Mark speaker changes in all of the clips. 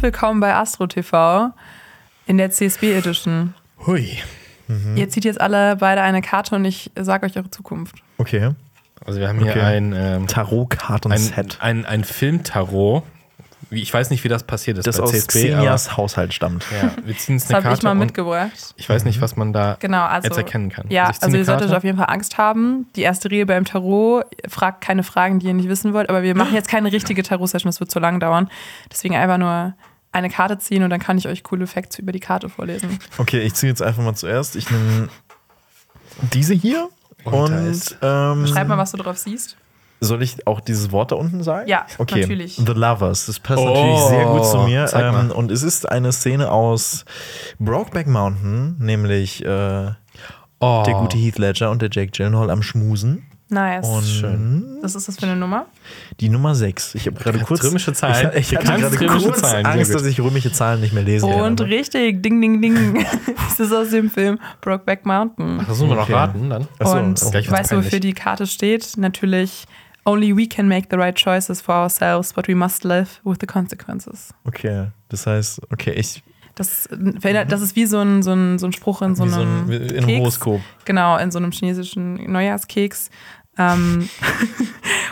Speaker 1: willkommen bei Astro TV in der CSB Edition.
Speaker 2: Hui.
Speaker 3: Mhm.
Speaker 1: Ihr zieht jetzt alle beide eine Karte und ich sage euch eure Zukunft.
Speaker 2: Okay.
Speaker 3: Also wir haben hier
Speaker 2: Okay.
Speaker 3: ein, ähm, ein,
Speaker 2: Tarotkartenset,
Speaker 3: ein, ein Filmtarot. Wie- Ich weiß nicht, wie das passiert ist
Speaker 2: das
Speaker 3: bei
Speaker 2: aus
Speaker 3: CSB,
Speaker 2: Xenias Haushalt stammt.
Speaker 3: aber ja, wir ziehen jetzt
Speaker 1: Das
Speaker 3: eine
Speaker 1: habe
Speaker 3: Karte
Speaker 1: ich mal
Speaker 3: und
Speaker 1: mitgebracht.
Speaker 3: ich weiß nicht, was man da
Speaker 1: Genau, also.
Speaker 3: jetzt erkennen kann.
Speaker 1: Ja,
Speaker 3: Also ich zieh
Speaker 1: also
Speaker 3: eine
Speaker 1: ihr solltet
Speaker 3: Karte.
Speaker 1: auf jeden Fall Angst haben. Die erste Regel beim Tarot, ihr fragt keine Fragen, die ihr nicht wissen wollt, aber wir machen jetzt keine richtige Tarot-Session, das wird zu lang dauern. Deswegen einfach nur eine Karte ziehen und dann kann ich euch coole Facts über die Karte vorlesen.
Speaker 2: Okay, ich ziehe jetzt einfach mal zuerst. Ich nehme diese hier.
Speaker 3: Und
Speaker 2: Und,
Speaker 3: da ist-
Speaker 2: ähm,
Speaker 1: Schreib mal, was du drauf siehst.
Speaker 2: soll ich auch dieses Wort da unten sagen?
Speaker 1: Ja,
Speaker 2: okay.
Speaker 1: natürlich.
Speaker 2: The Lovers. Das passt
Speaker 3: Oh,
Speaker 2: natürlich sehr gut zu mir.
Speaker 3: zeig mal.
Speaker 2: Ähm, und es ist eine Szene aus Brokeback Mountain, nämlich äh, der
Speaker 3: oh.
Speaker 2: gute Heath Ledger und der Jake Gyllenhaal am Schmusen.
Speaker 1: Nice.
Speaker 2: Und
Speaker 1: Was ist das für eine Nummer?
Speaker 2: die Nummer 6. Ich habe gerade kurz.
Speaker 3: römische Zahlen.
Speaker 2: Ich, ich
Speaker 3: Du
Speaker 2: hatte
Speaker 3: kannst
Speaker 2: gerade
Speaker 3: römische
Speaker 2: kurz
Speaker 3: Zahlen, sehr
Speaker 2: Angst,
Speaker 3: gut.
Speaker 2: dass ich römische Zahlen nicht mehr lesen
Speaker 1: Und
Speaker 2: kann.
Speaker 1: richtig, ding, ding, ding. das ist aus dem Film Brokeback Mountain.
Speaker 3: Versuchen wir noch
Speaker 2: Okay.
Speaker 3: raten dann.
Speaker 2: Achso,
Speaker 1: und
Speaker 2: oh,
Speaker 3: gleich wird's
Speaker 1: weißt du,
Speaker 3: peinlich.
Speaker 1: wofür die Karte steht? Natürlich, only we can make the right choices for ourselves, but we must live with the consequences.
Speaker 2: Okay, das heißt, okay, ich
Speaker 1: Das, verändert, das ist wie so ein, so ein, so ein Spruch in so
Speaker 2: Mhm. wie so
Speaker 1: einem,
Speaker 2: ein, in einem
Speaker 1: Keks.
Speaker 2: Horoskop.
Speaker 1: Genau, in so einem chinesischen Neujahrskeks. Ähm,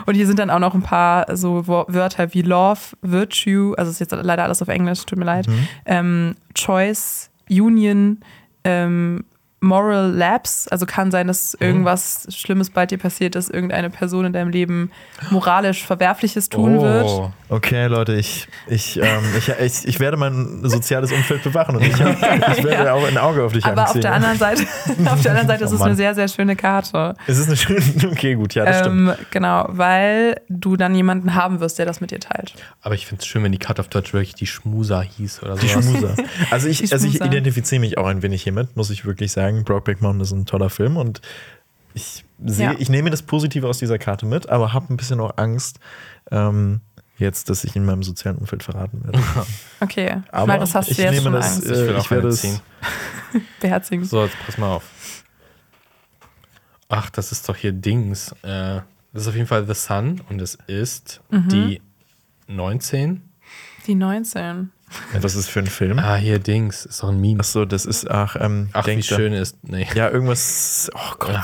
Speaker 1: und hier sind dann auch noch ein paar so Wo- Wörter wie Love, Virtue, also ist jetzt leider alles auf Englisch, tut mir leid,
Speaker 2: Mhm.
Speaker 1: ähm, Choice, Union, ähm, Moral Lapse, also kann sein, dass
Speaker 2: Mhm.
Speaker 1: irgendwas Schlimmes bald dir passiert ist, irgendeine Person in deinem Leben moralisch Verwerfliches tun wird.
Speaker 3: Oh.
Speaker 2: Okay, Leute, ich, ich, ähm, ich, ich, ich werde mein soziales Umfeld bewachen und ich, ich werde auch ein Auge auf dich
Speaker 1: Aber auf
Speaker 2: anziehen.
Speaker 1: der anderen Seite, auf der anderen Seite ist
Speaker 2: Oh
Speaker 1: es eine
Speaker 2: Mann.
Speaker 1: sehr, sehr schöne Karte.
Speaker 2: es ist eine schöne. Okay, gut, ja, das stimmt.
Speaker 1: Ähm, genau, weil du dann jemanden haben wirst, der das mit dir teilt.
Speaker 3: Aber ich finde es schön, wenn die Karte auf Deutsch wirklich die Schmusa hieß oder
Speaker 2: Die
Speaker 3: sowas.
Speaker 2: Schmuser. Also ich,
Speaker 1: Die
Speaker 2: also ich
Speaker 1: Schmuser.
Speaker 2: identifiziere mich auch ein wenig hiermit, muss ich wirklich sagen. Brokeback Mountain ist ein toller Film und ich sehe,
Speaker 1: Ja.
Speaker 2: ich nehme das Positive aus dieser Karte mit, aber habe ein bisschen auch Angst, ähm, jetzt, dass ich in meinem sozialen Umfeld verraten werde.
Speaker 1: Okay,
Speaker 2: Aber
Speaker 1: weil das hast du
Speaker 2: ich
Speaker 1: jetzt
Speaker 2: nehme
Speaker 1: schon
Speaker 2: das,
Speaker 1: Angst.
Speaker 2: äh,
Speaker 3: Also Ich will
Speaker 2: Ich
Speaker 3: auch
Speaker 2: werde
Speaker 3: eine
Speaker 2: es-
Speaker 3: ziehen.
Speaker 1: Beherzigen.
Speaker 3: So, jetzt pass mal auf. Ach, das ist doch hier Dings. Äh, das ist auf jeden Fall The Sun und es ist
Speaker 1: Mhm.
Speaker 3: die 19.
Speaker 1: Die 19.
Speaker 2: Was ist für ein Film?
Speaker 3: Ah, hier Dings. Ist doch ein Meme.
Speaker 2: Achso, das ist, ach, ähm,
Speaker 3: Ach, wie
Speaker 2: denk da-
Speaker 3: schön ist. Nee.
Speaker 2: Ja, irgendwas. Oh Gott.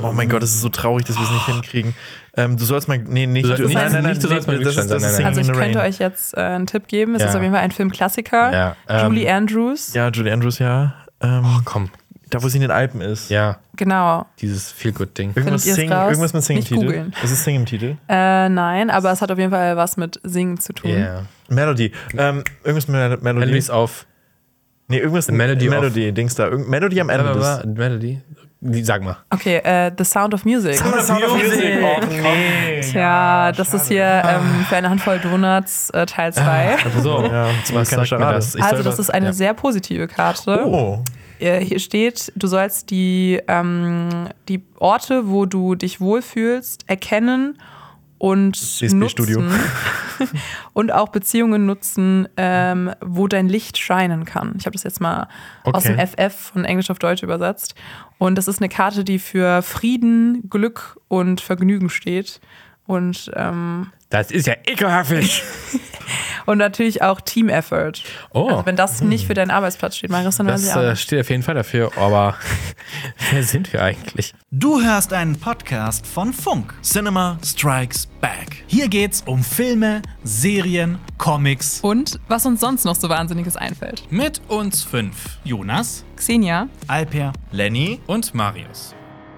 Speaker 2: Oh mein Gott, das ist so traurig, dass wir es nicht hinkriegen. Ähm, du sollst mal. Nee, nicht.
Speaker 3: Oh. Du sollst-
Speaker 2: du-
Speaker 3: nein, nein, nicht, du sollst mal
Speaker 2: das ist,
Speaker 3: Glückstein
Speaker 2: das ist
Speaker 3: sein, nein,
Speaker 2: Singing
Speaker 1: Also ich
Speaker 2: in the
Speaker 1: könnte
Speaker 2: Rain.
Speaker 1: euch jetzt äh, einen Tipp geben. Es
Speaker 3: Ja.
Speaker 1: ist auf jeden Fall ein Filmklassiker.
Speaker 3: Ja, ähm,
Speaker 1: Julie Andrews.
Speaker 2: Ja, Julie Andrews, ja. Ähm,
Speaker 3: Komm.
Speaker 2: da, wo sie in den Alpen ist.
Speaker 3: Oh. Ja,
Speaker 1: Genau.
Speaker 3: dieses Feel-Good-Ding.
Speaker 2: Irgendwas,
Speaker 1: Findet ihr's
Speaker 2: sing,
Speaker 1: raus?
Speaker 2: irgendwas mit Sing im
Speaker 1: Nicht
Speaker 2: Titel.
Speaker 1: googeln.
Speaker 2: Es ist Sing im Titel.
Speaker 1: Äh, nein, aber es hat auf jeden Fall was mit Singen zu tun.
Speaker 3: Yeah.
Speaker 2: Melody. Ähm, irgendwas mit Mel- Melody.
Speaker 3: Melody ist auf.
Speaker 2: Nee, irgendwas
Speaker 3: Melody
Speaker 2: Melody, Dings da. Irgend Melody am Ende. Des,
Speaker 3: Melody? Die- Sag mal.
Speaker 1: Okay, äh, The Sound of Music.
Speaker 2: Sound of Music. Oh, nee.
Speaker 1: Tja, das ist hier ähm, für eine Handvoll Donuts äh, Teil 2.
Speaker 3: Also So,
Speaker 2: Ja, zum Glück
Speaker 3: was
Speaker 2: keine
Speaker 3: sagt mir
Speaker 2: Charade.
Speaker 3: das? Ah, Ich
Speaker 1: Also
Speaker 3: soll
Speaker 1: das
Speaker 3: was-
Speaker 1: ist eine
Speaker 3: ja.
Speaker 1: sehr positive Karte.
Speaker 2: Oh.
Speaker 1: Äh, Hier steht, du sollst die, ähm, die Orte, wo du dich wohlfühlst, erkennen und nutzen.
Speaker 2: CSB-Studio.
Speaker 1: und auch Beziehungen nutzen, ähm, wo dein Licht scheinen kann. Ich habe das jetzt mal aus
Speaker 3: Okay.
Speaker 1: dem FF von Englisch auf Deutsch übersetzt. Und das ist eine Karte, die für Frieden, Glück und Vergnügen steht. Und, ähm,
Speaker 3: Das ist ja ekelhaft.
Speaker 1: und natürlich auch Team Effort.
Speaker 3: Oh.
Speaker 1: Also wenn das nicht für deinen Arbeitsplatz steht, Marius, dann weiß
Speaker 3: Das
Speaker 1: ich auch.
Speaker 3: äh,
Speaker 1: nicht.
Speaker 3: steht auf jeden Fall dafür, aber wer sind wir eigentlich?
Speaker 4: Du hörst einen Podcast von Funk. Cinema Strikes Back. Hier geht's um Filme, Serien, Comics.
Speaker 1: Und was uns sonst noch so Wahnsinniges einfällt.
Speaker 5: Mit uns fünf. Jonas
Speaker 1: Xenia.
Speaker 4: Alper,
Speaker 2: Lenny?
Speaker 5: und Marius.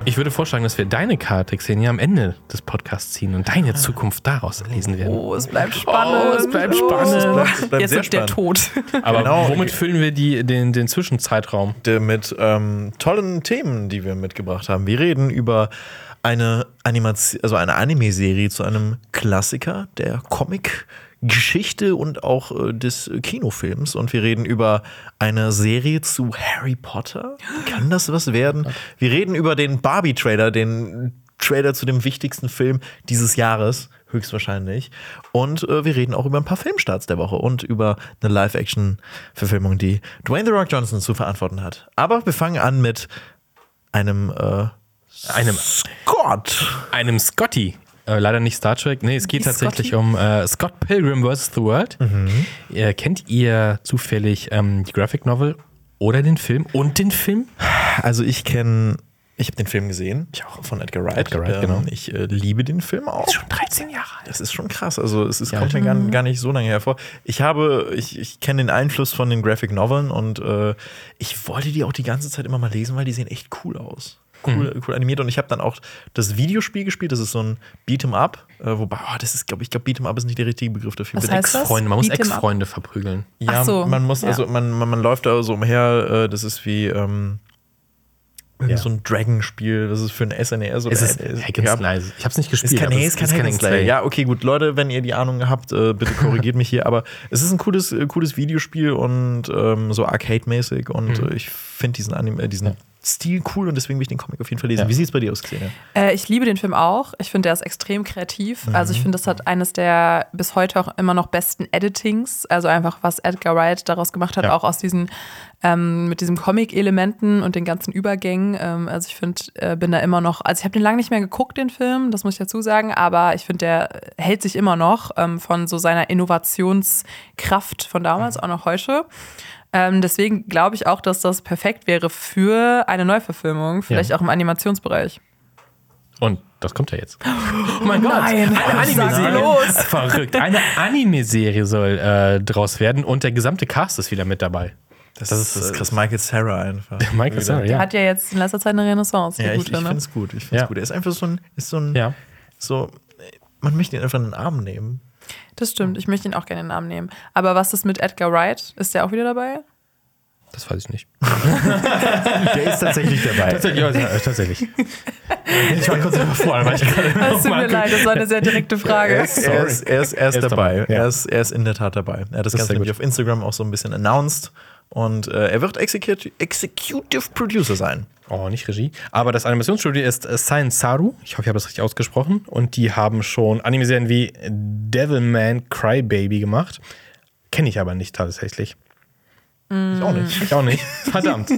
Speaker 3: Ich würde vorschlagen, dass wir deine Karte, Xenia, am Ende des Podcasts ziehen und deine Zukunft daraus lesen werden.
Speaker 1: Oh, es bleibt spannend.
Speaker 3: Oh, es bleibt spannend.
Speaker 1: Oh.
Speaker 2: Bleibt- bleibt
Speaker 1: Jetzt
Speaker 2: sehr
Speaker 1: ist der Tod.
Speaker 3: Aber
Speaker 2: genau.
Speaker 3: womit füllen wir die, den, den Zwischenzeitraum?
Speaker 2: mit ähm, tollen Themen, die wir mitgebracht haben. Wir reden über eine Animation, also eine Anime-Serie zu einem Klassiker der Comic-Geschichte und auch äh, des Kinofilms. Und wir reden über eine Serie zu Harry Potter. Kann das was werden? Wir reden über den Barbie-Trailer, den Trailer zu dem wichtigsten Film dieses Jahres. Höchstwahrscheinlich. Und äh, wir reden auch über ein paar Filmstarts der Woche und über eine Live-Action-Verfilmung, die Dwayne The Rock Johnson zu verantworten hat. Aber wir fangen an mit einem äh,
Speaker 3: Einem,
Speaker 2: Scott.
Speaker 3: einem Scotty. Äh, leider nicht Star Trek. Nee, es geht
Speaker 1: Nicht
Speaker 3: tatsächlich
Speaker 1: Scotty? Mhm.
Speaker 3: um äh, Scott Pilgrim vs. The World. Äh, kennt ihr zufällig ähm, die Graphic Novel oder den Film und den Film?
Speaker 2: Also ich kenne, ich habe den Film gesehen, ich auch von Edgar Wright.
Speaker 3: Edgar Wright, genau.
Speaker 2: Ich äh, liebe den Film auch. Ist schon 13 Jahre alt. Das ist schon krass. Also es ist, kommt mir gar, gar nicht so lange hervor. Ich habe, ich, ich kenne den Einfluss von den Graphic Noveln und äh, ich wollte die auch die ganze Zeit immer mal lesen, weil die sehen echt cool aus. Cool, cool animiert und ich habe dann auch das Videospiel gespielt, das ist so ein Beat'em Up, äh, wobei, oh, das ist, glaube ich, glaub, Beat'em Up ist nicht der richtige Begriff dafür.
Speaker 1: Was
Speaker 2: Mit
Speaker 1: heißt das?
Speaker 3: Freunde, man muss
Speaker 1: Beat 'em up.
Speaker 3: Ex-Freunde verprügeln.
Speaker 2: ja,
Speaker 1: Ach so,
Speaker 2: man muss,
Speaker 1: ja.
Speaker 2: also man, man, man läuft da so umher, äh, das ist wie ähm, irgend so ein Dragon-Spiel, das ist für ein SNES oder
Speaker 3: Es ist
Speaker 2: NES.
Speaker 3: Hack and
Speaker 2: Ja.
Speaker 3: Slay. Ich hab's nicht
Speaker 2: Ist
Speaker 3: gespielt.
Speaker 2: kein,
Speaker 3: aber
Speaker 2: nee,
Speaker 3: es
Speaker 2: ist kein Hack and Slay. Ja, okay, gut. Leute, wenn ihr die Ahnung habt, äh, bitte korrigiert mich hier. Aber es ist ein cooles, äh, cooles Videospiel und ähm, so Arcade-mäßig. Und äh, ich finde diesen, Anime, äh, diesen Stil cool und deswegen will ich den Comic auf jeden Fall lesen.
Speaker 3: Ja.
Speaker 2: Wie sieht es bei dir aus, Xenia?
Speaker 1: Äh, ich liebe den Film auch. Ich finde, der ist extrem kreativ. Also ich finde, das hat eines der bis heute auch immer noch besten Editings. Also einfach, was Edgar Wright daraus gemacht hat,
Speaker 3: Ja.
Speaker 1: auch aus diesen, ähm, mit diesem Comic-Elementen und den ganzen Übergängen. Ähm, also ich finde, äh, bin da immer noch, also ich habe den lange nicht mehr geguckt, den Film, das muss ich dazu sagen, aber ich finde, der hält sich immer noch ähm, von so seiner Innovationskraft von damals auch noch heute. Ähm, deswegen glaube ich auch, dass das perfekt wäre für eine Neuverfilmung, vielleicht auch im Animationsbereich.
Speaker 3: Und das kommt ja jetzt. Oh mein Gott.
Speaker 1: nein,
Speaker 3: eine
Speaker 1: was ist da
Speaker 3: Anime-Serie.
Speaker 1: los?
Speaker 3: Verrückt. Eine Anime-Serie soll äh, draus werden und der gesamte Cast ist wieder mit dabei.
Speaker 2: Das, ist krass. Äh, Michael Sarah einfach.
Speaker 3: Michael Sarah, ja.
Speaker 1: hat ja jetzt in letzter Zeit eine Renaissance.
Speaker 2: Ja,
Speaker 1: eine
Speaker 2: ich, ich
Speaker 1: gute,
Speaker 2: finde
Speaker 1: ne?
Speaker 2: es gut. Ich find's
Speaker 3: Ja.
Speaker 2: gut. Er ist einfach so ein, ist so ein,
Speaker 3: Ja.
Speaker 2: so, man möchte ihn einfach in den Arm nehmen.
Speaker 1: Das stimmt, ich möchte ihn auch gerne in den Arm nehmen. Aber was ist mit Edgar Wright? Ist der auch wieder dabei?
Speaker 3: Das weiß ich nicht.
Speaker 2: Der ist tatsächlich dabei.
Speaker 3: Tatsächlich. Ja, ja, tatsächlich. ich war kurz überfordert, weil ich gerade
Speaker 2: Oh
Speaker 1: Es Also, tut mir leid, das war eine sehr direkte Frage.
Speaker 2: Er ist, er ist, er ist
Speaker 3: Er ist
Speaker 2: dabei.
Speaker 3: dabei, ja.
Speaker 2: Er, ist, er ist in der Tat dabei. Er hat das,
Speaker 3: ist
Speaker 2: Ganze
Speaker 3: sehr
Speaker 2: nämlich
Speaker 3: gut.
Speaker 2: auf Instagram auch so ein bisschen announced. Und äh, er wird Execut Executive Producer sein.
Speaker 3: Oh, nicht Regie. Aber das Animationsstudio ist äh, Science Saru. Ich hoffe, ich habe das richtig ausgesprochen. Und die haben schon Anime-Serien wie Devilman Crybaby gemacht. Kenne ich aber nicht tatsächlich.
Speaker 2: Ich auch nicht.
Speaker 3: Ich auch nicht. Verdammt.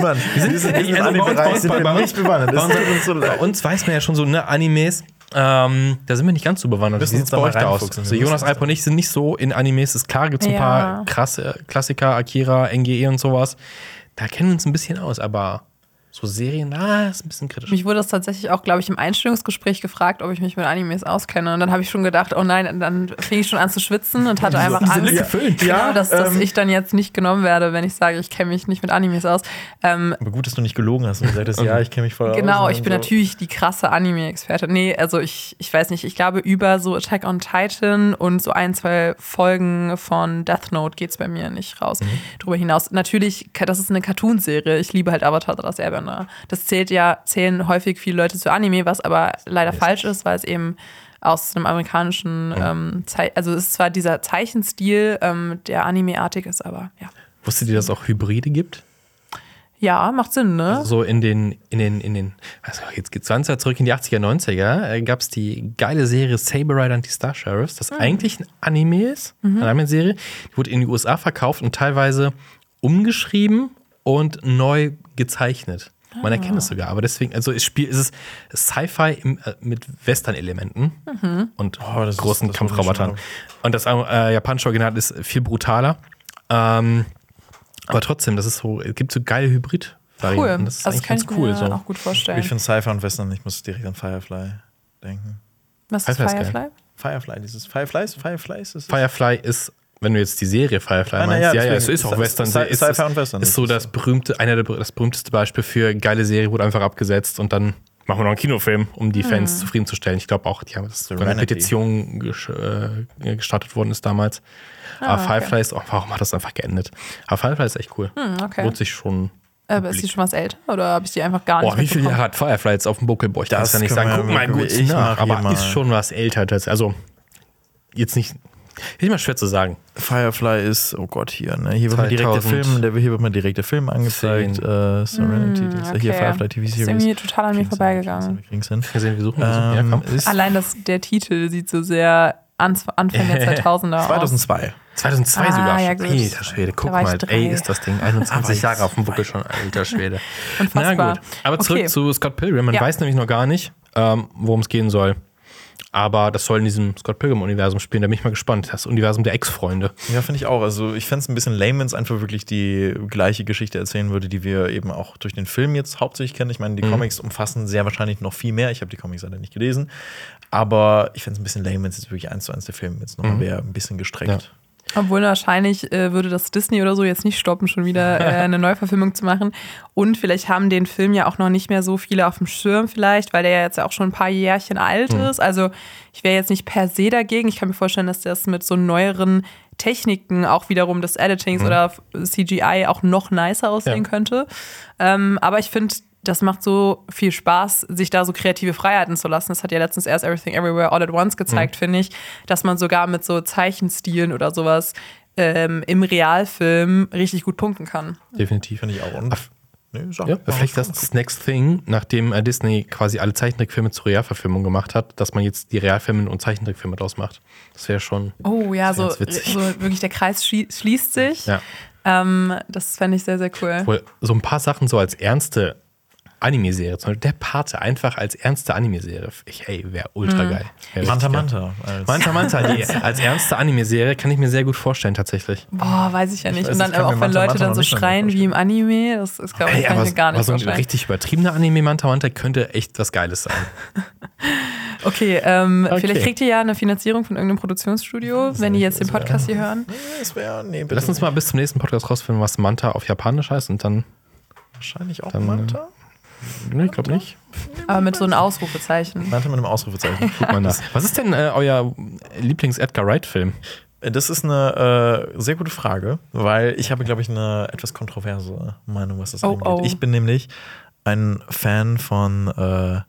Speaker 2: Mann, wir sind, wir sind
Speaker 3: Also
Speaker 2: im
Speaker 3: bei uns- bei
Speaker 2: Anime-Bereich
Speaker 3: uns-
Speaker 2: sind
Speaker 3: bei- bei uns-
Speaker 2: wir nicht bewandert.
Speaker 3: Bei
Speaker 2: Das
Speaker 3: uns,
Speaker 2: tut uns so
Speaker 3: bei
Speaker 2: leid.
Speaker 3: uns weiß man ja schon so, ne, Animes, ähm, da sind wir nicht ganz so bewandert. Wie
Speaker 2: Müssen
Speaker 3: sieht
Speaker 2: uns
Speaker 3: es
Speaker 2: da
Speaker 3: bei
Speaker 2: mal
Speaker 3: euch da aus?
Speaker 2: reinfuchsen,
Speaker 3: So,
Speaker 2: wir
Speaker 3: Jonas
Speaker 2: müssen uns
Speaker 3: Alp und ich sind nicht so in Animes. Es klar gibt es ein
Speaker 1: Ja.
Speaker 3: paar krasse Klassiker, Akira, NGE und sowas. Da kennen wir uns ein bisschen aus, aber so Serien, da ist ein bisschen kritisch.
Speaker 1: Mich wurde das tatsächlich auch, glaube ich, im Einstellungsgespräch gefragt, ob ich mich mit Animes auskenne. Und dann habe ich schon gedacht, oh nein, dann fing ich schon an zu schwitzen und hatte einfach Angst, genau, dass, dass
Speaker 2: ähm.
Speaker 1: ich dann jetzt nicht genommen werde, wenn ich sage, ich kenne mich nicht mit Animes aus. Ähm,
Speaker 2: Aber gut, dass du nicht gelogen hast und gesagt hast, ja, ich kenne mich voll aus.
Speaker 1: Genau,
Speaker 2: und
Speaker 1: ich bin
Speaker 2: so.
Speaker 1: natürlich die krasse Anime-Experte. Nee, also ich, ich weiß nicht, ich glaube, über so Attack on Titan und so ein, zwei Folgen von Death Note geht es bei mir nicht raus.
Speaker 3: Mhm.
Speaker 1: Darüber hinaus, natürlich, ka- das ist eine Cartoonserie. Ich liebe halt Avatar The Last Airbender. Das zählt ja, zählen häufig viele Leute zu Anime, was aber leider falsch ist, weil es eben aus einem amerikanischen,
Speaker 3: Mhm.
Speaker 1: ähm, Zei also es ist zwar dieser Zeichenstil, ähm, der Anime-artig ist, aber ja.
Speaker 3: Wusstet ihr, dass es auch Hybride gibt?
Speaker 1: Ja, macht Sinn, ne?
Speaker 3: So in den, in den, in den, also jetzt geht's 20 Jahre zurück in die 80er, 90er, äh, gab's die geile Serie Saber Rider und die Star Sheriffs,
Speaker 1: Ah.
Speaker 3: das eigentlich ein Anime ist,
Speaker 1: Mhm.
Speaker 3: eine Anime-Serie, die wurde in die USA verkauft und teilweise umgeschrieben und neu gezeichnet. Man erkennt es
Speaker 1: Ah.
Speaker 3: sogar, aber deswegen, also es Spiel ist es Sci-Fi im, äh, mit Western-Elementen
Speaker 1: Mhm.
Speaker 3: und
Speaker 2: Oh, das ist-
Speaker 3: großen
Speaker 2: das wollte ich
Speaker 3: Kampfrobotern.
Speaker 2: schon
Speaker 3: Und das äh, japanische Original ist viel brutaler. Ähm, aber trotzdem, das ist so, es gibt so geile Hybrid-Varianten.
Speaker 1: Cool.
Speaker 3: Das ist
Speaker 1: also
Speaker 3: eigentlich
Speaker 1: kann
Speaker 3: ganz
Speaker 1: ich
Speaker 3: cool.
Speaker 1: mir
Speaker 3: So.
Speaker 1: auch gut vorstellen.
Speaker 2: Ich finde Cypher und Western, ich muss direkt an Firefly denken.
Speaker 1: Was ist
Speaker 3: Firefly ist
Speaker 1: Firefly?
Speaker 2: Firefly, dieses Fireflies, Fireflies ist
Speaker 3: Firefly ist, wenn du jetzt die Serie Firefly
Speaker 2: Ah, na
Speaker 3: meinst,
Speaker 2: ja,
Speaker 3: ja, ja,
Speaker 2: deswegen
Speaker 3: es ist
Speaker 2: ist
Speaker 3: auch
Speaker 2: das-
Speaker 3: Western.
Speaker 2: Sci-
Speaker 3: ist,
Speaker 2: Sci-Fi und Western,
Speaker 3: Ist so
Speaker 2: das
Speaker 3: das berühmte, einer der das berühmteste Beispiel für geile Serie, wurde einfach abgesetzt und dann machen wir noch einen Kinofilm, um die Fans zufriedenzustellen. Ich glaube auch, die haben das sogar eine
Speaker 2: Serenity.
Speaker 3: Petition gesch- äh, gestartet worden ist damals. Aber Firefly ist auch, warum hat das einfach geendet? Aber Firefly ist echt cool.
Speaker 1: okay.
Speaker 3: Lohnt sich schon.
Speaker 1: Äh, Aber ist die schon was älter oder habe ich die einfach gar nicht
Speaker 3: Boah, wie viele Jahre
Speaker 1: mitbekommen?
Speaker 3: hat Firefly jetzt auf dem Buckel? Boah, ich kann
Speaker 2: Das
Speaker 3: es ja nicht
Speaker 2: können
Speaker 3: sagen.
Speaker 2: wir
Speaker 3: Guck mal
Speaker 2: wirklich-
Speaker 3: gut
Speaker 2: ich
Speaker 3: nach,
Speaker 2: mach hier
Speaker 3: aber
Speaker 2: mal-
Speaker 3: ist schon was älter. Das, also, jetzt nicht, ist immer schwer zu sagen.
Speaker 2: Firefly ist, oh Gott, hier, ne? Hier wird mal direkt der
Speaker 3: 2000.
Speaker 2: Film, der, hier wird mal direkt der Film angezeigt.
Speaker 3: Zehn.
Speaker 2: Äh, Serenity, das
Speaker 1: Hm,
Speaker 2: ist hier
Speaker 1: okay.
Speaker 2: Firefly TV
Speaker 1: Ist
Speaker 2: Series.
Speaker 1: irgendwie total an mir
Speaker 2: Kriegen's-
Speaker 1: vorbeigegangen.
Speaker 2: Kriegen's- Kriegen's hin.
Speaker 3: Wir sehen, wir suchen. wir suchen. ja,
Speaker 2: Ähm,
Speaker 3: komm.
Speaker 2: ist
Speaker 1: Allein das, der Titel sieht so sehr ans- Anfang der 2000er aus.
Speaker 2: 2002.
Speaker 3: 2002
Speaker 1: Ah,
Speaker 3: sogar.
Speaker 1: ja,
Speaker 3: Ja,
Speaker 1: gut.
Speaker 3: alter Schwede, guck
Speaker 1: Da war ich
Speaker 3: mal.
Speaker 1: drei.
Speaker 3: Ey, ist das Ding 21
Speaker 2: Aber
Speaker 3: Jahre auf dem Buckel schon, alter Schwede.
Speaker 1: Unfassbar.
Speaker 3: Na gut. Aber zurück
Speaker 1: Okay.
Speaker 3: zu Scott Pilgrim. Man
Speaker 1: Ja.
Speaker 3: weiß nämlich noch gar nicht, ähm, worum es gehen soll. Aber das soll in diesem Scott Pilgrim-Universum spielen. Da bin ich mal gespannt. Das Universum der Ex-Freunde.
Speaker 2: Ja, finde ich auch. Also ich fände es ein bisschen lame, wenn es einfach wirklich die gleiche Geschichte erzählen würde, die wir eben auch durch den Film jetzt hauptsächlich kennen. Ich meine,
Speaker 3: Mhm.
Speaker 2: die Comics umfassen sehr wahrscheinlich noch viel mehr. Ich habe die Comics leider nicht gelesen. Aber ich fände es ein bisschen lame, wenn es jetzt wirklich eins zu eins der Film jetzt
Speaker 3: Mhm.
Speaker 2: nochmal wäre, ein bisschen gestreckt.
Speaker 1: Obwohl wahrscheinlich äh, würde das Disney oder so jetzt nicht stoppen, schon wieder äh, eine Neuverfilmung zu machen. Und vielleicht haben den Film ja auch noch nicht mehr so viele auf dem Schirm, vielleicht, weil der ja jetzt auch schon ein paar Jährchen alt ist. Also ich wäre jetzt nicht per se dagegen. Ich kann mir vorstellen, dass das mit so neueren Techniken auch wiederum des Editings oder f- CGI auch noch nicer aussehen
Speaker 3: Ja.
Speaker 1: könnte. Ähm, aber ich finde. Das macht so viel Spaß, sich da so kreative Freiheiten zu lassen. Das hat ja letztens erst Everything Everywhere All at Once gezeigt, finde ich, dass man sogar mit so Zeichenstilen oder sowas ähm, im Realfilm richtig gut punkten kann.
Speaker 3: Definitiv.
Speaker 2: Finde ich auch. Und, nee, sag,
Speaker 3: Ja,
Speaker 2: mach
Speaker 3: vielleicht
Speaker 2: das.
Speaker 3: das, das Next Thing, nachdem äh, Disney quasi alle Zeichentrickfilme zur Realverfilmung gemacht hat, dass man jetzt die Realfilme und Zeichentrickfilme draus macht. Das wäre schon.
Speaker 1: Oh ja,
Speaker 3: Das wär
Speaker 1: so,
Speaker 3: jetzt witzig.
Speaker 1: so wirklich der Kreis schie- schließt sich.
Speaker 3: Ja.
Speaker 1: Ähm, das fände ich sehr, sehr cool.
Speaker 3: Obwohl, so ein paar Sachen so als ernste Anime-Serie, zum Beispiel der Pate einfach als ernste Anime-Serie. Ich, ey, wäre ultra
Speaker 1: Mhm.
Speaker 3: geil. Wär
Speaker 2: Manta
Speaker 3: richtig geil.
Speaker 2: Manta. als-
Speaker 3: Manta Manta, die, als ernste Anime-Serie kann ich mir sehr gut vorstellen, tatsächlich.
Speaker 1: Boah, weiß ich ja nicht.
Speaker 2: weiß,
Speaker 1: Und
Speaker 2: ich
Speaker 1: dann
Speaker 2: kann
Speaker 1: aber
Speaker 2: mir
Speaker 1: auch, wenn
Speaker 2: Manta
Speaker 1: Leute
Speaker 2: Manta
Speaker 1: dann
Speaker 2: noch
Speaker 1: so
Speaker 2: nicht so
Speaker 1: schreien wie im Anime, das ist, glaube ich, kann ich mir gar nicht
Speaker 3: so ein
Speaker 1: vorstellen.
Speaker 3: richtig übertriebener Anime-Manta-Manta könnte echt was Geiles sein.
Speaker 1: Okay, ähm,
Speaker 3: Okay.
Speaker 1: vielleicht kriegt ihr ja eine Finanzierung von irgendeinem Produktionsstudio, wenn die jetzt den Podcast hier hören.
Speaker 2: Nee, es wäre. Nee, bitte.
Speaker 3: Lass uns mal bis zum nächsten Podcast rausfinden, was Manta auf Japanisch heißt und dann.
Speaker 2: Wahrscheinlich auch
Speaker 3: Dann,
Speaker 2: Manta.
Speaker 3: Ne, ich glaube nicht.
Speaker 1: Aber mit so einem Ausrufezeichen.
Speaker 2: Manta mit einem Ausrufezeichen.
Speaker 3: Guck mal nach. Was ist denn äh, euer Lieblings-Edgar Wright-Film?
Speaker 2: Das ist eine äh, sehr gute Frage, weil ich habe, glaube ich, eine etwas kontroverse Meinung, was das
Speaker 1: Oh,
Speaker 2: angeht.
Speaker 1: oh.
Speaker 2: Ich bin nämlich ein Fan von äh,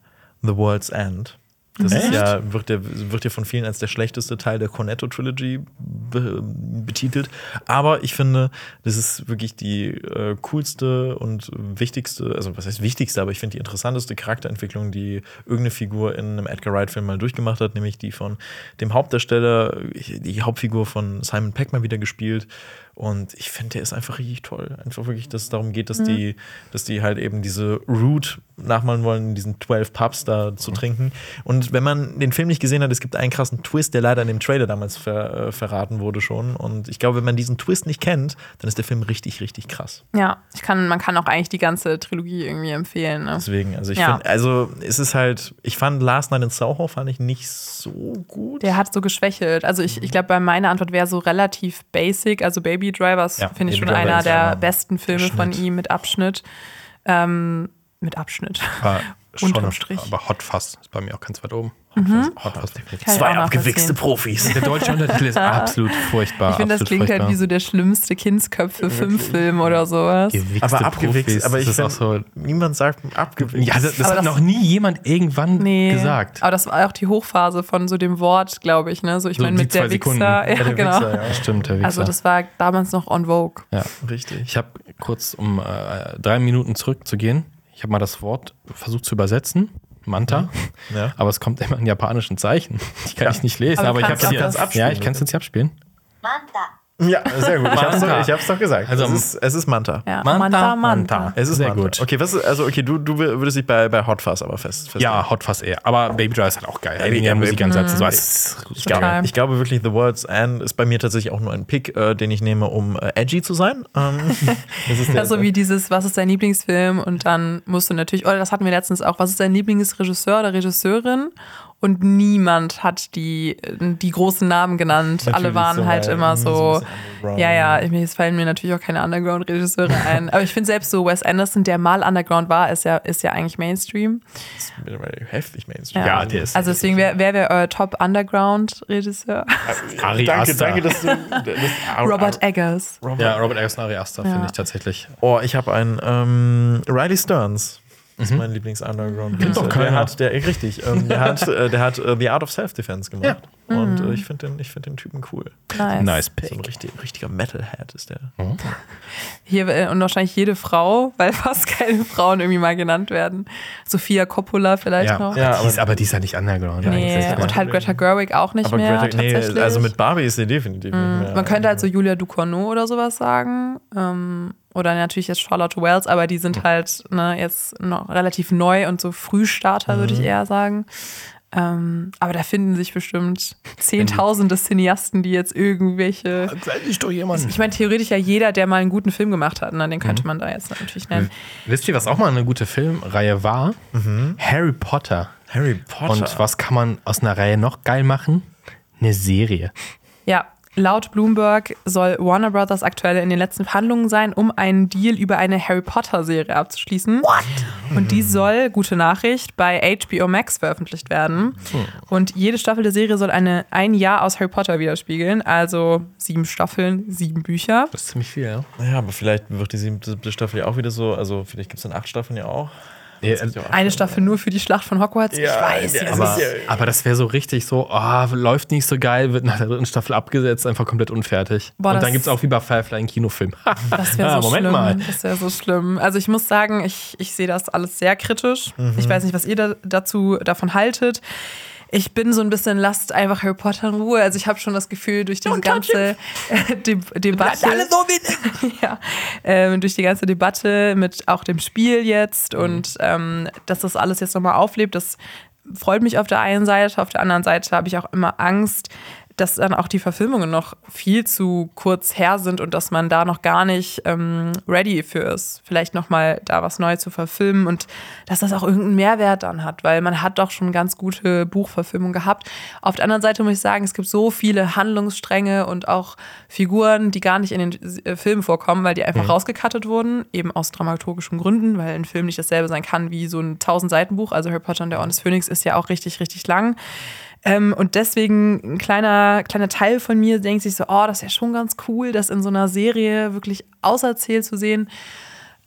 Speaker 2: The World's End. Das ist
Speaker 3: Echt?
Speaker 2: ja, wird, der, wird ja von vielen als der schlechteste Teil der Cornetto Trilogy be betitelt. Aber ich finde, das ist wirklich die äh, coolste und wichtigste, also was heißt wichtigste, aber ich finde die interessanteste Charakterentwicklung, die irgendeine Figur in einem Edgar Wright-Film mal durchgemacht hat, nämlich die von dem Hauptdarsteller, die Hauptfigur von Simon Peck mal wieder gespielt. Und ich finde, der ist einfach richtig toll. Einfach wirklich, dass es darum geht,
Speaker 1: Mhm.
Speaker 2: dass, die, dass die halt eben diese Route nachmachen wollen, diesen 12 Pubs da
Speaker 3: Mhm.
Speaker 2: zu trinken. Und wenn man den Film nicht gesehen hat, es gibt einen krassen Twist, der leider in dem Trailer damals ver, äh, verraten wurde schon. Und ich glaube, wenn man diesen Twist nicht kennt, dann ist der Film richtig, richtig krass.
Speaker 1: Ja, ich kann, man kann auch eigentlich die ganze Trilogie irgendwie empfehlen. Ne?
Speaker 2: Deswegen, also ich
Speaker 1: Ja.
Speaker 2: finde, also es ist halt, ich fand Last Night in Soho fand ich nicht so gut.
Speaker 1: Der hat so geschwächelt. Also ich, ich glaube, bei meiner Antwort wäre so relativ basic. Also Baby Drivers
Speaker 2: Ja,
Speaker 1: finde ich
Speaker 2: Baby
Speaker 1: schon
Speaker 2: Driver
Speaker 1: einer
Speaker 2: ist ja
Speaker 1: der
Speaker 2: mal
Speaker 1: besten Filme von
Speaker 2: Schnitt.
Speaker 1: ihm mit Abschnitt. Ähm, mit Abschnitt.
Speaker 3: War
Speaker 1: Unterm Strich. Mhm.
Speaker 3: Aber Hot Fuzz ist bei mir auch ganz weit oben. Hot Fuzz definitiv.
Speaker 1: Kann ich halt auch
Speaker 2: Zwei
Speaker 1: nachvollziehen.
Speaker 2: abgewichste Profis.
Speaker 3: Der deutsche Untertitel ist absolut furchtbar.
Speaker 1: Ich finde, das
Speaker 3: absolut
Speaker 1: klingt halt
Speaker 3: furchtbar.
Speaker 1: wie so der schlimmste
Speaker 2: Äh,
Speaker 1: Kindsköpfe Filmfilm oder sowas.
Speaker 3: Gewichste
Speaker 2: Aber abgewichst,
Speaker 3: Profis,
Speaker 2: aber ich
Speaker 3: das ist auch
Speaker 2: find,
Speaker 3: so.
Speaker 2: niemand sagt abgewichst.
Speaker 3: Ja, das, das
Speaker 1: Aber
Speaker 3: hat
Speaker 1: das-
Speaker 3: noch nie jemand irgendwann
Speaker 1: Nee.
Speaker 3: gesagt.
Speaker 1: Aber das war auch die Hochphase von so dem Wort, glaube ich. Ne? So, ich
Speaker 3: So
Speaker 1: meine,
Speaker 3: die
Speaker 1: mit der
Speaker 3: zwei Sekunden.
Speaker 1: Wichser.
Speaker 2: Ja,
Speaker 1: Ja,
Speaker 2: der
Speaker 1: genau.
Speaker 2: Wichser, ja.
Speaker 3: Das stimmt, der Wichser.
Speaker 1: Also das war damals noch on Vogue.
Speaker 3: ja.
Speaker 2: Richtig.
Speaker 3: Ich habe kurz, um äh, drei Minuten zurückzugehen, ich habe mal das Wort versucht zu übersetzen. Manta.
Speaker 2: Mhm. Ja.
Speaker 3: Aber es kommt immer in japanischen Zeichen. Die kann ich nicht lesen,
Speaker 1: Aber
Speaker 3: aber,
Speaker 1: du
Speaker 3: ich
Speaker 1: kannst
Speaker 3: habe
Speaker 1: das
Speaker 3: es hier.
Speaker 2: abspielen,
Speaker 3: Ja, ich kann es jetzt hier abspielen.
Speaker 2: Ja, sehr gut. Ich hab's doch,
Speaker 3: Manta.
Speaker 2: ich hab's doch gesagt.
Speaker 3: Also-
Speaker 2: es, ist, es ist Manta.
Speaker 1: Ja.
Speaker 3: Manta, Manta.
Speaker 2: Es ist
Speaker 3: Sehr
Speaker 2: Manta.
Speaker 3: gut.
Speaker 2: Okay, was, ist- also okay, du, du würdest dich bei, bei Hot Fuzz aber fest. fest
Speaker 3: Ja, Hot Fuzz eher. Aber Baby Driver ist halt auch geil.
Speaker 2: Baby-
Speaker 3: Wegen der
Speaker 2: ja, Baby-
Speaker 3: Musikansätze. So, es ist
Speaker 2: Ich glaube,
Speaker 1: Total.
Speaker 2: ich glaube wirklich, The World's End ist bei mir tatsächlich auch nur ein Pick, äh, den ich nehme, um äh, edgy zu sein. Ähm, das ist der,
Speaker 1: Das ist so Also wie dieses, was ist dein Lieblingsfilm? Und dann musst du natürlich, oder das hatten wir letztens auch, was ist dein Lieblingsregisseur oder Regisseurin? Und niemand hat die, die großen Namen genannt. Alle
Speaker 2: Natürlich
Speaker 1: waren
Speaker 2: so,
Speaker 1: halt
Speaker 2: ja,
Speaker 1: immer
Speaker 2: so
Speaker 1: so.
Speaker 2: ein bisschen underground.
Speaker 1: ja, ja, ich, mir- es fallen mir natürlich auch keine Underground-Regisseure ein. Aber ich finde selbst so, Wes Anderson, der mal Underground war, ist ja, ist ja eigentlich Mainstream.
Speaker 2: das ist mittlerweile heftig Mainstream.
Speaker 3: Ja, der ist-
Speaker 1: Also deswegen, wer, wer wäre euer Top-Underground-Regisseur?
Speaker 3: Ari
Speaker 2: danke,
Speaker 3: Aster.
Speaker 2: danke, dass du. Das,
Speaker 1: Robert Eggers.
Speaker 3: Ja, Robert Erickson, Ari Aster
Speaker 1: Ja.
Speaker 3: finde ich tatsächlich.
Speaker 2: Oh, ich habe einen ähm, Riley Stearns. Das ist mein Lieblings-Underground.
Speaker 3: Mhm. Kennt doch
Speaker 2: der
Speaker 3: keiner.
Speaker 2: hat, der, richtig, ähm, der hat, äh, der hat äh, The Art of Self-Defense gemacht. Und
Speaker 1: Mhm.
Speaker 2: äh, ich finde den, ich find den Typen cool.
Speaker 1: Nice.
Speaker 3: Nice
Speaker 2: So ein
Speaker 3: Pick.
Speaker 2: richtig, richtiger Metalhead ist der.
Speaker 1: Hier, äh, und wahrscheinlich jede Frau, weil fast keine Frauen irgendwie mal genannt werden. Sophia Coppola vielleicht noch.
Speaker 2: Ja,
Speaker 3: die ist, aber die ist ja nicht underground.
Speaker 1: Nee,
Speaker 3: ne? eigentlich.
Speaker 1: und halt Greta Gerwig auch nicht mehr.
Speaker 2: Greta-
Speaker 1: tatsächlich.
Speaker 2: also mit äh, Barbie ist sie definitiv nicht mehr.
Speaker 1: Man könnte halt so Julia Ducournau oder sowas sagen. Ähm, oder natürlich jetzt Charlotte Wells, aber
Speaker 2: Mhm.
Speaker 1: die sind halt ne, jetzt noch relativ neu und so Frühstarter, würde ich eher sagen. Ähm, aber da finden sich bestimmt Zehntausende Cineasten, die jetzt irgendwelche.
Speaker 2: Sei ich doch jemand.
Speaker 1: Ich meine, theoretisch ja jeder, der mal einen guten Film gemacht hat, ne, den
Speaker 2: Mhm.
Speaker 1: könnte man da jetzt natürlich nennen.
Speaker 3: Wisst ihr, was auch mal eine gute Filmreihe war? Harry Mhm. Potter.
Speaker 2: Harry Potter.
Speaker 3: Und was kann man aus einer Reihe noch geil machen? Eine Serie.
Speaker 1: Ja, laut Bloomberg soll Warner Brothers aktuell in den letzten Verhandlungen sein, um einen Deal über eine Harry Potter-Serie abzuschließen. What? Und die soll, gute Nachricht, bei HBO Max veröffentlicht werden.
Speaker 2: Hm.
Speaker 1: Und jede Staffel der Serie soll eine, ein Jahr aus Harry Potter widerspiegeln. Also sieben Staffeln, sieben Bücher.
Speaker 3: Das ist ziemlich viel, ja.
Speaker 2: Ja, aber vielleicht wird die siebte Staffel ja auch wieder so, also vielleicht gibt es dann acht Staffeln ja auch.
Speaker 1: Eine Staffel nur für die Schlacht von Hogwarts. ich weiß
Speaker 2: ja,
Speaker 1: ja.
Speaker 2: aber-
Speaker 1: Aber
Speaker 3: aber,
Speaker 2: ist ja-
Speaker 3: aber das wäre so richtig so, ah, läuft nicht so geil, wird nach der dritten Staffel abgesetzt, einfach komplett unfertig.
Speaker 1: Boah,
Speaker 3: Und
Speaker 1: das-
Speaker 3: dann gibt es auch wie bei Firefly einen Kinofilm.
Speaker 1: das wäre so
Speaker 3: Ah, Moment
Speaker 1: schlimm.
Speaker 3: mal.
Speaker 1: Das wäre so schlimm. Also ich muss sagen, ich, ich sehe das alles sehr kritisch. Ich
Speaker 3: Mhm.
Speaker 1: weiß nicht, was ihr da, dazu davon haltet. Ich bin so ein bisschen lasst einfach Harry Potter in Ruhe. Also ich habe schon das Gefühl, durch diese ganze äh, De Debatte. ja, ähm, durch die ganze Debatte mit auch dem Spiel jetzt und ähm, dass das alles jetzt nochmal auflebt, das freut mich auf der einen Seite, auf der anderen Seite habe ich auch immer Angst, dass dann auch die Verfilmungen noch viel zu kurz her sind und dass man da noch gar nicht ähm, ready für ist, vielleicht nochmal da was Neues zu verfilmen und dass das auch irgendeinen Mehrwert dann hat, weil man hat doch schon ganz gute Buchverfilmungen gehabt. Auf der anderen Seite muss ich sagen, es gibt so viele Handlungsstränge und auch Figuren, die gar nicht in den äh, Filmen vorkommen, weil die einfach rausgekattet wurden, eben aus dramaturgischen Gründen, weil ein Film nicht dasselbe sein kann wie so ein 1000 Seiten Buch. Also Harry Potter und der Orden des Phönix ist ja auch richtig, richtig lang. Ähm, und deswegen ein kleiner, kleiner Teil von mir denkt sich so, oh, das ist ja schon ganz cool, das in so einer Serie wirklich auserzählt zu sehen.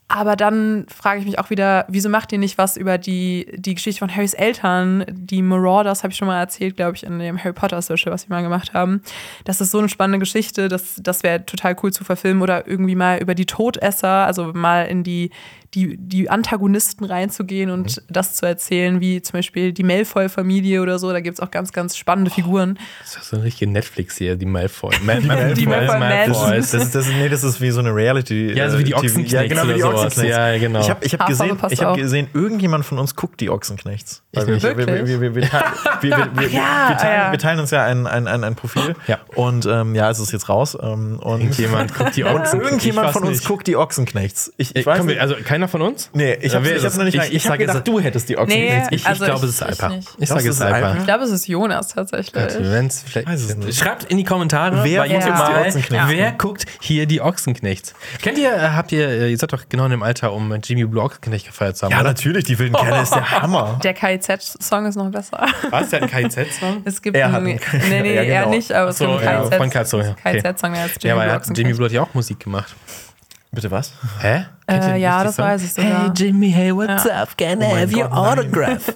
Speaker 1: Aber dann frage ich mich auch wieder, wieso macht ihr nicht was über die, die Geschichte von Harrys Eltern? Die Marauders habe ich schon mal erzählt, glaube ich, in dem Harry Potter Special, was wir mal gemacht haben. Das ist so eine spannende Geschichte, das, das wäre total cool zu verfilmen oder irgendwie mal über die Todesser, also mal in die, die, die Antagonisten reinzugehen und das zu erzählen, wie zum Beispiel die Malfoy-Familie oder so. Da gibt es auch ganz, ganz spannende Figuren.
Speaker 3: Das ist so eine richtige Netflix hier, die Malfoy. Ma Ma
Speaker 1: die Malfoy Mansions.
Speaker 2: Das ist, das ist, nee, das ist wie so eine Reality.
Speaker 3: Ja, so wie die
Speaker 2: äh, TV.
Speaker 3: Ochsenknechts
Speaker 2: Ja, genau, wie
Speaker 3: oder
Speaker 2: die
Speaker 3: sowas.
Speaker 2: Ochsenknechts.
Speaker 3: Ja, genau.
Speaker 2: Ich habe ich hab
Speaker 1: Haarfarbe
Speaker 2: gesehen,
Speaker 1: passt
Speaker 2: ich hab
Speaker 1: auch.
Speaker 2: gesehen, irgendjemand von uns guckt die Ochsenknechts. Weil
Speaker 3: nicht.
Speaker 2: wir, wir, wir, wir, wir, wir, wir, wir,
Speaker 1: ja,
Speaker 2: wir, teilen,
Speaker 1: ja.
Speaker 2: wir teilen uns ja ein, ein, ein, ein Profil.
Speaker 3: Ja.
Speaker 2: Und ähm, ja, es ist jetzt raus. Ähm, und
Speaker 3: Irgendjemand guckt die Ochsen.
Speaker 2: irgendjemand
Speaker 3: Ich
Speaker 2: von
Speaker 3: weiß
Speaker 2: uns
Speaker 3: nicht.
Speaker 2: guckt die Ochsenknechts. Ich, ich
Speaker 3: Äh,
Speaker 2: weiß
Speaker 3: komm,
Speaker 2: nicht.
Speaker 3: also keiner von uns?
Speaker 2: Nee, ich
Speaker 3: Äh,
Speaker 2: habe
Speaker 3: wer
Speaker 2: ich
Speaker 3: ist
Speaker 2: hab's
Speaker 3: es?
Speaker 2: noch nicht rein.
Speaker 3: Ich, ich
Speaker 2: hab
Speaker 3: sage
Speaker 2: gedacht, du hättest die Ochsenknechts.
Speaker 1: Nee.
Speaker 3: Ich, ich
Speaker 1: Also
Speaker 3: glaube,
Speaker 1: ich-
Speaker 3: es ist
Speaker 1: ich
Speaker 3: Alpa.
Speaker 1: nicht.
Speaker 3: Ich sage es ist
Speaker 2: Glaubst du, es ist
Speaker 1: Ich
Speaker 3: Alpa.
Speaker 2: Alpa?
Speaker 1: glaube, es ist Jonas tatsächlich.
Speaker 3: Wenn's
Speaker 2: Weiß es nicht.
Speaker 3: vielleicht, schreibt in die Kommentare
Speaker 2: Wer
Speaker 3: bei
Speaker 2: guckt
Speaker 3: YouTube
Speaker 1: die
Speaker 3: mal,
Speaker 2: Ochsenknechts?
Speaker 3: wer guckt hier die Ochsenknechts? Kennt ihr, äh, habt ihr, äh, ihr seid doch genau in dem Alter, um äh, Jimmy Blue Ochsenknecht gefeiert zu haben.
Speaker 2: Ja, natürlich, die wilden Kerle ist der Hammer.
Speaker 1: Der KIZ-Song ist noch besser.
Speaker 3: Was, der hat einen KIZ-Song?
Speaker 1: Es gibt
Speaker 2: Er hat
Speaker 1: einen,
Speaker 2: einen-
Speaker 1: nee, nee,
Speaker 2: Ja,
Speaker 1: er
Speaker 2: genau.
Speaker 1: nicht, aber es
Speaker 3: Ach so,
Speaker 1: gibt
Speaker 3: ja,
Speaker 1: einen KZ,
Speaker 3: von KZ, ja, okay.
Speaker 1: KZ-Song, der jetzt
Speaker 3: Ja,
Speaker 1: Jimmy
Speaker 3: aber er
Speaker 1: Blocks
Speaker 3: hat, Jimmy
Speaker 1: gekriegt.
Speaker 3: Blue hat ja auch Musik gemacht.
Speaker 2: Bitte was?
Speaker 3: Hä? Kennt ihr
Speaker 1: Äh,
Speaker 3: nicht
Speaker 1: ja,
Speaker 3: die
Speaker 1: das
Speaker 3: Song?
Speaker 1: weiß ich sogar.
Speaker 3: Jimmy, hey, what's up? Can I have your autograph?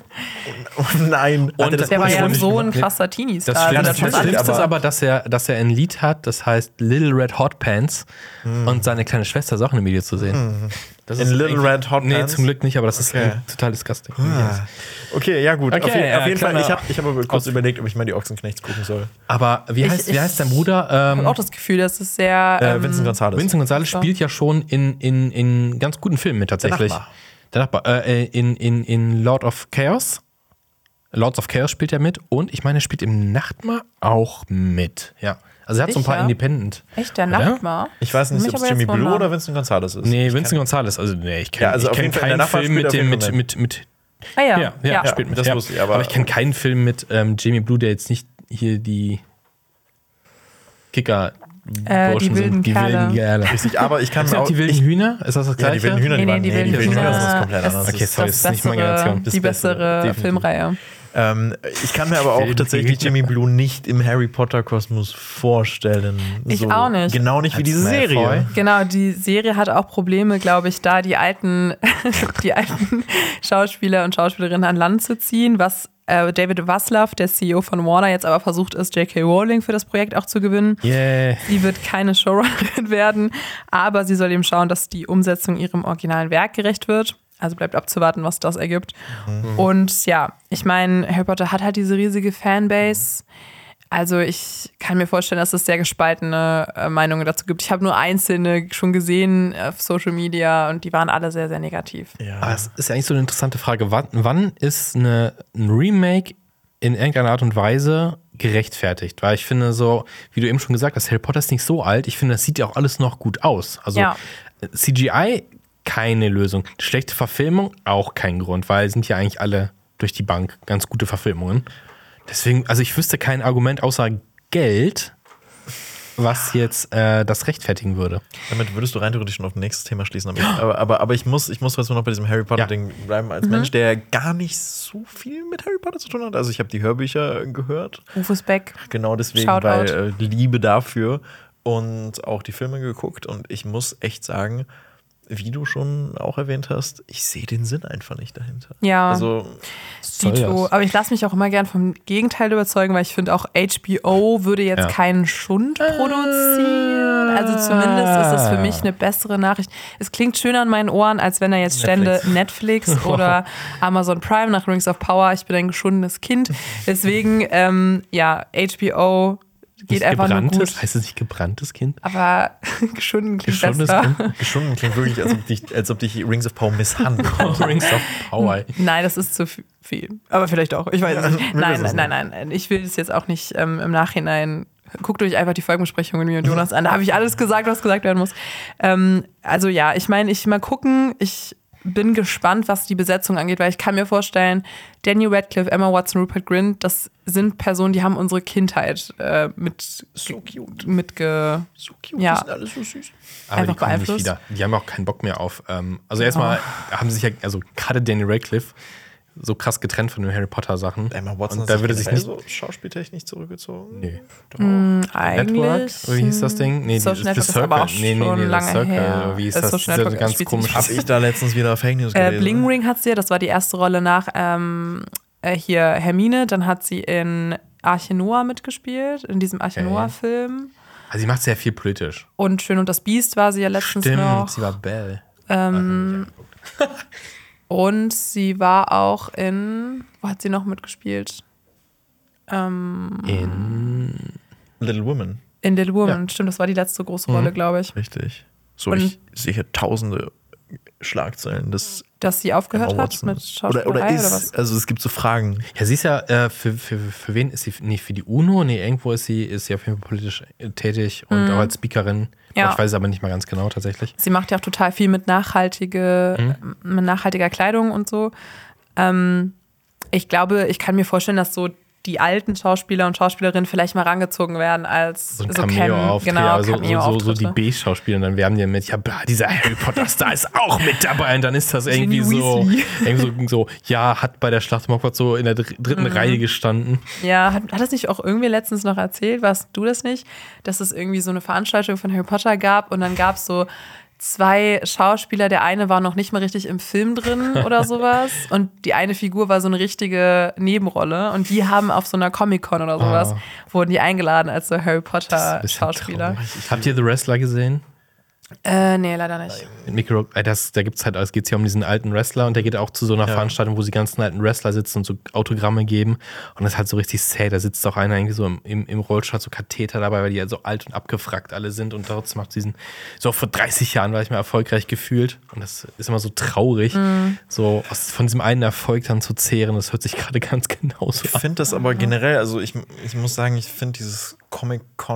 Speaker 2: Oh nein. Hat er
Speaker 3: das-
Speaker 1: Der war ja
Speaker 3: Und-
Speaker 1: so ein
Speaker 3: Nee,
Speaker 1: krasser
Speaker 3: Das
Speaker 1: Teenie-Star.
Speaker 3: Schlimmste,
Speaker 1: der
Speaker 3: das
Speaker 1: hat schon alles-
Speaker 2: natürlich,
Speaker 3: Schlimmste ist
Speaker 2: aber-
Speaker 3: aber, dass er, dass er ein Lied hat, das heißt Little Red Hot Pants und seine kleine Schwester ist auch in dem Video zu sehen. Das
Speaker 2: In
Speaker 3: ist
Speaker 2: Little
Speaker 3: irgendwie-
Speaker 2: Red Hot
Speaker 3: Nee,
Speaker 2: Pants?
Speaker 3: zum Glück nicht, aber das ist
Speaker 2: Okay.
Speaker 3: äh, total disgusting.
Speaker 2: Okay, ja gut.
Speaker 3: Okay,
Speaker 2: auf, je
Speaker 3: ja,
Speaker 2: auf jeden Fall,
Speaker 3: kleiner-
Speaker 2: ich habe ich hab aber kurz überlegt, ob ich mal die Ochsenknechts gucken soll.
Speaker 3: Aber wie
Speaker 1: Ich-
Speaker 3: heißt, wie
Speaker 1: ich-
Speaker 3: heißt dein Bruder?
Speaker 1: Ich
Speaker 3: Ähm,
Speaker 1: habe auch das Gefühl, das ist sehr.
Speaker 2: Äh,
Speaker 1: ähm,
Speaker 2: Vincent Gonzalez.
Speaker 3: Vincent Gonzalez spielt ja schon in, in, in ganz guten Filmen mit tatsächlich.
Speaker 2: Nachbar.
Speaker 3: Der Nachbar. Äh, in, in, in Lord of Chaos. Lords of Chaos spielt er mit und ich meine, er spielt im Nachtmar auch mit. Ja. Also er hat so ein paar
Speaker 1: Sicher?
Speaker 3: Independent.
Speaker 1: echt der
Speaker 3: Oder?
Speaker 1: Nachtmar.
Speaker 2: ich weiß nicht,
Speaker 1: Mich
Speaker 2: ob es
Speaker 1: aber
Speaker 2: Jimmy
Speaker 1: jetzt
Speaker 2: Blue
Speaker 1: wundern.
Speaker 2: oder Vincent Gonzalez ist.
Speaker 3: Nee, Vincent Gonzalez, also nee, ich kenne
Speaker 2: Ja, also
Speaker 3: ich
Speaker 2: auf
Speaker 3: kenn
Speaker 2: jeden Fall,
Speaker 3: keinen
Speaker 2: in der Nachbar
Speaker 3: Film
Speaker 2: spielt
Speaker 3: mit
Speaker 2: auf
Speaker 3: dem,
Speaker 2: jeden
Speaker 3: mit,
Speaker 2: Fall
Speaker 3: mit, mit,
Speaker 1: Ah, ja.
Speaker 3: ja,
Speaker 1: Ja,
Speaker 3: ja,
Speaker 1: ja.
Speaker 3: spielt mit.
Speaker 2: das
Speaker 3: ja.
Speaker 2: wusste ich, aber-
Speaker 3: ich kenne keinen Film mit ähm, Jamie Blue, der jetzt nicht hier die Kicker
Speaker 1: Äh, die wilden
Speaker 3: die
Speaker 1: Kerle.
Speaker 3: wilden Kerle. Ist
Speaker 2: Ich, aber ich kann
Speaker 3: das auch
Speaker 2: auch.
Speaker 3: die wilden
Speaker 2: ich,
Speaker 3: Hühner? Ist das das
Speaker 2: ja,
Speaker 3: gleiche?
Speaker 2: die wilden Hühner,
Speaker 1: Nee, nee,
Speaker 2: waren-
Speaker 1: die wilden
Speaker 2: wilden Hühner
Speaker 1: Hühner.
Speaker 2: ist was komplett
Speaker 1: Es
Speaker 2: anderes.
Speaker 3: Okay, sorry,
Speaker 1: das
Speaker 3: ist nicht meine
Speaker 1: bessere-
Speaker 3: Generation.
Speaker 1: Die
Speaker 2: Bessere,
Speaker 1: bessere
Speaker 2: definitiv.
Speaker 1: Filmreihe.
Speaker 2: Ähm, ich kann mir aber auch
Speaker 3: Wilden
Speaker 2: tatsächlich
Speaker 3: Hühner.
Speaker 2: Jimmy Blue nicht im Harry Potter Kosmos vorstellen.
Speaker 1: Ich auch nicht.
Speaker 2: Genau nicht wie diese
Speaker 3: Malfoy.
Speaker 2: Serie.
Speaker 1: Genau, die Serie hat auch Probleme, glaube ich, da die alten, die alten Schauspieler und Schauspielerinnen an Land zu ziehen, was äh, David Waslav, der CEO von Warner, jetzt aber versucht ist, J.K. Rowling für das Projekt auch zu gewinnen.
Speaker 3: Yeah.
Speaker 1: Sie wird keine Showrunnerin werden, aber sie soll eben schauen, dass die Umsetzung ihrem originalen Werk gerecht wird. Also bleibt abzuwarten, was das ergibt. Und ja, ich meine, Harry Potter hat halt diese riesige Fanbase. Also ich kann mir vorstellen, dass es sehr gespaltene äh, Meinungen dazu gibt. Ich habe nur einzelne schon gesehen auf Social Media und die waren alle sehr, sehr negativ.
Speaker 2: Ja.
Speaker 3: Ah, Aber es ist ja eigentlich so eine interessante Frage. Wann, wann ist eine, ein Remake in irgendeiner Art und Weise gerechtfertigt. Weil ich finde, so, wie du eben schon gesagt hast, Harry Potter ist nicht so alt. Ich finde, das sieht ja auch alles noch gut aus. Also
Speaker 1: Ja.
Speaker 3: CGI, keine Lösung. Schlechte Verfilmung, auch kein Grund, weil sind ja eigentlich alle durch die Bank ganz gute Verfilmungen. Deswegen, also ich wüsste kein Argument außer Geld, was jetzt äh, das rechtfertigen würde.
Speaker 2: Damit würdest du rein theoretisch schon auf das nächste Thema schließen. Aber ich, aber, aber, aber ich muss, ich muss jetzt nur noch bei diesem Harry Potter-Ding bleiben,
Speaker 1: Mhm.
Speaker 2: als Mensch, der gar nicht so viel mit Harry Potter zu tun hat. Also ich habe die Hörbücher äh, gehört.
Speaker 1: Rufus Beck.
Speaker 2: Genau deswegen,
Speaker 1: Shoutout.
Speaker 2: weil äh, Liebe dafür und auch die Filme geguckt. Und ich muss echt sagen, wie du schon auch erwähnt hast, ich sehe den Sinn einfach nicht dahinter.
Speaker 1: Ja.
Speaker 2: Also,
Speaker 3: soll
Speaker 1: Dito.
Speaker 3: das?
Speaker 1: Aber ich lasse mich auch immer gern vom Gegenteil überzeugen, weil ich finde auch HBO würde jetzt
Speaker 3: Ja. Ah.
Speaker 1: keinen Schund produzieren. Also zumindest ist das für mich eine bessere Nachricht. Es klingt schöner an meinen Ohren, als wenn da jetzt stände Netflix, oder Amazon Prime nach Rings of Power. Ich bin ein geschundenes Kind. Deswegen, ähm, ja, HBO geht
Speaker 3: Nicht
Speaker 1: einfach nur
Speaker 3: gebranntes,
Speaker 1: gut.
Speaker 3: heißt es nicht gebranntes Kind?
Speaker 1: Aber geschunden klingt
Speaker 3: Geschundenes
Speaker 1: besser.
Speaker 3: Kind?
Speaker 2: geschunden klingt wirklich, als ob dich, als ob dich Rings of Power misshandelt.
Speaker 3: Rings of Power.
Speaker 1: Nein, das ist zu viel. Aber vielleicht auch. Ich weiß es nicht.
Speaker 2: wir
Speaker 1: Nein,
Speaker 2: wissen es
Speaker 1: nein, nein, nein. Ich will das jetzt auch nicht ähm, im Nachhinein. Guckt euch einfach die Folgenbesprechung mit mir und Jonas an. Da habe ich alles gesagt, was gesagt werden muss. Ähm, also ja, ich meine, ich mal gucken. Ich bin gespannt, was die Besetzung angeht, weil ich kann mir vorstellen, Daniel Radcliffe, Emma Watson, Rupert Grint, das sind Personen, die haben unsere Kindheit äh, mit
Speaker 2: so cute.
Speaker 1: mitge.
Speaker 2: So cute,
Speaker 1: Ja.
Speaker 2: die sind alle so süß.
Speaker 3: Aber
Speaker 1: Einfach
Speaker 3: die kommen
Speaker 1: beeinflusst. Oh.
Speaker 3: nicht wieder. Die haben auch keinen Bock mehr auf. Ähm, also erstmal haben sich ja, also gerade Danny Radcliffe so krass getrennt von den Harry Potter Sachen.
Speaker 2: Emma Watson
Speaker 3: Und da würde sich
Speaker 2: generell
Speaker 3: nicht.
Speaker 2: so Also schauspieltechnisch zurückgezogen.
Speaker 3: Nee.
Speaker 2: Doch.
Speaker 1: Mhm.
Speaker 3: Network?
Speaker 1: Eigentlich.
Speaker 3: Oder wie hieß das Ding? Nee,
Speaker 1: Social
Speaker 3: das-
Speaker 1: Network
Speaker 3: das
Speaker 1: ist aber auch
Speaker 3: Circle. Nee, nee,
Speaker 1: schon
Speaker 3: nee, das
Speaker 1: lange
Speaker 3: Circle.
Speaker 1: her.
Speaker 3: Wie ist
Speaker 1: Das
Speaker 3: das?
Speaker 1: Social
Speaker 3: Diese
Speaker 1: Network
Speaker 3: ganz
Speaker 1: spielt sich
Speaker 3: komische-
Speaker 1: nicht
Speaker 2: Hab ich da letztens wieder Fake News
Speaker 1: Äh,
Speaker 2: gelesen.
Speaker 1: Bling Ring hat sie ja, das war die erste Rolle nach ähm, äh, hier Hermine. Dann hat sie in Arche Noah mitgespielt, in diesem Arche
Speaker 3: Okay.
Speaker 1: Noah-Film.
Speaker 3: Also sie macht sehr viel politisch.
Speaker 1: Und Schön und das Biest war Ähm, sie ja letztens
Speaker 3: Stimmt,
Speaker 1: noch.
Speaker 3: sie war Belle.
Speaker 1: Und sie war auch in, wo hat sie noch mitgespielt?
Speaker 3: In
Speaker 2: Little Women.
Speaker 1: In Little Woman. Stimmt, das war die letzte große Rolle, glaube ich.
Speaker 2: Richtig. So,
Speaker 1: Und-
Speaker 2: ich sehe tausende Schlagzeilen des
Speaker 1: Dass sie
Speaker 2: Emma
Speaker 1: aufgehört hat
Speaker 2: Watson.
Speaker 1: mit
Speaker 2: oder,
Speaker 1: Schauspielerei oder,
Speaker 2: oder ist,
Speaker 1: was?
Speaker 2: also es gibt so Fragen.
Speaker 3: ja, sie ist ja, äh, für, für, für wen ist sie? Nee, für die UNO? Nee, irgendwo ist sie, ist sie auf jeden Fall politisch äh, tätig und auch als Speakerin.
Speaker 1: Mhm. Ja.
Speaker 3: Ich weiß es aber nicht mal ganz genau tatsächlich.
Speaker 1: Sie macht ja auch total viel mit nachhaltige,
Speaker 3: Mhm.
Speaker 1: mit nachhaltiger Kleidung und so. Ähm, ich glaube, ich kann mir vorstellen, dass so die alten Schauspieler und Schauspielerinnen vielleicht mal rangezogen werden als
Speaker 3: so ein Cameo-Auftritt.
Speaker 1: Genau,
Speaker 3: also so, so, so
Speaker 1: Cameo-Auftritte.
Speaker 3: die B-Schauspieler und dann werben die mit, ja, bah, dieser Harry Potter-Star ist auch mit dabei. Und dann ist das irgendwie so,
Speaker 1: Weasley.
Speaker 3: irgendwie so, so, ja, hat bei der Schlacht um Hogwarts so in der dr- dritten
Speaker 1: Mhm.
Speaker 3: Reihe
Speaker 1: Äh,
Speaker 3: gestanden.
Speaker 1: Ja, hat, hat das nicht auch irgendwie letztens noch erzählt, warst du das nicht, dass es irgendwie so eine Veranstaltung von Harry Potter gab und dann gab es so zwei Schauspieler, der eine war noch nicht mal richtig im Film drin oder sowas und die eine Figur war so eine richtige Nebenrolle und die haben auf so einer Comic-Con oder sowas, wurden die eingeladen als so Harry
Speaker 3: Ein bisschen
Speaker 1: Potter-Schauspieler.
Speaker 3: traurig. Habt ihr The Wrestler gesehen?
Speaker 1: Äh, nee, leider nicht.
Speaker 3: Mit Mickey Rourke, Äh, das, da gibt's halt, es geht hier um diesen alten Wrestler und der geht auch zu so einer Veranstaltung, wo die ganzen alten Wrestler sitzen und so Autogramme geben. Und das ist halt so richtig sad. Da sitzt auch einer irgendwie so im, im, im Rollstuhl, hat so Katheter dabei, weil die ja so alt und abgefrackt alle sind und trotzdem macht diesen, so vor 30 Jahren war ich mal erfolgreich gefühlt. Und das ist immer so traurig,
Speaker 2: Mhm.
Speaker 3: so aus, von diesem einen Erfolg dann zu zehren. Das hört sich gerade ganz genauso
Speaker 2: Ich
Speaker 3: an.
Speaker 2: finde das aber generell, also ich, ich muss sagen, ich finde dieses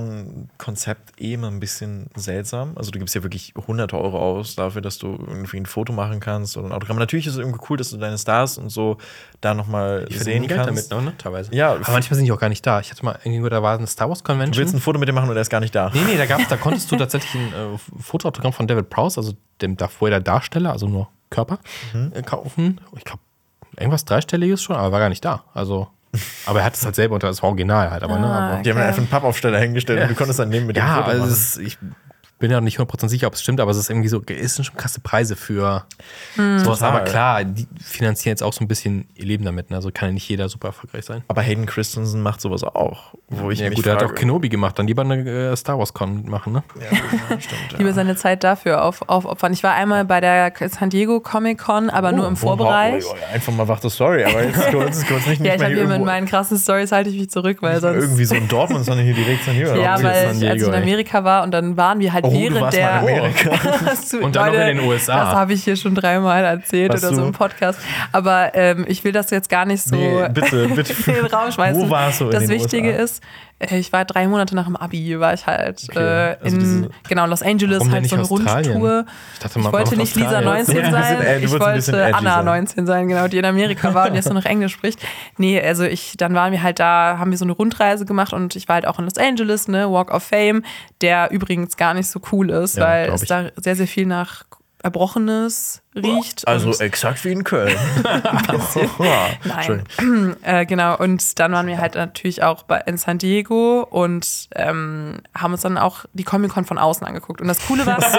Speaker 2: Comic-Con-Konzept eh immer ein bisschen seltsam. Also du gibst ja wirklich hunderte Euro aus dafür, dass du irgendwie ein Foto machen kannst oder ein Autogramm. Natürlich ist es irgendwie cool, dass du deine Stars und so da nochmal sehen kannst.
Speaker 3: damit, ne? Teilweise.
Speaker 2: Ja.
Speaker 3: aber manchmal sind die auch gar nicht da. Ich hatte mal irgendwo, da war eine Star Wars Convention.
Speaker 2: Du willst ein Foto mit dem machen und er ist gar nicht da.
Speaker 3: Nee, nee, da gab's, da konntest du tatsächlich ein äh, Fotoautogramm von David Prowse, also dem Darth Vader Darsteller, also nur Körper,
Speaker 2: Mhm.
Speaker 3: äh, kaufen. Ich glaube, irgendwas dreistelliges schon, aber war gar nicht da. Also, aber er hat es halt selber unter das Original halt, aber ne,
Speaker 1: Ah.
Speaker 3: aber,
Speaker 2: Die haben dann einfach einen Pappaufsteller hingestellt und du konntest dann nehmen mit dem
Speaker 3: ja,
Speaker 2: Foto
Speaker 3: also
Speaker 2: machen.
Speaker 3: es ist, ich bin ja nicht 100% sicher, ob es stimmt, aber es ist irgendwie so, es sind schon krasse Preise für
Speaker 1: Hm.
Speaker 3: sowas.
Speaker 2: Total.
Speaker 3: Aber klar, die finanzieren jetzt auch so ein bisschen ihr Leben damit, ne? also kann ja nicht jeder super erfolgreich sein.
Speaker 2: aber Hayden Christensen macht sowas auch, wo ich
Speaker 3: Ja
Speaker 2: mich
Speaker 3: gut, er hat auch
Speaker 2: frage-
Speaker 3: Kenobi gemacht, dann lieber eine äh, Star Wars Con machen, ne?
Speaker 2: Ja, ja, stimmt.
Speaker 1: Lieber seine Zeit dafür auf, aufopfern. Ich war einmal bei der San Diego Comic-Con, aber nur im Vorbereich.
Speaker 2: Oh, oh, oh, Einfach mal wach, das sorry, aber jetzt kurz, jetzt kurz nicht, nicht
Speaker 1: Ja, ich
Speaker 2: mal
Speaker 1: habe
Speaker 2: hier
Speaker 1: immer in
Speaker 2: irgendwo,
Speaker 1: meinen krassen Stories halte ich mich zurück, weil sonst
Speaker 2: irgendwie so in Dortmund, sondern hier direkt San Diego.
Speaker 1: Ja,
Speaker 3: San
Speaker 1: weil ich, als ich
Speaker 3: Diego,
Speaker 1: in
Speaker 3: ey.
Speaker 1: Amerika war und dann waren wir halt
Speaker 2: Oh,
Speaker 1: während
Speaker 2: du warst
Speaker 1: der.
Speaker 2: mal in Amerika.
Speaker 1: Hast du-
Speaker 3: Und dann noch
Speaker 1: Leute,
Speaker 3: in den USA.
Speaker 1: Das habe ich hier schon dreimal erzählt
Speaker 2: Hast
Speaker 1: oder so
Speaker 2: du?
Speaker 1: im Podcast. Aber ähm, ich will das jetzt gar nicht so
Speaker 2: Nee, bitte, bitte.
Speaker 1: in den Raum schmeißen.
Speaker 2: Wo warst du in
Speaker 1: das
Speaker 2: den
Speaker 1: Wichtige
Speaker 2: USA?
Speaker 1: ist, äh, ich war drei Monate nach dem Abi, war ich halt
Speaker 2: Okay,
Speaker 1: äh,
Speaker 2: also
Speaker 1: in
Speaker 2: diese-
Speaker 1: genau Los Angeles,
Speaker 3: Warum denn
Speaker 1: halt so eine
Speaker 3: nicht Australien?
Speaker 1: Rundtour.
Speaker 3: Ich dachte,
Speaker 1: Ich
Speaker 3: man
Speaker 1: wollte
Speaker 3: macht
Speaker 1: nicht Lisa
Speaker 3: Australien.
Speaker 1: 19
Speaker 2: Ja, ein bisschen
Speaker 1: sein,
Speaker 2: edgy,
Speaker 1: ich
Speaker 2: du wolltest ein bisschen
Speaker 1: wollte
Speaker 2: edgy
Speaker 1: Anna
Speaker 2: sein.
Speaker 1: 19 sein, genau, die in Amerika war und jetzt nur noch Englisch spricht. Nee, also ich, dann waren wir halt da, haben wir so eine Rundreise gemacht und ich war halt auch in Los Angeles, ne, Walk of Fame, der übrigens gar nicht so cool ist,
Speaker 3: Ja,
Speaker 1: weil
Speaker 3: glaub
Speaker 1: es
Speaker 3: ich.
Speaker 1: da sehr, sehr viel nach Erbrochenes riecht.
Speaker 2: Also
Speaker 1: und-
Speaker 2: exakt wie in Köln.
Speaker 1: Nein.
Speaker 2: Entschuldigung.
Speaker 1: äh, genau, und dann waren wir halt natürlich auch bei, in San Diego und ähm, haben uns dann auch die Comic-Con von außen angeguckt. Und das Coole war, also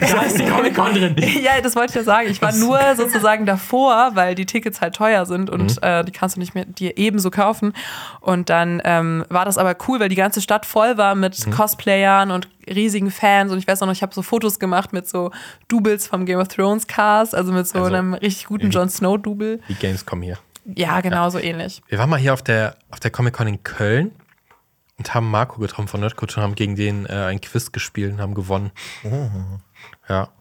Speaker 3: Da ist die Comic-Con drin.
Speaker 1: ja, das wollte ich ja sagen. Ich war nur sozusagen davor, weil die Tickets halt teuer sind und
Speaker 3: Mhm.
Speaker 1: äh, die kannst du nicht mehr dir ebenso kaufen. Und dann ähm, war das aber cool, weil die ganze Stadt voll war
Speaker 3: Mhm.
Speaker 1: mit Cosplayern und riesigen Fans. Und ich weiß auch noch, ich habe so Fotos gemacht mit so Doubles vom Game of Thrones Cast, also mit so
Speaker 3: Also,
Speaker 1: einem richtig guten Jon Snow-Double.
Speaker 3: Die Gamescom hier.
Speaker 1: Ja, genau so ähnlich.
Speaker 3: Wir waren mal hier auf der, auf der Comic-Con in Köln und haben Marco getroffen von Nerdkultur und haben gegen den äh, ein Quiz gespielt und haben gewonnen. Ja. Da haben
Speaker 2: Oh.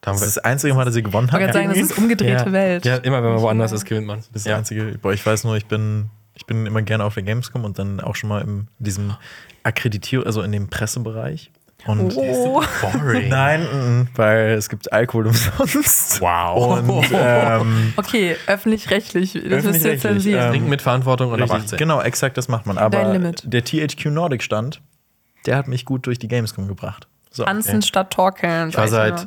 Speaker 2: Das
Speaker 3: wir
Speaker 2: ist das einzige Mal, dass ihr gewonnen
Speaker 1: Ich
Speaker 2: habt.
Speaker 1: wollte gerade sagen, das ist umgedrehte
Speaker 3: ja.
Speaker 1: Welt.
Speaker 3: Ja, immer wenn man woanders ist, gewinnt man.
Speaker 2: Das ist
Speaker 3: ja.
Speaker 2: das einzige. Boah, ich weiß nur, ich bin, ich bin immer gerne auf der Gamescom und dann auch schon mal in diesem Akkreditier, also in dem Pressebereich. Und
Speaker 1: Oh.
Speaker 3: Boring.
Speaker 2: Nein, mm, mm, weil es gibt Alkohol umsonst.
Speaker 3: Wow.
Speaker 2: Und ähm,
Speaker 1: Okay, öffentlich-rechtlich. Das müsst ihr
Speaker 2: Öffentlich-rechtlich,
Speaker 1: zensieren.
Speaker 2: ähm,
Speaker 3: Trinken mit Verantwortung und ab
Speaker 2: richtig,
Speaker 3: 18.
Speaker 2: genau, exakt das macht man. Aber
Speaker 1: Dein Limit.
Speaker 2: der THQ Nordic Stand, der hat mich gut durch die Gamescom gebracht. So.
Speaker 1: Tanzen statt Torkeln.
Speaker 3: Ich war seit,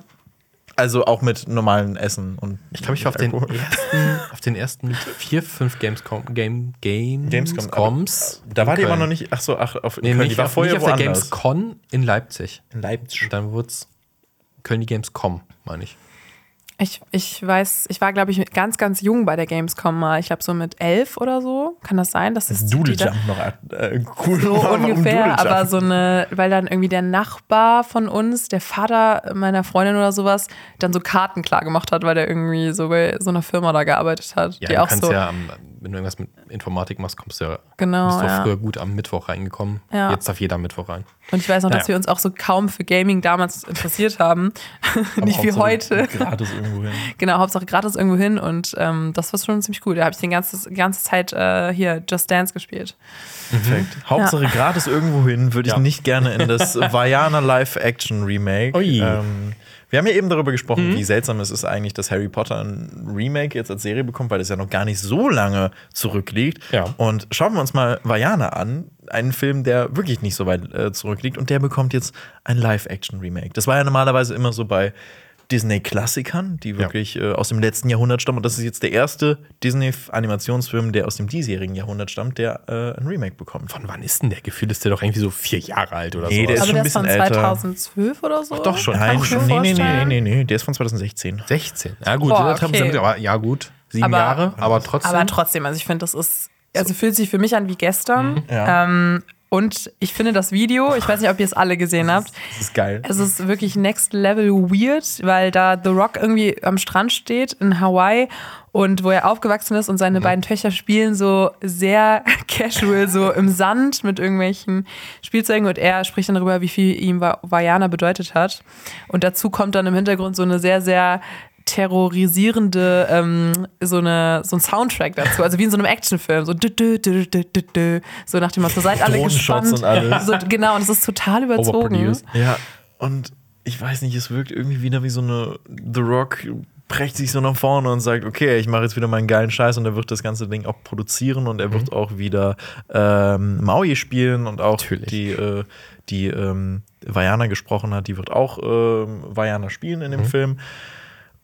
Speaker 2: Also auch mit normalem Essen und
Speaker 3: ich glaube, ich war auf den ersten, auf den ersten vier, fünf Gamescom, Game, Game,
Speaker 2: Gamescom.
Speaker 3: Coms
Speaker 2: Da war
Speaker 3: in
Speaker 2: die aber
Speaker 3: Köln.
Speaker 2: noch nicht. Ach so, ach, auf in
Speaker 3: Nee,
Speaker 2: Köln,
Speaker 3: nicht,
Speaker 2: die war
Speaker 3: auf,
Speaker 2: vorher
Speaker 3: nicht auf der
Speaker 2: woanders.
Speaker 3: Gamescon in Leipzig.
Speaker 2: In Leipzig.
Speaker 3: Und dann wurde es Köln die Gamescom, meine ich.
Speaker 1: Ich, ich weiß, ich war, glaube ich, ganz, ganz jung bei der Gamescom mal. Ich glaube, so mit elf oder so. Kann das sein? Das ist
Speaker 2: Doodle Jump noch äh, cool.
Speaker 1: So
Speaker 2: Warum Doodle
Speaker 1: ungefähr,
Speaker 2: Jump?
Speaker 1: aber so eine, weil dann irgendwie der Nachbar von uns, der Vater meiner Freundin oder sowas, dann so Karten klar gemacht hat, weil der irgendwie so bei so einer Firma da gearbeitet hat. die
Speaker 3: du
Speaker 1: auch
Speaker 3: kannst
Speaker 1: so.
Speaker 3: ja, am- wenn du irgendwas mit Informatik machst, kommst du ja.
Speaker 1: Genau,
Speaker 3: Bist du
Speaker 1: ja.
Speaker 3: früher gut am Mittwoch reingekommen.
Speaker 1: Ja.
Speaker 3: Jetzt darf jeder am Mittwoch rein.
Speaker 1: Und ich weiß noch, dass
Speaker 3: Naja.
Speaker 1: wir uns auch so kaum für Gaming damals interessiert haben. Nicht wie
Speaker 2: Hauptsache
Speaker 1: heute.
Speaker 2: Gratis irgendwo hin.
Speaker 1: Genau, Hauptsache gratis irgendwo hin und ähm, das war schon ziemlich cool. Da habe ich die ganze, ganze Zeit äh, hier Just Dance gespielt.
Speaker 2: Perfekt. Hauptsache gratis irgendwo hin würde ich
Speaker 3: Ja.
Speaker 2: nicht gerne in das Vajana Live-Action-Remake.
Speaker 3: Ui. Mhm.
Speaker 2: Ähm, wir haben ja eben darüber gesprochen, wie seltsam es ist eigentlich, dass Harry Potter ein Remake jetzt als Serie bekommt, weil das ja noch gar nicht so lange zurückliegt.
Speaker 3: Ja.
Speaker 2: Und schauen wir uns mal Vajana an, einen Film, der wirklich nicht so weit äh, zurückliegt und der bekommt jetzt ein Live-Action-Remake. Das war ja normalerweise immer so bei Disney-Klassikern, die wirklich äh, aus dem letzten Jahrhundert stammen. Und das ist jetzt der erste Disney-Animationsfilm, der aus dem diesjährigen Jahrhundert stammt, der äh, ein Remake bekommt.
Speaker 3: Von wann ist denn der? Gefühl ist der doch irgendwie so vier Jahre alt oder
Speaker 2: Nee,
Speaker 3: so. Also
Speaker 2: der ist
Speaker 1: Aber
Speaker 2: schon
Speaker 1: der
Speaker 2: ein
Speaker 1: ist von
Speaker 2: bisschen älter.
Speaker 1: 2012 oder so.
Speaker 3: doch schon.
Speaker 1: Kann
Speaker 2: Nein,
Speaker 1: ich mir
Speaker 2: nee, nee, nee,
Speaker 1: vorstellen.
Speaker 2: nee, nee, der ist von 2016.
Speaker 3: 16. Ja, gut,
Speaker 1: Boah,
Speaker 3: anderthalb
Speaker 1: okay.
Speaker 3: sind- aber, ja, gut. Sieben
Speaker 1: Aber-
Speaker 3: Jahre, aber trotzdem.
Speaker 1: Aber trotzdem, also ich finde, das ist, also fühlt sich für mich an wie gestern.
Speaker 2: Mhm. Ja.
Speaker 1: Ähm, und ich finde das Video, ich weiß nicht, ob ihr es alle gesehen habt,
Speaker 2: Das ist geil.
Speaker 1: Es ist wirklich next level weird, weil da The Rock irgendwie am Strand steht in Hawaii und wo er aufgewachsen ist und seine beiden Töchter spielen so sehr casual, so im Sand mit irgendwelchen Spielzeugen und er spricht dann darüber, wie viel ihm Va- Vajana bedeutet hat. Und dazu kommt dann im Hintergrund so eine sehr, sehr terrorisierende ähm, so eine so ein Soundtrack dazu also wie in so einem Actionfilm so dü dü dü dü dü dü. so nach dem Motto seid alle
Speaker 2: Drohnenshots
Speaker 1: gespannt
Speaker 2: und alles.
Speaker 1: So, genau und es ist total überzogen
Speaker 3: Overproduced.
Speaker 2: Ja, und ich weiß nicht, es wirkt irgendwie wieder wie so eine The Rock brecht sich so nach vorne und sagt, okay, ich mache jetzt wieder meinen geilen Scheiß und er wird das ganze Ding auch produzieren und er wird auch wieder ähm, Maui spielen und auch
Speaker 3: Natürlich.
Speaker 2: die, äh, die ähm, Vajana gesprochen hat, die wird auch ähm, Vajana spielen in dem Film.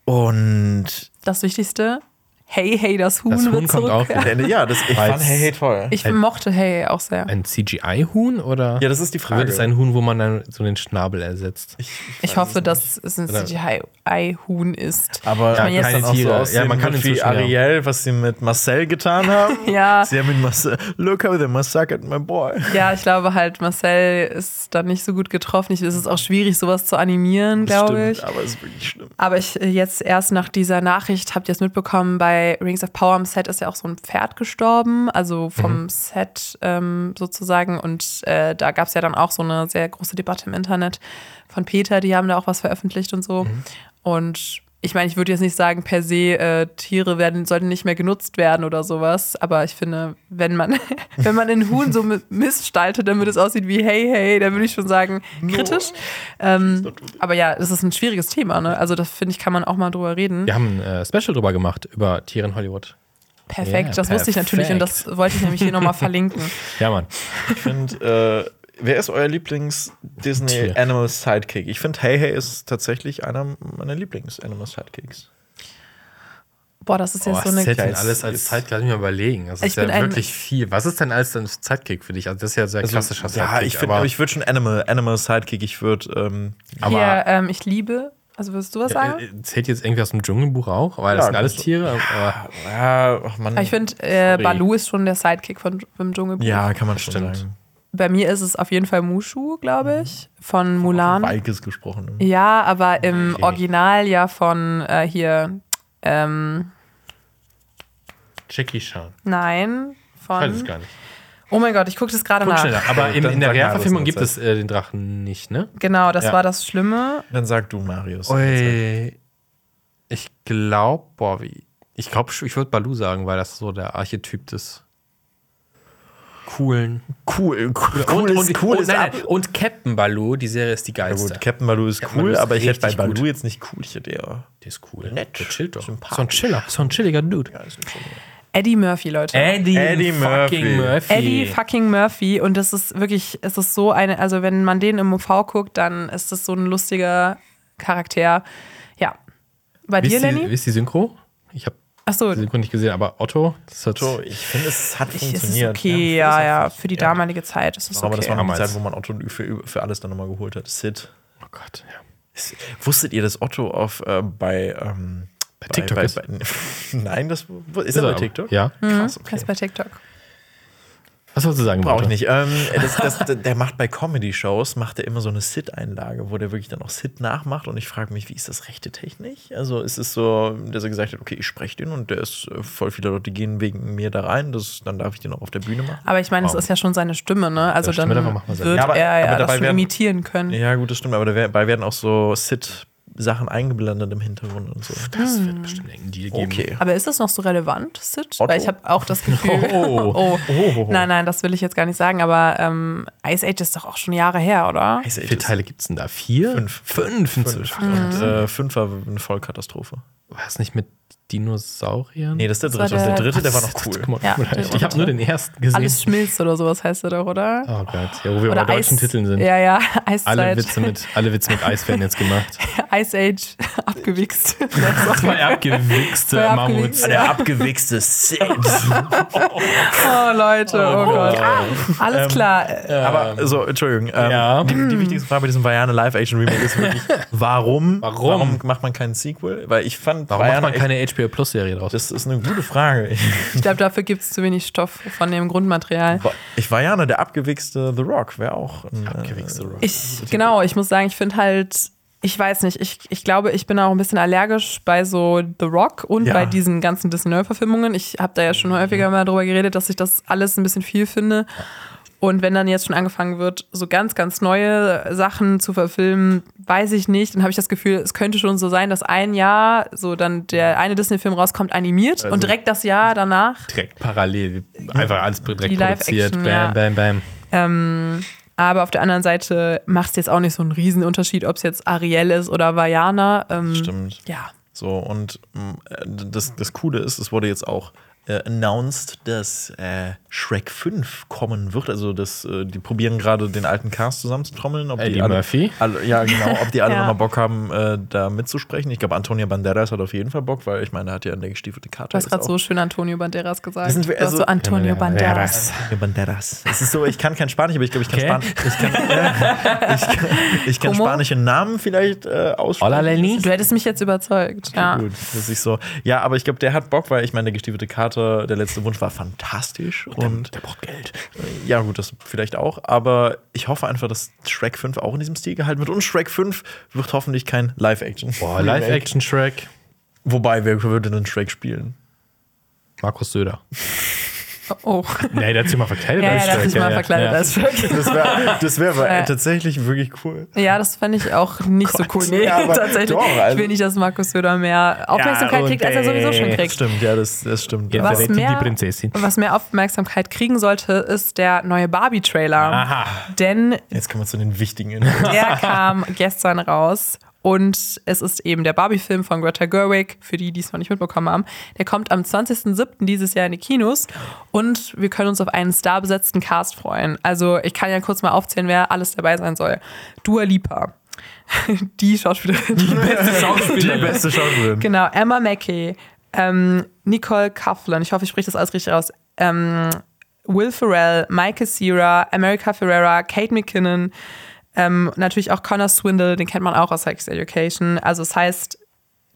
Speaker 2: Und
Speaker 1: das Wichtigste, hey, hey, das Huhn
Speaker 3: Das
Speaker 1: wird
Speaker 3: Huhn kommt
Speaker 1: zurück.
Speaker 3: auch.
Speaker 2: ja, das ich fand
Speaker 3: Weil's-
Speaker 2: hey, hey toll.
Speaker 1: Ich mochte hey auch sehr.
Speaker 3: Ein CGI-Huhn oder?
Speaker 2: Ja, das ist die Frage.
Speaker 3: Wird es ein Huhn, wo man dann so den Schnabel ersetzt?
Speaker 1: Ich hoffe, dass es ein
Speaker 3: Also, Oder-
Speaker 1: CGI-Huhn ist.
Speaker 2: aber
Speaker 1: Ich meine, jetzt-
Speaker 2: kann
Speaker 3: keine
Speaker 2: auch so
Speaker 3: Tiere.
Speaker 2: aussehen
Speaker 3: Ja, man kann
Speaker 2: wird wie
Speaker 3: inzwischen, ja.
Speaker 2: Ariel, was sie mit Marcel getan haben.
Speaker 1: Ja,
Speaker 2: Sie haben ihn Marcel. Look how they massacred my boy.
Speaker 1: ja, ich glaube halt, Marcel ist da nicht so gut getroffen. Ich, es ist auch schwierig, sowas zu animieren, glaube ich.
Speaker 2: aber es ist wirklich schlimm.
Speaker 1: Aber ich äh, jetzt erst nach dieser Nachricht habt ihr es mitbekommen bei bei Rings of Power am Set ist ja auch so ein Pferd gestorben, also vom Set ähm, sozusagen. Und äh, da gab es ja dann auch so eine sehr große Debatte im Internet von Peter, die haben da auch was veröffentlicht und so. Und ich meine, ich würde jetzt nicht sagen, per se, äh, Tiere werden, sollten nicht mehr genutzt werden oder sowas, aber ich finde, wenn man, wenn man einen Huhn so mi- missgestaltet, damit es aussieht wie hey, hey, dann würde ich schon sagen, kritisch. Ähm, aber ja, das ist ein schwieriges Thema, ne? Also, das finde ich, kann man auch mal drüber reden.
Speaker 3: Wir haben ein äh, Special drüber gemacht über Tiere in Hollywood.
Speaker 1: Perfekt,
Speaker 3: Ja,
Speaker 1: das wusste ich natürlich und
Speaker 3: perfekt.
Speaker 1: das wollte ich nämlich hier nochmal verlinken.
Speaker 3: Ja, Mann.
Speaker 2: Und äh, wer ist euer Lieblings-Disney
Speaker 3: Tier.
Speaker 2: Animal Sidekick? Ich finde, Hey Hey ist tatsächlich einer meiner Lieblings-Animal Sidekicks.
Speaker 1: Boah, das ist
Speaker 3: Oh,
Speaker 1: jetzt so
Speaker 3: was
Speaker 1: eine.
Speaker 3: zählt denn
Speaker 2: Geiz-
Speaker 3: alles als
Speaker 2: ist-
Speaker 3: Zeitkick? Lass mich mal überlegen. Also, Das
Speaker 1: Ich
Speaker 3: ist ja
Speaker 1: bin ein-
Speaker 3: wirklich viel. Was ist denn alles als Zeitkick für dich? Also, das ist ja so ein klassischer Sidekick.
Speaker 2: Ja, ich finde, aber ich würde schon Animal, Animal Sidekick, ich würde, ähm,
Speaker 3: aber-
Speaker 1: hier, ähm, ich liebe, also würdest du was sagen?
Speaker 3: Äh, äh, Zählt jetzt irgendwie aus dem Dschungelbuch auch? Weil
Speaker 2: Ja,
Speaker 3: das sind alles
Speaker 2: das-
Speaker 3: Tiere. aber-
Speaker 2: ja, ach Mann.
Speaker 1: Aber ich finde, äh,
Speaker 3: sorry.
Speaker 1: Balu ist schon der Sidekick von, vom Dschungelbuch.
Speaker 2: ja, kann man schon
Speaker 3: Stimmt.
Speaker 2: sagen.
Speaker 1: Bei mir ist es auf jeden Fall Mushu, glaube
Speaker 3: Mhm.
Speaker 1: ich, von Mulan.
Speaker 2: Weikes gesprochen.
Speaker 1: Ja, aber im Original ja von äh, hier, ähm,
Speaker 3: Jackie Chan.
Speaker 1: nein,
Speaker 3: Ich weiß es
Speaker 1: von.
Speaker 3: gar nicht.
Speaker 1: Oh mein Gott, ich gucke das gerade
Speaker 3: Guck
Speaker 1: nach.
Speaker 3: schneller. Aber in,
Speaker 2: Dann
Speaker 3: in der
Speaker 2: sag mal
Speaker 3: Realverfilmung
Speaker 2: alles in
Speaker 3: gibt
Speaker 2: der
Speaker 3: es äh, den Drachen nicht, ne?
Speaker 1: Genau, das
Speaker 3: Ja.
Speaker 1: war das Schlimme.
Speaker 2: Dann sag du, Marius.
Speaker 3: Oh, Ui, ich glaube, boah, wie. Ich glaube, ich würde Balu sagen, weil das so der Archetyp des coolen.
Speaker 2: Cool, cool,
Speaker 3: und,
Speaker 2: cool,
Speaker 3: und,
Speaker 2: ist, cool
Speaker 3: und,
Speaker 2: ist
Speaker 3: nein,
Speaker 2: ab.
Speaker 3: nein, und Captain Balu, die Serie ist die
Speaker 2: Ja
Speaker 3: geilste.
Speaker 2: gut, Captain Baloo ist
Speaker 3: Captain
Speaker 2: cool,
Speaker 3: Baloo ist
Speaker 2: aber ich hätte bei
Speaker 3: richtig
Speaker 2: Baloo
Speaker 3: gut.
Speaker 2: jetzt nicht cool, ich hätte eher.
Speaker 3: der ist cool.
Speaker 2: Nett,
Speaker 3: Der chillt doch.
Speaker 2: sympathisch.
Speaker 3: So ein Also Chiller, so ein chilliger Dude.
Speaker 2: Ja, ist nicht so.
Speaker 1: Eddie Murphy, Leute.
Speaker 3: Eddie,
Speaker 2: Eddie
Speaker 3: fucking
Speaker 2: Murphy.
Speaker 3: Murphy.
Speaker 1: Eddie fucking Murphy und das ist wirklich, es ist so eine, also wenn man den im UV guckt, dann ist das so ein lustiger Charakter. Ja. Bei
Speaker 3: Wie
Speaker 1: dir,
Speaker 3: ist, die, wie
Speaker 1: Lenny?
Speaker 3: ist die Synchro? Ich habe
Speaker 1: Achso,
Speaker 3: die Synchro nicht gesehen, aber Otto, das hat
Speaker 2: So, ich finde, es hat
Speaker 1: ich, es ist
Speaker 2: funktioniert. ne?
Speaker 1: okay, ja, ja, für die damalige Zeit ist es
Speaker 2: Aber das war
Speaker 1: okay.
Speaker 2: noch die
Speaker 3: Damals.
Speaker 2: Zeit, wo man Otto für, für alles dann nochmal geholt hat. Sid.
Speaker 3: Oh Gott, ja.
Speaker 2: Wusstet ihr, dass Otto auf äh, bei, ähm, bei
Speaker 3: TikTok
Speaker 2: bei,
Speaker 3: ist?
Speaker 2: Bei, nein, das ist, ist er bei
Speaker 3: aber-
Speaker 2: TikTok?
Speaker 3: Ja.
Speaker 2: Krass,
Speaker 1: Das
Speaker 2: okay.
Speaker 1: ist bei TikTok.
Speaker 3: Was wolltest du sagen?
Speaker 2: Brauche ich
Speaker 3: Walter?
Speaker 2: nicht. Ähm, das, das, der- der macht bei Comedy-Shows, macht er immer so eine Sit-Einlage, wo der wirklich dann auch Sit nachmacht. Und ich frage mich, wie ist das rechte Technik? Also ist es so, dass er gesagt hat, okay, ich spreche den und der ist äh, voll viele Leute gehen wegen mir da rein, das, dann darf ich den auch auf der Bühne machen.
Speaker 1: Aber ich meine, es
Speaker 3: Wow.
Speaker 1: ist ja schon seine Stimme, ne? Also
Speaker 3: Ja, Stimme
Speaker 1: dann
Speaker 3: davon macht man selber.
Speaker 1: wird
Speaker 2: Ja, aber-
Speaker 1: er ja
Speaker 2: aber dabei
Speaker 1: das schon
Speaker 2: werden-
Speaker 1: imitieren können.
Speaker 2: Ja, gut, das stimmt, aber dabei werden auch so Sit-Sachen eingeblendet im Hintergrund und so.
Speaker 3: Das
Speaker 1: Hm.
Speaker 3: wird bestimmt einen Deal geben.
Speaker 2: Okay.
Speaker 1: Aber ist das noch so relevant, Sid?
Speaker 2: Otto?
Speaker 1: Weil ich habe auch das Gefühl.
Speaker 3: Oh.
Speaker 1: oh. Nein, nein, das will ich jetzt gar nicht sagen, aber ähm, Ice Age ist doch auch schon Jahre her, oder?
Speaker 2: Ice
Speaker 3: Wie
Speaker 2: Age
Speaker 3: viele
Speaker 2: ist-
Speaker 3: Teile gibt es denn da? Vier?
Speaker 2: Fünf.
Speaker 3: Fünf
Speaker 2: Fünf.
Speaker 3: inzwischen.
Speaker 2: Und äh, fünf war eine Vollkatastrophe.
Speaker 3: War es nicht mit Dinosauriern?
Speaker 2: Nee, das ist der
Speaker 1: war
Speaker 2: dritte. Und der
Speaker 1: der-
Speaker 2: dritte, der war
Speaker 3: Ach,
Speaker 2: noch
Speaker 3: das-
Speaker 2: cool.
Speaker 3: guck mal,
Speaker 1: Ja,
Speaker 3: guck mal,
Speaker 1: der
Speaker 3: ich habe nur den ersten gesehen.
Speaker 1: Alles schmilzt oder sowas heißt er doch, oder?
Speaker 3: oh Gott, ja, wo wir bei deutschen Titeln sind.
Speaker 1: Ja, ja, Eiszeit.
Speaker 3: Alle Witze, mit, alle Witze mit Eis werden jetzt gemacht.
Speaker 1: Ice Age abgewichst.
Speaker 3: Zwei abgewichste
Speaker 1: Zwei
Speaker 3: Mammuts.
Speaker 1: abgewichste.
Speaker 2: Ah, Der abgewichste Sid.
Speaker 1: oh, Leute, oh, Gott.
Speaker 3: Ähm,
Speaker 1: Alles klar.
Speaker 2: Aber so, Entschuldigung. Ähm,
Speaker 3: Ja.
Speaker 2: die, die wichtigste Frage bei diesem Vajane Live-Action Remake ist wirklich, warum,
Speaker 3: Warum?
Speaker 2: macht man keinen Sequel? Weil ich fand,
Speaker 3: Warum macht
Speaker 2: Vajana
Speaker 3: man
Speaker 2: echt-
Speaker 3: keine HBO Plus Serie draus?
Speaker 2: Das ist eine gute Frage.
Speaker 1: Ich glaube, dafür gibt es zu wenig Stoff von dem Grundmaterial.
Speaker 2: Ich war ja der abgewichste The Rock, wäre auch ein,
Speaker 3: Abgewichste Rock.
Speaker 1: Ich, genau, ich muss sagen, ich finde halt, ich weiß nicht, ich, ich glaube, ich bin auch ein bisschen allergisch bei so The Rock und
Speaker 2: Ja.
Speaker 1: bei diesen ganzen Disney-Verfilmungen. Ich habe da ja schon häufiger mal drüber geredet, dass ich das alles ein bisschen viel finde. Und wenn dann jetzt schon angefangen wird, so ganz, ganz neue Sachen zu verfilmen, weiß ich nicht. Dann habe ich das Gefühl, es könnte schon so sein, dass ein Jahr so dann der eine Disney-Film rauskommt, animiert und direkt das Jahr danach
Speaker 3: direkt parallel, einfach alles direkt
Speaker 1: Die
Speaker 3: produziert.
Speaker 1: Live-Action,
Speaker 3: Bam,
Speaker 1: ja.
Speaker 3: bam, bam.
Speaker 1: Aber auf der anderen Seite macht es jetzt auch nicht so einen Riesenunterschied, ob es jetzt Ariel ist oder Vajana. Ähm,
Speaker 2: äh, Stimmt.
Speaker 1: Ja.
Speaker 2: So, und mh, äh, das, das Coole ist, es wurde jetzt auch äh, announced, dass äh, Shrek 5 kommen wird. Also, das, äh, die probieren gerade den alten Cast zusammenzutrommeln. Ob
Speaker 3: Eddie
Speaker 2: die alle,
Speaker 3: Murphy.
Speaker 2: Alle, ja, genau. Ob die alle
Speaker 1: Ja.
Speaker 2: nochmal Bock haben, äh, da mitzusprechen. Ich glaube, Antonia Banderas hat auf jeden Fall Bock, weil ich meine, er hat ja eine gestiefelte Karte.
Speaker 1: Du hast
Speaker 2: jetzt
Speaker 1: gerade
Speaker 2: auch.
Speaker 1: so schön Antonio Banderas gesagt.
Speaker 2: Das sind wir-
Speaker 1: du hast
Speaker 2: also-
Speaker 1: so Antonio
Speaker 3: Ja,
Speaker 1: Banderas.
Speaker 2: Antonio Banderas. Es ist so, ich kann kein Spanisch, aber ich glaube, ich kann,
Speaker 3: Okay.
Speaker 2: Span ich kann, ich kann, ich kann
Speaker 1: Como?
Speaker 2: spanische Namen vielleicht äh, aussprechen.
Speaker 3: Hola, Lenny.
Speaker 1: Du hättest mich jetzt überzeugt. Ja.
Speaker 2: Gut, das ist so. Ja, aber ich glaube, der hat Bock, weil ich meine, der gestiefelte Kater, der letzte Wunsch war fantastisch und Äh,
Speaker 3: Der braucht Geld.
Speaker 2: ja, gut, das vielleicht auch, aber ich hoffe einfach, dass Shrek 5 auch in diesem Stil gehalten wird und Shrek 5 wird hoffentlich kein Live-Action.
Speaker 3: Boah, Live-Action-Shrek.
Speaker 2: Wobei, wer würde denn Shrek spielen?
Speaker 3: Markus Söder.
Speaker 1: Oh.
Speaker 3: Nee, der hat sich mal verkleidet.
Speaker 1: Ja,
Speaker 3: als
Speaker 1: ja, das
Speaker 3: Shrek,
Speaker 1: ist mal verkleidet
Speaker 3: ja.
Speaker 1: als Shrek.
Speaker 2: Das wäre das wär aber
Speaker 1: Ja.
Speaker 2: tatsächlich wirklich cool.
Speaker 1: Ja, das fand ich auch nicht so cool. Nee,
Speaker 2: Ja, aber
Speaker 1: tatsächlich.
Speaker 2: doch, also-
Speaker 1: ich will nicht, dass Markus Söder mehr Aufmerksamkeit
Speaker 3: und
Speaker 1: kriegt, als er sowieso schon
Speaker 3: ey,
Speaker 1: kriegt.
Speaker 2: Stimmt, ja, das, das stimmt.
Speaker 3: Jetzt
Speaker 1: Was
Speaker 3: rettet die
Speaker 1: mehr-
Speaker 3: Prinzessin.
Speaker 1: Was mehr Aufmerksamkeit kriegen sollte, ist der neue Barbie-Trailer.
Speaker 3: Aha.
Speaker 1: Denn
Speaker 2: Jetzt kommen wir zu den wichtigen Inhalten.
Speaker 1: der kam gestern raus. Und es ist eben der Barbie-Film von Greta Gerwig, für die, die es noch nicht mitbekommen haben. Der kommt am 20.07. dieses Jahr in die Kinos. Und wir können uns auf einen starbesetzten Cast freuen. Also ich kann ja kurz mal aufzählen, wer alles dabei sein soll. Dua Lipa, die Schauspielerin.
Speaker 2: Die beste Schauspielerin.
Speaker 1: Genau, Emma Mackey, ähm, Nicole Coughlin, ich hoffe, ich spreche das alles richtig aus. Ähm, Will Ferrell, Michael Cera, America Ferrera, Kate McKinnon, ähm, natürlich auch Connor Swindle, den kennt man auch aus Sex Education. Also es heißt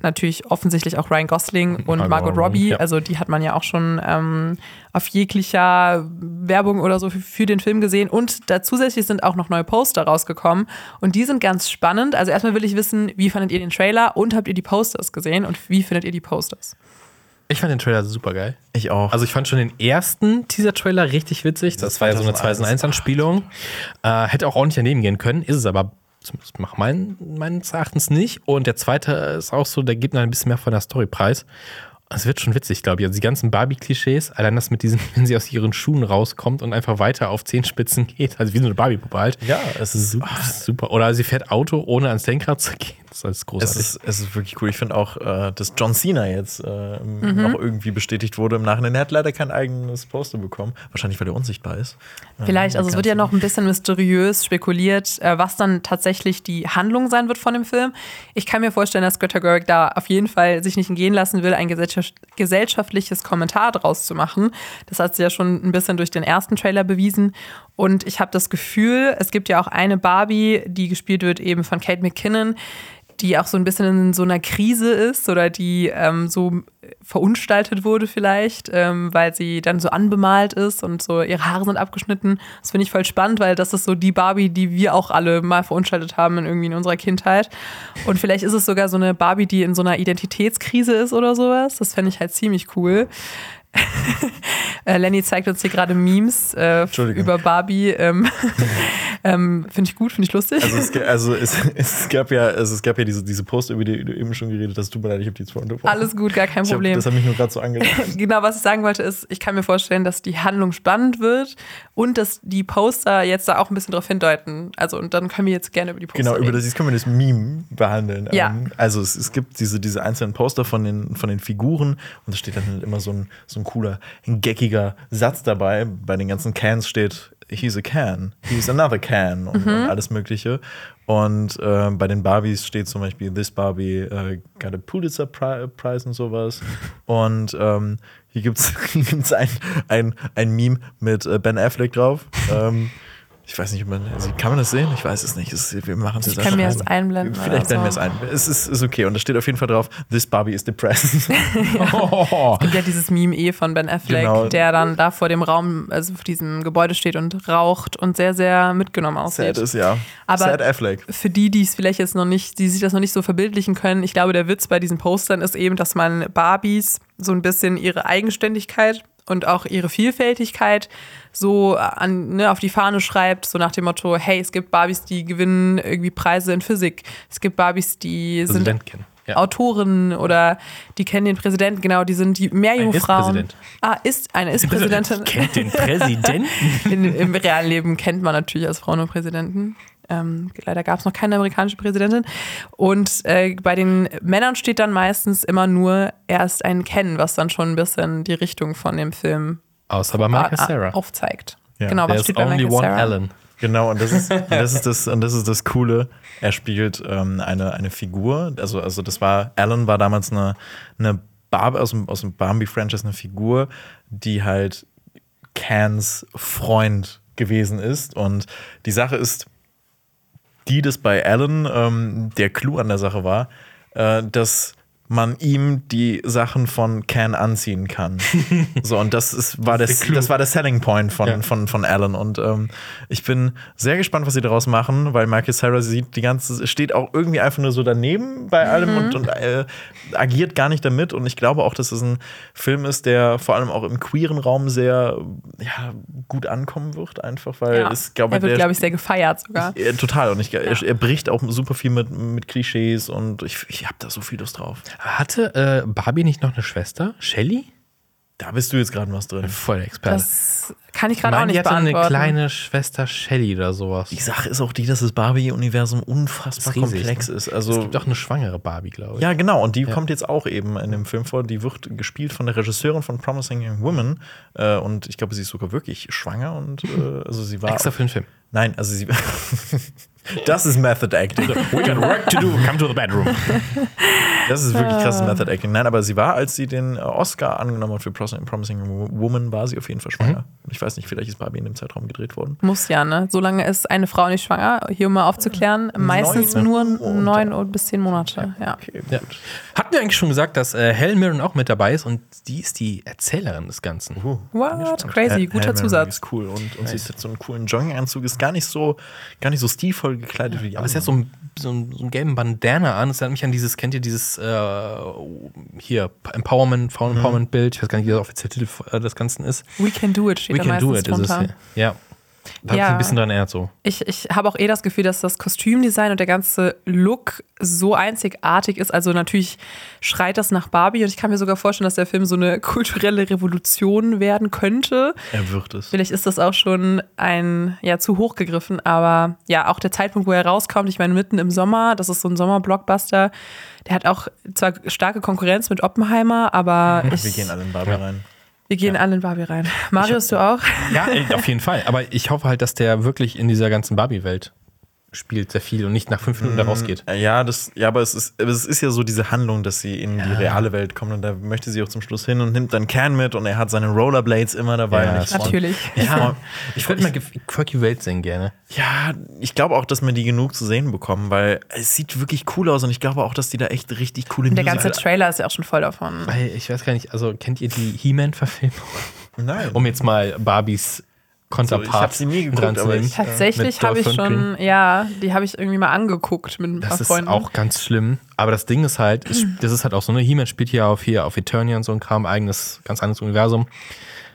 Speaker 1: natürlich offensichtlich auch Ryan Gosling und
Speaker 3: Margot
Speaker 1: Margot,
Speaker 3: Robbie,
Speaker 1: Robbie.
Speaker 3: ja.
Speaker 1: Also die hat man ja auch schon ähm, auf jeglicher Werbung oder so für, für den Film gesehen. Und da zusätzlich sind auch noch neue Poster rausgekommen. Und die sind ganz spannend. Also erstmal will ich wissen, wie fandet ihr den Trailer und habt ihr die Posters gesehen und wie findet ihr die Posters?
Speaker 3: Ich fand den Trailer super geil.
Speaker 2: Ich auch.
Speaker 3: Also ich fand schon den ersten Teaser-Trailer richtig witzig. Das,
Speaker 2: Das
Speaker 3: war ja so eine
Speaker 2: 2001.
Speaker 3: 2001-Anspielung. Äh, hätte auch ordentlich daneben gehen können, ist es aber zumindest mach mein, meines Erachtens nicht. Und der zweite ist auch so, der gibt noch ein bisschen mehr von der Story preis. Es wird schon witzig, glaube ich. Also die ganzen Barbie-Klischees, allein das mit diesen, wenn sie aus ihren Schuhen rauskommt und einfach weiter auf Zehenspitzen geht, also wie so eine Barbie-Puppe halt.
Speaker 2: ja, es ist super.
Speaker 3: Ach, super. Oder sie fährt Auto, ohne ans Lenkrad zu gehen. Das ist
Speaker 2: Es
Speaker 3: großartig.
Speaker 2: ist, es ist wirklich cool. Ich finde auch, äh, dass John Cena jetzt äh,
Speaker 1: Mhm.
Speaker 2: noch irgendwie bestätigt wurde im Nachhinein. Er hat leider kein eigenes Poster bekommen. Wahrscheinlich, weil er unsichtbar ist.
Speaker 1: Vielleicht, also es wird ja noch ein bisschen mysteriös spekuliert, äh, was dann tatsächlich die Handlung sein wird von dem Film. Ich kann mir vorstellen, dass Greta Gerwig da auf jeden Fall sich nicht entgehen lassen will, ein gesellschaft- gesellschaftliches Kommentar draus zu machen. Das hat sie ja schon ein bisschen durch den ersten Trailer bewiesen. Und ich habe das Gefühl, es gibt ja auch eine Barbie, die gespielt wird eben von Kate McKinnon, die auch so ein bisschen in so einer Krise ist oder die ähm, so verunstaltet wurde vielleicht, ähm, weil sie dann so anbemalt ist und so ihre Haare sind abgeschnitten. Das finde ich voll spannend, weil das ist so die Barbie, die wir auch alle mal verunstaltet haben in irgendwie in unserer Kindheit. Und vielleicht ist es sogar so eine Barbie, die in so einer Identitätskrise ist oder sowas. Das fände ich halt ziemlich cool. Äh, Lenny zeigt uns hier gerade Memes äh,
Speaker 2: Entschuldigung.
Speaker 1: über Barbie. Ähm, ähm, finde ich gut, finde ich lustig.
Speaker 2: Also es, ge- also es, es gab ja, also es gab ja diese, diese Poster, über die du eben schon geredet hast. Tut mir leid, ich habe die jetzt vorhin
Speaker 1: Alles gut, gar kein
Speaker 2: Ich hab,
Speaker 1: Problem.
Speaker 2: das hat mich nur gerade so angedacht.
Speaker 1: genau, was ich sagen wollte, ist, ich kann mir vorstellen, dass die Handlung spannend wird und dass die Poster jetzt da auch ein bisschen drauf hindeuten. Also, und dann können wir jetzt gerne über die Poster
Speaker 2: genau, über
Speaker 1: reden.
Speaker 2: das jetzt können wir das Meme behandeln.
Speaker 1: Ja.
Speaker 2: Ähm, Also es, es gibt diese, diese einzelnen Poster von den, von den Figuren und da steht dann halt immer so ein, so ein cooler, ein geckiger Satz dabei. Bei den ganzen Cans steht, he's a can, he's another can und, und alles mögliche. Und äh, bei den Barbies steht zum Beispiel, this Barbie äh, got a Pulitzer Pri- Prize und sowas. Und ähm, hier gibt es gibt's ein, ein, ein Meme mit äh, Ben Affleck drauf. ähm, ich weiß nicht, ob man, also kann man das sehen? Ich weiß es nicht. Es ist, wir machen es jetzt
Speaker 1: Ich kann mir
Speaker 2: einfach
Speaker 1: das
Speaker 2: rein.
Speaker 1: einblenden oder
Speaker 2: Vielleicht blenden wir es
Speaker 1: so.
Speaker 2: ein. Es ist, ist okay. Und da steht auf jeden Fall drauf, this Barbie is depressed.
Speaker 3: Oh.
Speaker 1: Es gibt ja dieses Meme eh von Ben Affleck,
Speaker 2: Genau.
Speaker 1: der dann da vor dem Raum, also vor diesem Gebäude steht und raucht und sehr, sehr mitgenommen aussieht.
Speaker 2: Sad ist ja.
Speaker 1: Aber-
Speaker 2: Sad Affleck.
Speaker 1: für die, die es vielleicht jetzt noch nicht, die sich das noch nicht so verbildlichen können, ich glaube, der Witz bei diesen Postern ist eben, dass man Barbies so ein bisschen ihre Eigenständigkeit und auch ihre Vielfältigkeit so an, ne, auf die Fahne schreibt, so nach dem Motto, hey, es gibt Barbies, die gewinnen irgendwie Preise in Physik. Es gibt Barbies, die sind
Speaker 3: Präsidentchen. Ja.
Speaker 1: Autoren oder die kennen den Präsidenten, genau, die sind die Meerjungfrauen.
Speaker 3: Ist-Präsident.
Speaker 1: ah, ist eine Ist-Präsidentin.
Speaker 3: Kennt den Präsidenten?
Speaker 1: In, Im realen Leben kennt man natürlich als Frau nur Präsidenten. Ähm, leider gab es noch keine amerikanische Präsidentin. Und äh, bei den Männern steht dann meistens immer nur erst ein Kennen, was dann schon ein bisschen die Richtung von dem Film
Speaker 3: Außer bei
Speaker 1: a-
Speaker 3: Michael
Speaker 1: a-
Speaker 3: Sarah.
Speaker 1: aufzeigt.
Speaker 2: Ja,
Speaker 1: genau, was
Speaker 3: There's
Speaker 1: steht bei
Speaker 3: only
Speaker 1: Michael
Speaker 3: one
Speaker 1: Sarah?
Speaker 3: Alan.
Speaker 2: Genau, und das ist, und das, ist das, und das ist das Coole. Er spielt ähm, eine, eine Figur. Also, also das war, Alan war damals eine, eine Barbie aus dem, aus dem Barbie-Franchise, eine Figur, die halt Cans Freund gewesen ist. Und die Sache ist, die das bei Alan ähm, der Clou an der Sache war, äh, dass man ihm die Sachen von Can anziehen kann. so, und das ist, war, das,
Speaker 3: der Clou.
Speaker 2: das war der Selling Point von,
Speaker 3: Ja.
Speaker 2: von, von Alan. Und ähm, ich bin sehr gespannt, was sie daraus machen, weil Michael Sarah sieht die ganze, steht auch irgendwie einfach nur so daneben bei allem
Speaker 1: Mhm.
Speaker 2: und, und äh, agiert gar nicht damit. Und ich glaube auch, dass es ein Film ist, der vor allem auch im queeren Raum sehr ja, gut ankommen wird, einfach, weil
Speaker 1: Ja.
Speaker 2: es, glaube
Speaker 1: er wird,
Speaker 2: der-
Speaker 1: glaube ich, sehr gefeiert sogar.
Speaker 2: ja, total. Und ich, er, er bricht auch super viel mit, mit Klischees und ich, ich habe da so viel Lust drauf.
Speaker 3: Hatte äh, Barbie nicht noch eine Schwester? Shelly?
Speaker 2: Da bist du jetzt gerade was drin.
Speaker 3: Voll der Experte.
Speaker 1: Das kann ich
Speaker 3: Ich
Speaker 1: gerade auch
Speaker 3: meine, die
Speaker 1: nicht
Speaker 3: hatte eine
Speaker 1: beantworten.
Speaker 3: kleine Schwester Shelly oder sowas.
Speaker 2: Die Sache ist auch die, dass das Barbie-Universum
Speaker 3: Ist
Speaker 2: unfassbar
Speaker 3: riesig,
Speaker 2: komplex
Speaker 3: ne?
Speaker 2: ist.
Speaker 3: es
Speaker 2: Also
Speaker 3: gibt auch eine schwangere Barbie, glaube ich.
Speaker 2: ja, genau. Und die kommt jetzt auch eben in dem Film vor. Die wird gespielt von der Regisseurin von Promising Young Woman. Äh, und ich glaube, sie ist sogar wirklich schwanger. Und äh, also sie war.
Speaker 3: Extra für den Film.
Speaker 2: Nein, also sie. das ist Method Acting.
Speaker 3: We got work to do. Come to the bedroom.
Speaker 2: Das ist wirklich
Speaker 1: Ah.
Speaker 2: krasses Method Acting. Nein, aber sie war, als sie den äh, Oscar angenommen hat für Promising Promising Woman, war sie auf
Speaker 3: Mhm.
Speaker 2: jeden Fall schwanger. Und Ich weiß nicht, vielleicht ist Barbie in dem Zeitraum gedreht worden.
Speaker 1: Muss ja, ne? Solange ist eine Frau nicht schwanger, hier um mal aufzuklären, meistens
Speaker 2: Neun
Speaker 1: nur
Speaker 2: und-
Speaker 1: neun und- bis zehn Monate. Ja.
Speaker 2: Okay,
Speaker 3: Ja. Hatten wir eigentlich schon gesagt, dass äh, Helen Mirren auch mit dabei ist und die ist die Erzählerin des Ganzen.
Speaker 1: What? Crazy,
Speaker 2: Hal-
Speaker 1: guter
Speaker 2: Hal Berry
Speaker 1: Zusatz.
Speaker 2: Ist cool und, und sie ist jetzt so einen coolen Jogginganzug, ist gar nicht so, gar nicht so stilvoll gekleidet wie die
Speaker 3: Aber es
Speaker 2: anderen.
Speaker 3: hat so einen so ein- so einen gelben Bandana an. Es erinnert mich an dieses, kennt ihr dieses äh, hier, Empowerment, Frauen-Empowerment-Bild. Ich weiß gar nicht, wie der offizielle Titel äh, des Ganzen ist.
Speaker 1: We can do it steht da meistens drunter.
Speaker 3: Ja. Da habe ich
Speaker 1: Ja.
Speaker 3: ein bisschen dran erinnert so.
Speaker 1: Ich, ich habe auch eh das Gefühl, dass das Kostümdesign und der ganze Look so einzigartig ist. Also natürlich schreit das nach Barbie und ich kann mir sogar vorstellen, dass der Film so eine kulturelle Revolution werden könnte.
Speaker 2: er wird es.
Speaker 1: Vielleicht ist das auch schon ein, ja, zu hoch gegriffen, aber ja, auch der Zeitpunkt, wo er rauskommt, ich meine, mitten im Sommer, das ist so ein Sommerblockbuster, der hat auch zwar starke Konkurrenz mit Oppenheimer, aber ich,
Speaker 2: Wir gehen alle in Barbie rein.
Speaker 1: wir gehen alle in Barbie rein. Marius, du auch?
Speaker 3: Ja, ey, auf jeden Fall. Aber ich hoffe halt, dass der wirklich in dieser ganzen Barbie-Welt spielt sehr viel und nicht nach fünf Minuten da rausgeht.
Speaker 2: Äh, Ja, das, ja, aber es ist, aber es ist ja so diese Handlung, dass sie in die reale Welt kommen und da möchte sie auch zum Schluss hin und nimmt dann Can mit und er hat seine Rollerblades immer dabei.
Speaker 3: Ja,
Speaker 2: und ich freu-
Speaker 1: Natürlich.
Speaker 2: Ich, freu-
Speaker 3: Ich würde mal ge- Quirky Welt sehen gerne.
Speaker 2: Ja, ich glaube auch, dass wir die genug zu sehen bekommen, weil es sieht wirklich cool aus und ich glaube auch, dass die da echt richtig coole
Speaker 3: Mhm.
Speaker 1: Der ganze
Speaker 2: Musical-
Speaker 1: Trailer ist ja auch schon voll davon.
Speaker 3: Weil ich weiß gar nicht, also kennt ihr die He-Man-Verfilmung?
Speaker 2: Nein.
Speaker 3: Um jetzt mal Barbies Konterpart
Speaker 2: So, ich hab sie nie geguckt,
Speaker 3: dran zu
Speaker 2: aber
Speaker 3: nehmen.
Speaker 2: ich-
Speaker 1: Tatsächlich
Speaker 3: Äh, Mit
Speaker 1: habe ich
Speaker 3: Dolph
Speaker 1: schon,
Speaker 3: Lundgren.
Speaker 1: ja, die habe ich irgendwie mal angeguckt mit ein paar
Speaker 3: Das ist
Speaker 1: Freunden.
Speaker 3: auch ganz schlimm. Aber das Ding ist halt, es- das ist halt auch so, ne? He-Man spielt hier auf, hier auf Eternia und so ein Kram, eigenes, ganz anderes Universum.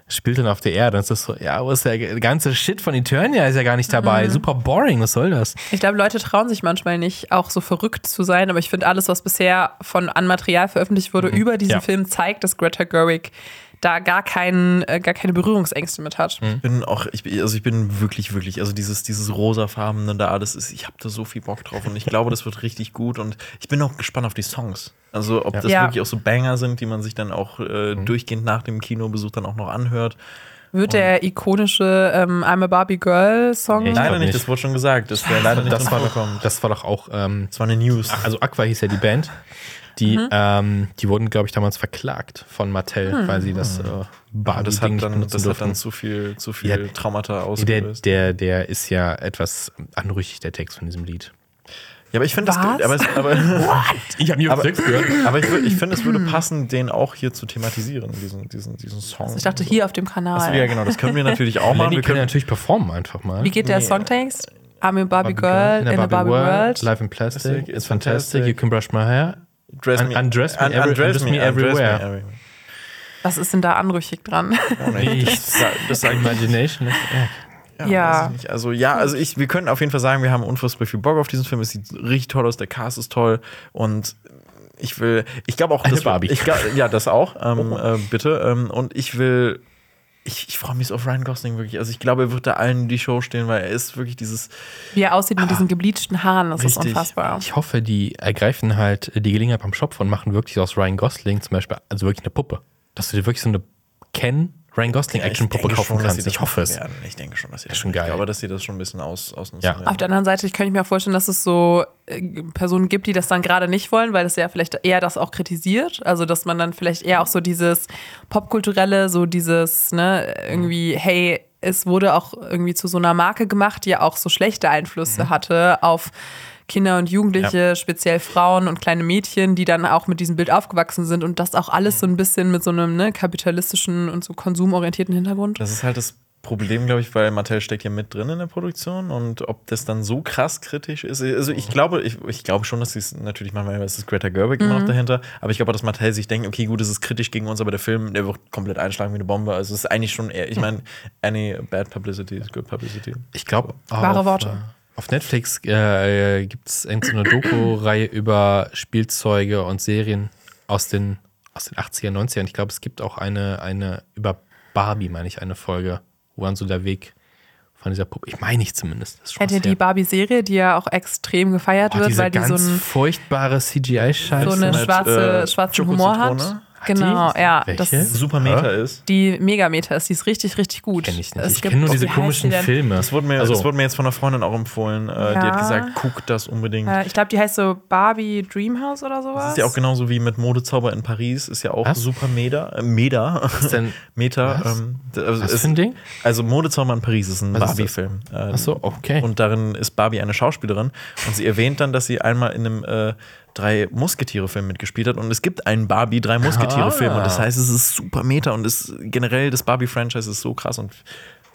Speaker 3: Spielt dann auf der Erde. Das ist so, ja, wo ist der ganze Shit von Eternia ist ja gar nicht dabei. Super boring, was soll das?
Speaker 1: ich glaube, Leute trauen sich manchmal nicht, auch so verrückt zu sein, aber ich finde alles, was bisher von an Material veröffentlicht wurde über diesen
Speaker 3: Mhm. Ja.
Speaker 1: Film, zeigt, dass Greta Gerwig da gar, keinen, äh, gar keine Berührungsängste mit hat.
Speaker 3: Mhm.
Speaker 2: bin auch, ich, bin- also ich bin wirklich, wirklich, also dieses, dieses rosafarbene da, das ist, ich habe da so viel Bock drauf und ich glaube, das wird richtig gut und ich bin auch gespannt auf die Songs. Also ob das
Speaker 1: Ja.
Speaker 2: wirklich auch so Banger sind, die man sich dann auch äh,
Speaker 3: Mhm.
Speaker 2: durchgehend nach dem Kinobesuch dann auch noch anhört.
Speaker 1: Wird der ikonische ähm, I'm a Barbie Girl Song?
Speaker 3: Echt?
Speaker 2: leider
Speaker 3: glaub
Speaker 2: nicht,
Speaker 3: nicht.
Speaker 2: das wurde schon gesagt, das wäre leider nicht
Speaker 3: Das
Speaker 2: drin
Speaker 3: war,
Speaker 2: vorgekommen.
Speaker 3: doch, das war doch auch, ähm,
Speaker 2: Das war eine News.
Speaker 3: also Aqua hieß ja die Band. Die, ähm, die wurden, glaube ich, damals verklagt von Mattel, weil sie das äh,
Speaker 2: Aber
Speaker 3: Barbie
Speaker 2: das
Speaker 3: Ding
Speaker 2: hat
Speaker 3: nicht
Speaker 2: dann,
Speaker 3: benutzen
Speaker 2: das hat dann
Speaker 3: durften.
Speaker 2: zu viel, zu viel
Speaker 3: Ja,
Speaker 2: Traumata
Speaker 3: Der,
Speaker 2: ausgelöst.
Speaker 3: der, der ist ja etwas anrüchig, der Text von diesem Lied.
Speaker 2: ja, aber ich finde das,
Speaker 1: Was?
Speaker 2: aber, es- aber,
Speaker 3: Ich habe nie
Speaker 2: Aber- Text
Speaker 3: gehört.
Speaker 2: aber ich, wür- ich finde, es würde passen, den auch hier zu thematisieren, diesen, diesen, diesen Song.
Speaker 1: Also Ich dachte, hier auf dem Kanal.
Speaker 2: Achso, ja, genau, das können wir natürlich auch machen.
Speaker 3: Lenny
Speaker 2: Wir
Speaker 3: kann
Speaker 2: können,
Speaker 3: natürlich performen einfach mal.
Speaker 1: Wie geht der Songtext? I'm a Barbie, Girl in a Barbie, World.
Speaker 3: Live in Plastic. It's fantastic.
Speaker 2: fantastic.
Speaker 3: You can brush my hair.
Speaker 2: Dress
Speaker 3: Un-
Speaker 2: me,
Speaker 3: undress me
Speaker 2: un-
Speaker 3: every-
Speaker 2: undress
Speaker 3: undress
Speaker 2: me
Speaker 3: me
Speaker 2: everywhere.
Speaker 3: everywhere.
Speaker 1: Was ist denn da anrüchig dran?
Speaker 2: Oh, Nichts. Das sagt
Speaker 3: Imagination. is- ja.
Speaker 2: ja.
Speaker 1: Ja.
Speaker 2: weiß ich nicht. Also ja, also ich, wir können auf jeden Fall sagen, wir haben unfassbar viel Bock auf diesen Film. Es sieht richtig toll aus, der Cast ist toll und ich will, ich glaube auch,
Speaker 3: Eine
Speaker 2: dass wir-
Speaker 3: Barbie. Oh.
Speaker 2: Ich glaub, ja, das auch, ähm, äh, bitte. Ähm, und ich will, ich, ich freue mich so auf Ryan Gosling wirklich. Also ich glaube, er wird da allen die Show stehen, weil er ist wirklich dieses
Speaker 1: Wie er aussieht mit diesen gebleachten Haaren, das ist
Speaker 2: Richtig.
Speaker 1: unfassbar.
Speaker 3: Ich hoffe, die ergreifen halt die Gelegenheit beim Shop und machen wirklich aus Ryan Gosling zum Beispiel, also wirklich eine Puppe. Dass du dir wirklich so eine Ken Ryan Gosling Action-Puppe
Speaker 2: denke
Speaker 3: kaufen
Speaker 2: schon, dass
Speaker 3: kannst.
Speaker 2: sie das
Speaker 3: Ich hoffe es.
Speaker 2: werden. Ich denke schon, dass sie das
Speaker 3: schon geil.
Speaker 2: Aber dass sie das schon ein bisschen aus, ausnutzen
Speaker 3: Ja.
Speaker 2: werden.
Speaker 1: Auf der anderen Seite könnte ich mir auch vorstellen, dass es so äh, Personen gibt, die das dann gerade nicht wollen, weil das ja vielleicht eher das auch kritisiert. Also, dass man dann vielleicht eher auch so dieses Popkulturelle, so dieses, ne, irgendwie, hey, es wurde auch irgendwie zu so einer Marke gemacht, die ja auch so schlechte Einflüsse hatte auf Kinder und Jugendliche, speziell Frauen und kleine Mädchen, die dann auch mit diesem Bild aufgewachsen sind und das auch alles so ein bisschen mit so einem ne, kapitalistischen und so konsumorientierten Hintergrund.
Speaker 2: Das ist halt das Problem, glaube ich, weil Mattel steckt ja mit drin in der Produktion und ob das dann so krass kritisch ist. Also ich glaube, ich, ich glaube schon, dass sie es natürlich machen, weil es ist Greta Gerwig immer noch dahinter. Aber ich glaube, auch, dass Mattel sich denkt, okay, gut, es ist kritisch gegen uns, aber der Film, der wird komplett einschlagen wie eine Bombe. Also es ist eigentlich schon eher, ich meine, any bad publicity is good publicity.
Speaker 3: Ich glaube,
Speaker 1: Wahre
Speaker 3: auf,
Speaker 1: Worte.
Speaker 3: äh, Auf Netflix äh, gibt es so eine Doku-Reihe über Spielzeuge und Serien aus den, aus den 80er, 90ern. Ich glaube, es gibt auch eine, eine über Barbie, meine ich, eine Folge, wo dann so der Weg von dieser Puppe, ich meine ich zumindest. Das ist schon
Speaker 1: Kennt ihr
Speaker 3: was
Speaker 1: die
Speaker 3: her.
Speaker 1: Barbie-Serie, die ja auch extrem gefeiert
Speaker 3: Boah,
Speaker 1: wird,
Speaker 3: diese
Speaker 1: weil die
Speaker 3: ganz
Speaker 1: so ein
Speaker 3: furchtbare CGI-Scheiße.
Speaker 1: so eine
Speaker 2: mit,
Speaker 1: schwarze,
Speaker 2: äh,
Speaker 1: schwarzen
Speaker 2: Schoko
Speaker 1: Humor hat.
Speaker 3: Hat
Speaker 2: Zitrone?
Speaker 3: die?
Speaker 1: genau, ja.
Speaker 3: Welche?
Speaker 1: Das ist
Speaker 2: Super Meta ist.
Speaker 1: die Megameter ist, die ist richtig, richtig gut.
Speaker 3: Kenn ich nicht.
Speaker 1: Es
Speaker 3: ich
Speaker 1: gibt-
Speaker 3: kenne nur
Speaker 1: oh,
Speaker 3: diese
Speaker 1: wie heißt
Speaker 3: komischen
Speaker 1: die denn?
Speaker 3: Filme.
Speaker 2: Das wurde, mir,
Speaker 3: Also,
Speaker 2: das wurde mir jetzt von einer Freundin auch empfohlen. Äh, Die
Speaker 1: Ja.
Speaker 2: hat gesagt, guck das unbedingt.
Speaker 1: Äh, Ich glaube, die heißt so Barbie Dreamhouse oder sowas.
Speaker 2: Das ist ja auch genauso wie mit Modezauber in Paris, ist ja auch
Speaker 3: Was?
Speaker 2: super Meda. Äh, Meda.
Speaker 3: ist denn-
Speaker 2: Meta.
Speaker 3: Was?
Speaker 2: Ähm, d- also
Speaker 3: Was
Speaker 2: ist-
Speaker 3: für ein Ding?
Speaker 2: Also Modezauber in Paris ist ein
Speaker 3: Was ist das?
Speaker 2: Barbie-Film. Äh,
Speaker 3: ach so, okay.
Speaker 2: Und darin ist Barbie eine Schauspielerin. Und sie erwähnt dann, dass sie einmal in einem äh, Drei-Musketiere-Film mitgespielt hat. Und es gibt einen Barbie-Drei-Musketiere-Film.
Speaker 3: Ah.
Speaker 2: Und das heißt, es ist super Meta und ist generell das Barbie-Franchise ist so krass. Und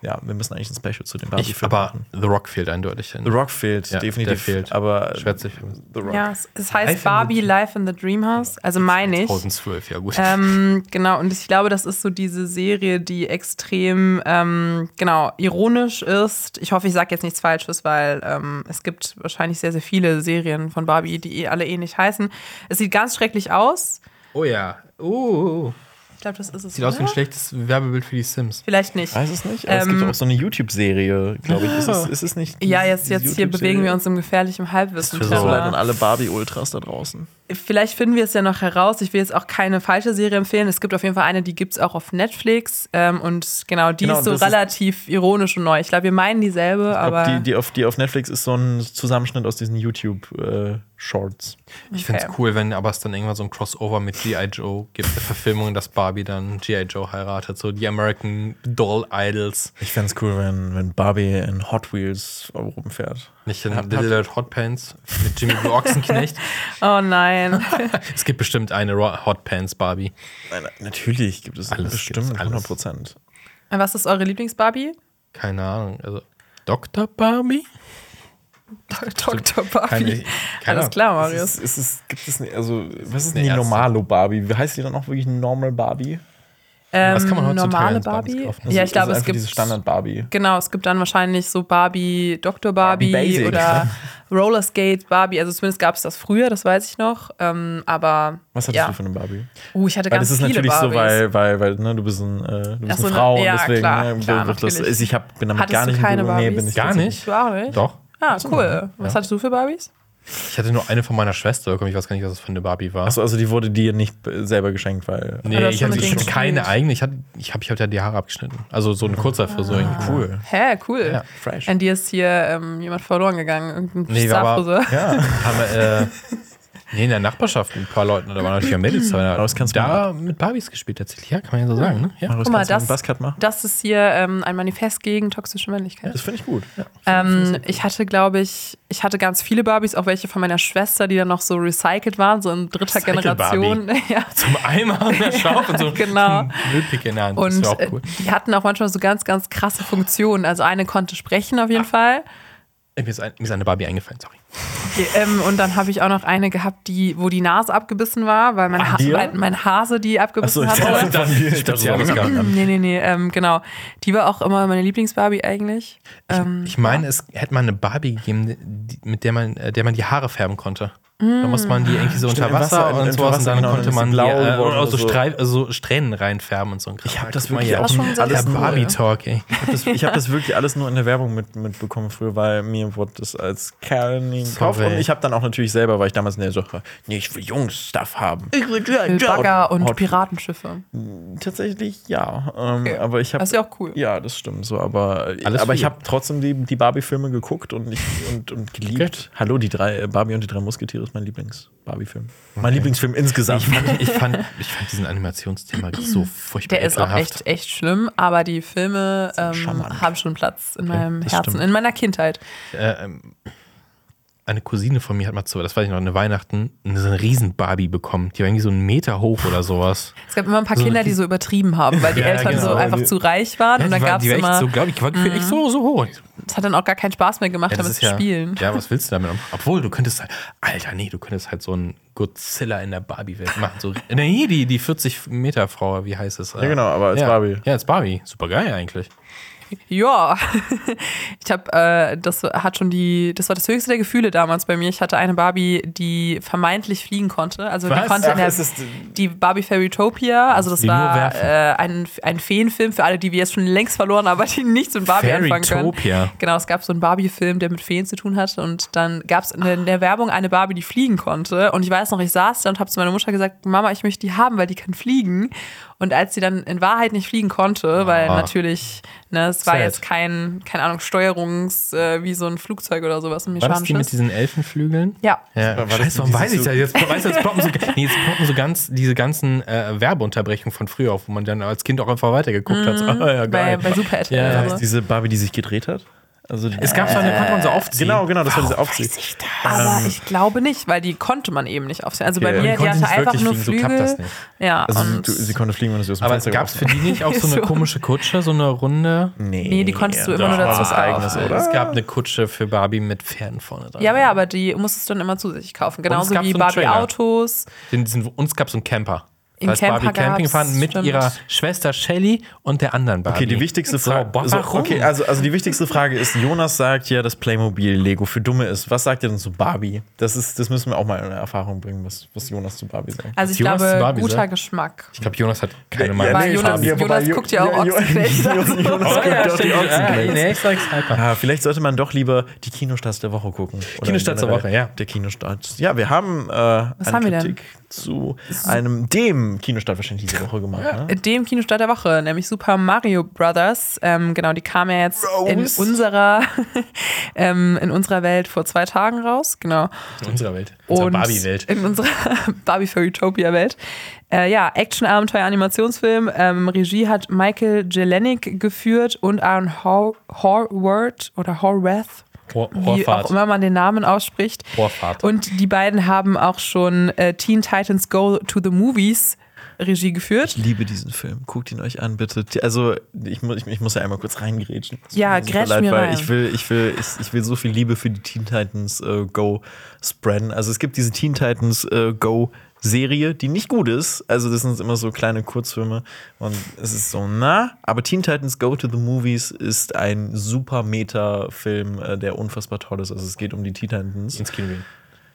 Speaker 2: ja, wir müssen eigentlich ein Special zu dem
Speaker 3: ich,
Speaker 2: Barbie-Film
Speaker 3: aber
Speaker 2: machen.
Speaker 3: The Rock fehlt eindeutig.
Speaker 2: The Rock fehlt,
Speaker 3: Ja,
Speaker 2: definitiv.
Speaker 3: der fehlt.
Speaker 2: Aber
Speaker 3: Schwätze ich.
Speaker 2: The Rock.
Speaker 1: Ja, es, es heißt
Speaker 3: genau Life in the-
Speaker 1: Barbie Life in the Dreamhouse. Also meine ich.
Speaker 3: 2012, ja gut.
Speaker 1: Ähm, genau, und ich glaube, das ist so diese Serie, die extrem, ähm, genau, ironisch ist. Ich hoffe, ich sage jetzt nichts Falsches, weil ähm, es gibt wahrscheinlich sehr, sehr viele Serien von Barbie, die eh alle ähnlich heißen. Es sieht ganz schrecklich aus.
Speaker 3: oh ja. Uh.
Speaker 1: Ich glaube, das ist es.
Speaker 3: Sieht aus wie ein
Speaker 1: oder?
Speaker 3: schlechtes Werbebild für die Sims.
Speaker 1: Vielleicht nicht.
Speaker 2: Weiß es nicht, aber es
Speaker 1: Ähm, Oh.
Speaker 2: gibt auch so eine YouTube-Serie, glaube ich. Ist es, ist es nicht?
Speaker 1: Ja,
Speaker 2: diese-
Speaker 1: jetzt,
Speaker 2: diese
Speaker 1: jetzt hier bewegen wir uns im gefährlichen Halbwissen.
Speaker 2: YouTube-Serie? Tut mir leid an
Speaker 1: Terror.
Speaker 2: alle Barbie-Ultras da draußen.
Speaker 1: Vielleicht finden wir es ja noch heraus. Ich will jetzt auch keine falsche Serie empfehlen. Es gibt auf jeden Fall eine, die gibt es auch auf Netflix. Ähm, und genau, die
Speaker 2: Genau,
Speaker 1: ist so
Speaker 2: das ist-
Speaker 1: relativ ironisch und neu. Ich glaube, wir meinen dieselbe,
Speaker 2: Ich
Speaker 1: aber.
Speaker 2: glaub, die, die, auf, die auf Netflix ist so ein Zusammenschnitt aus diesen äh, YouTube-Shorts.
Speaker 3: Ich finde es
Speaker 1: Okay.
Speaker 3: cool, wenn aber es dann irgendwann so ein Crossover mit G.I. Joe gibt, eine Verfilmung, dass Barbie dann G.I. Joe heiratet, so die American Doll Idols,
Speaker 2: ich fände es cool, wenn, wenn Barbie in Hot Wheels rumfährt.
Speaker 3: nicht in Little Red Hot Pants mit Jimmy Blue Ochsenknecht.
Speaker 1: oh nein.
Speaker 3: es gibt bestimmt eine Ro- Hot Pants Barbie.
Speaker 2: Nein, natürlich gibt es
Speaker 3: Alles
Speaker 2: bestimmt
Speaker 3: gibt's, alles.
Speaker 2: 100 Prozent.
Speaker 1: Was ist eure Lieblings-Barbie?
Speaker 3: Keine Ahnung, also Dr. Barbie?
Speaker 1: Dr. Barbie.
Speaker 3: Keine, keine
Speaker 1: Alles klar,
Speaker 2: Es,
Speaker 1: Marius.
Speaker 2: ist- es, ist- gibt es, nicht- also, was ist
Speaker 3: eine
Speaker 2: denn die
Speaker 3: Ärztin.
Speaker 2: normale Barbie? Wie heißt die dann auch wirklich Normal Barbie?
Speaker 1: Ähm,
Speaker 3: Was kann man heutzutage
Speaker 1: normale
Speaker 3: ins Barbies
Speaker 1: Barbie?
Speaker 3: kaufen?
Speaker 1: Ja, ich glaube,
Speaker 2: also
Speaker 1: es
Speaker 2: einfach
Speaker 1: gibt.
Speaker 2: diese Standard-Barbie.
Speaker 1: Genau, es gibt dann wahrscheinlich so Barbie, Dr. Barbie,
Speaker 2: Barbie Basic,
Speaker 1: oder Rollerskate Barbie. Also zumindest gab es das früher, das weiß ich noch. Ähm, aber.
Speaker 2: Was hattest
Speaker 1: ja.
Speaker 2: du für eine Barbie?
Speaker 1: Oh, ich hatte
Speaker 2: Weil
Speaker 1: ganz
Speaker 2: das ist
Speaker 1: viele
Speaker 2: natürlich
Speaker 1: Barbies.
Speaker 2: so, weil, weil, weil ne, du bist, ein, äh, du
Speaker 1: Ach
Speaker 2: bist
Speaker 1: so,
Speaker 2: eine
Speaker 1: ne-
Speaker 2: Frau
Speaker 1: ja,
Speaker 2: und deswegen
Speaker 1: klar,
Speaker 2: ne,
Speaker 1: klar,
Speaker 2: wird das,
Speaker 1: natürlich.
Speaker 2: also ich habe damit
Speaker 1: Hattest
Speaker 2: gar
Speaker 1: du
Speaker 2: nicht in
Speaker 1: keine
Speaker 2: Berührung- nee,
Speaker 1: Barbies?
Speaker 2: bin ich
Speaker 3: Gar
Speaker 2: tatsächlich-
Speaker 3: nicht?
Speaker 1: Du auch nicht?
Speaker 3: Doch.
Speaker 1: Ah, cool. Was hattest du für Barbies?
Speaker 3: Ich hatte nur eine von meiner Schwester, bekommen, ich weiß gar nicht, was das für eine Barbie war.
Speaker 2: Achso, also die wurde dir nicht äh, selber geschenkt, weil.
Speaker 3: Nee,
Speaker 1: Oder
Speaker 3: ich
Speaker 1: so
Speaker 3: hatte
Speaker 1: mit
Speaker 3: ich
Speaker 1: den
Speaker 3: hatte keine
Speaker 1: Strings.
Speaker 3: eigene. Ich hatte, ich habe ich hab halt ja die Haare abgeschnitten. Also so eine Kurzhaarfrisur. irgendwie.
Speaker 2: Cool.
Speaker 1: Hä, cool.
Speaker 3: Ja,
Speaker 2: fresh.
Speaker 1: An dir ist hier ähm, jemand verloren gegangen. Irgendein
Speaker 3: Nee, wir
Speaker 1: Starfriseur.
Speaker 3: aber, ja, haben wir, äh, nee, in der Nachbarschaft mit ein paar Leuten, da waren natürlich auch Mädels, aber
Speaker 2: das kannst du
Speaker 3: da mit Barbies gespielt tatsächlich, ja, kann man ja so sagen, ne? Ja.
Speaker 1: Guck mal,
Speaker 2: kannst du
Speaker 1: das,
Speaker 2: einen Buzzcut machen?
Speaker 1: das ist hier ähm, ein Manifest gegen toxische Männlichkeit.
Speaker 2: Das finde ich gut.
Speaker 1: Ähm, ich hatte, glaube ich, ich hatte ganz viele Barbies, auch welche von meiner Schwester, die dann noch so recycelt waren, so in dritter
Speaker 3: Recycle
Speaker 1: Generation. ja.
Speaker 3: Zum Eimer und der Schaufel und so
Speaker 1: Genau.
Speaker 3: ein Müllpick in der Hand, das
Speaker 1: Und
Speaker 3: wäre auch
Speaker 1: äh,
Speaker 3: cool.
Speaker 1: die hatten auch manchmal so ganz, ganz krasse Funktionen. Also eine konnte sprechen
Speaker 3: Ah.
Speaker 1: auf jeden Fall.
Speaker 3: Äh, mir, ist ein, mir ist eine Barbie eingefallen, sorry.
Speaker 1: Okay, ähm, und dann habe ich auch noch eine gehabt, die, wo die Nase abgebissen war, weil mein, ha
Speaker 2: dir?
Speaker 1: weil mein Hase die abgebissen
Speaker 2: Achso, ich
Speaker 1: hat.
Speaker 2: dachte, das ist
Speaker 3: Spezielles
Speaker 2: speziell.
Speaker 3: gehabt.
Speaker 1: Nee, nee, nee, ähm, genau. Die war auch immer meine Lieblingsbarbie eigentlich. Ähm,
Speaker 3: Ich meine, es hätte mal eine Barbie gegeben, die, mit der man, äh, der man die Haare färben konnte. Da musste man die irgendwie so
Speaker 2: Stimmt,
Speaker 3: unter
Speaker 2: im Wasser,
Speaker 3: Wasser,
Speaker 2: in-
Speaker 3: und
Speaker 2: unter
Speaker 3: sowas
Speaker 2: Wasser,
Speaker 3: und dann
Speaker 2: genau,
Speaker 3: konnte
Speaker 2: dann
Speaker 3: man die,
Speaker 2: ist sie blau
Speaker 3: äh,
Speaker 2: geworden
Speaker 3: oder so,
Speaker 2: oder so.
Speaker 3: Strei- also Strähnen reinfärben und so. Ich
Speaker 2: hab das wirklich auch
Speaker 1: schon sehr
Speaker 3: alles
Speaker 1: cool.
Speaker 3: Barbie Talk, ey.
Speaker 2: Das- Ich habe das wirklich alles nur in der Werbung mit, mitbekommen früher, weil mir wurde das als Kerl nie gekauft.
Speaker 3: Sorry.
Speaker 2: Und ich habe dann auch natürlich selber, weil ich damals in der Sache, nee, ich will Jungs-Stuff haben.
Speaker 1: mit Bagger und
Speaker 2: Hot-
Speaker 1: Piratenschiffe.
Speaker 2: Tatsächlich ja. Ähm, Aber ich habe.
Speaker 1: Das ist ja auch cool.
Speaker 2: Ja, das stimmt so. Aber,
Speaker 3: Alles
Speaker 2: aber ich
Speaker 3: früher.
Speaker 2: habe trotzdem die, die Barbie-Filme geguckt und, ich, und, und geliebt. Hallo, die drei, äh, Barbie und die drei Musketiere ist mein Lieblings-Barbie-Film. Mein Lieblingsfilm insgesamt.
Speaker 3: Ich fand, ich fand, ich fand diesen Animationsthema so furchtbar
Speaker 1: Der ist auch
Speaker 3: ekelhaft.
Speaker 1: echt, echt schlimm, aber die Filme ähm,
Speaker 2: charmant.
Speaker 1: haben schon Platz in meinem
Speaker 2: das
Speaker 1: Herzen,
Speaker 2: stimmt.
Speaker 1: in meiner Kindheit.
Speaker 3: eine Cousine von mir hat mal zu, das weiß ich noch, eine Weihnachten, eine- so eine Riesen-Barbie bekommen. Die war irgendwie so einen Meter hoch oder sowas.
Speaker 1: Es gab immer ein paar Kinder, die so übertrieben haben, weil die
Speaker 3: Ja,
Speaker 1: Eltern so
Speaker 3: genau.
Speaker 1: einfach zu reich waren. und
Speaker 3: die
Speaker 1: dann
Speaker 3: war,
Speaker 1: gab es
Speaker 3: die war echt
Speaker 1: immer,
Speaker 3: so, glaube ich, die war gefühlt echt so, so hoch. Ich so,
Speaker 1: es hat dann auch gar keinen Spaß mehr gemacht,
Speaker 3: Ja,
Speaker 1: damit
Speaker 3: das ist
Speaker 1: zu spielen.
Speaker 3: Ja, was willst du damit? Obwohl, du könntest halt, Alter, nee, du könntest halt so einen Godzilla in der Barbie-Welt machen. So, nee, die, die 40-Meter-Frau, wie heißt es?
Speaker 2: Ja, genau, aber als
Speaker 3: ja.
Speaker 2: Barbie.
Speaker 3: Ja, als Barbie. Super geil eigentlich.
Speaker 1: Ja, ich habe, äh, das hat schon die, das war das höchste der Gefühle damals bei mir. Ich hatte eine Barbie, die vermeintlich fliegen konnte. Also
Speaker 3: Was?
Speaker 1: die konnte in
Speaker 2: Ach,
Speaker 1: der,
Speaker 2: es ist-
Speaker 1: die Barbie Fairytopia. Also das
Speaker 3: Die äh, nur
Speaker 1: war
Speaker 3: werfen.
Speaker 1: äh, ein, ein Feenfilm für alle, die wir jetzt schon längst verloren haben, aber die nichts mit Barbie anfangen können.
Speaker 3: Fairytopia.
Speaker 1: Genau, es gab so einen Barbie-Film, der mit Feen zu tun hatte. Und dann gab es in, der- in der Werbung eine Barbie, die fliegen konnte. Und ich weiß noch, ich saß da und habe zu meiner Mutter gesagt, Mama, ich möchte die haben, weil die kann fliegen. Und als sie dann in Wahrheit nicht fliegen konnte,
Speaker 3: Ah.
Speaker 1: weil natürlich, ne, es war
Speaker 3: Sad.
Speaker 1: jetzt kein, keine Ahnung, Steuerungs, äh, wie so ein Flugzeug oder sowas, ein
Speaker 3: War das die mit
Speaker 1: mechanisches.
Speaker 3: diesen Elfenflügeln?
Speaker 1: Ja.
Speaker 3: Ja,
Speaker 2: War das
Speaker 3: Scheiße,
Speaker 2: die,
Speaker 3: warum
Speaker 2: die
Speaker 3: weiß
Speaker 2: sich
Speaker 3: ich
Speaker 2: so-
Speaker 3: das? Jetzt, weißt du, jetzt poppen so, nee, jetzt poppen so ganz diese ganzen äh, Werbeunterbrechungen von früher auf, wo man dann als Kind auch einfach weitergeguckt hat. So, ah, ja,
Speaker 1: Mhm. Bei,
Speaker 3: geil.
Speaker 1: bei Super RTL.
Speaker 3: Ja,
Speaker 1: oder so.
Speaker 2: Diese Barbie, die sich gedreht hat? Also die-
Speaker 3: es gab
Speaker 1: Äh,
Speaker 3: so eine, konnte man so aufziehen.
Speaker 2: Genau, genau, das war diese Aufsicht.
Speaker 1: Aber ich glaube nicht, weil die konnte man eben nicht aufsehen. Also bei
Speaker 2: Okay.
Speaker 1: mir,
Speaker 3: ähm, Die
Speaker 1: die
Speaker 3: konnte
Speaker 1: hatte
Speaker 3: nicht
Speaker 1: einfach
Speaker 3: wirklich
Speaker 1: nur
Speaker 3: fliegen,
Speaker 1: Flügel.
Speaker 3: so klappt das nicht.
Speaker 1: Ja,
Speaker 2: Also sie,
Speaker 1: und
Speaker 2: du, sie konnte fliegen, wenn du sie aus dem
Speaker 3: Aber
Speaker 2: Fenster
Speaker 3: gab es für
Speaker 2: geworfen
Speaker 3: die nicht auch so eine
Speaker 1: So.
Speaker 3: komische Kutsche, so eine runde?
Speaker 2: hast. Nee,
Speaker 1: Nee, die konntest du immer nur
Speaker 2: das war
Speaker 1: dazu
Speaker 2: was
Speaker 1: kaufen.
Speaker 2: eigenes,
Speaker 1: Also,
Speaker 2: oder?
Speaker 3: Es gab eine Kutsche für Barbie mit Pferden vorne dran.
Speaker 1: ja, aber ja, aber die musstest du dann immer zusätzlich kaufen. Genauso
Speaker 3: gab
Speaker 1: wie
Speaker 3: so einen Trailer.
Speaker 1: Barbie-Autos.
Speaker 3: Den, diesen, uns gab es einen Camper.
Speaker 1: Im
Speaker 3: Als
Speaker 1: Camper
Speaker 3: Barbie Camping
Speaker 1: gab's,
Speaker 3: gefahren mit
Speaker 1: stimmt.
Speaker 3: ihrer Schwester Shelly und der anderen Barbie.
Speaker 2: Okay, die wichtigste Frage.
Speaker 3: So,
Speaker 2: so,
Speaker 3: warum?
Speaker 2: okay, also, also die wichtigste Frage ist: Jonas sagt ja, dass Playmobil Lego für Dumme ist. Was sagt ihr denn zu Barbie? Das, ist, das müssen wir auch mal in Erfahrung bringen, was, was Jonas zu Barbie sagt.
Speaker 1: Also ich
Speaker 3: Jonas
Speaker 1: glaube,
Speaker 3: zu Barbie,
Speaker 1: guter
Speaker 3: ne?
Speaker 1: Geschmack.
Speaker 3: ich glaube, Jonas hat keine
Speaker 1: Aber
Speaker 3: Meinung.
Speaker 1: nee, Jonas- Fabi. Jonas guckt ja auch Ochsenknecht.
Speaker 2: Jonas
Speaker 3: Oh, ja,
Speaker 2: guckt auf die
Speaker 3: stimmt.
Speaker 2: Ochsenknecht.
Speaker 3: Ah, nee, ich sag's einfach.
Speaker 2: Ah, vielleicht sollte man doch lieber die Kinostarts der Woche gucken. Oder
Speaker 3: Kinostarts der
Speaker 2: generell
Speaker 3: Woche, ja.
Speaker 2: Der Kinostart. Ja, wir haben äh, eine
Speaker 1: haben wir denn?
Speaker 2: Kritik zu einem dem Kinostart wahrscheinlich diese Woche gemacht. Ne?
Speaker 1: Äh, Dem Kinostart der Woche, nämlich Super Mario Brothers. Ähm, genau, die kam ja jetzt in
Speaker 2: Rose.
Speaker 1: unserer, ähm, in unserer Welt vor zwei Tagen raus. Genau.
Speaker 3: In unserer Welt. In unserer
Speaker 1: Und
Speaker 3: Barbie-Welt.
Speaker 1: In unserer Barbie für Utopia Welt. Äh, ja, Action, Abenteuer, Animationsfilm. Ähm, Regie hat Michael Jelenic geführt und Aaron Hor Horwath oder Horwath.
Speaker 3: Hor-
Speaker 1: Wie auch
Speaker 3: Horvath.
Speaker 1: immer man den Namen ausspricht.
Speaker 3: Horvath.
Speaker 1: Und die beiden haben auch schon äh, Teen Titans Go to the Movies Regie geführt.
Speaker 2: Ich liebe diesen Film. Guckt ihn euch an, bitte. Also, ich, mu ich, ich muss ja einmal kurz reingrätschen. Es tut
Speaker 1: Ja,
Speaker 2: super
Speaker 1: grätsch mir
Speaker 2: weil
Speaker 1: rein.
Speaker 2: Ich will, ich, will, ich, ich will so viel Liebe für die Teen Titans äh, Go spreaden. Also, es gibt diese Teen Titans äh, Go Serie, die nicht gut ist. Also, das sind immer so kleine Kurzfilme und es ist so nah. Aber Teen Titans Go to the Movies ist ein super Meta-Film, äh, der unfassbar toll ist. Also, es geht um die Teen Titans.
Speaker 3: Ins Kino gehen.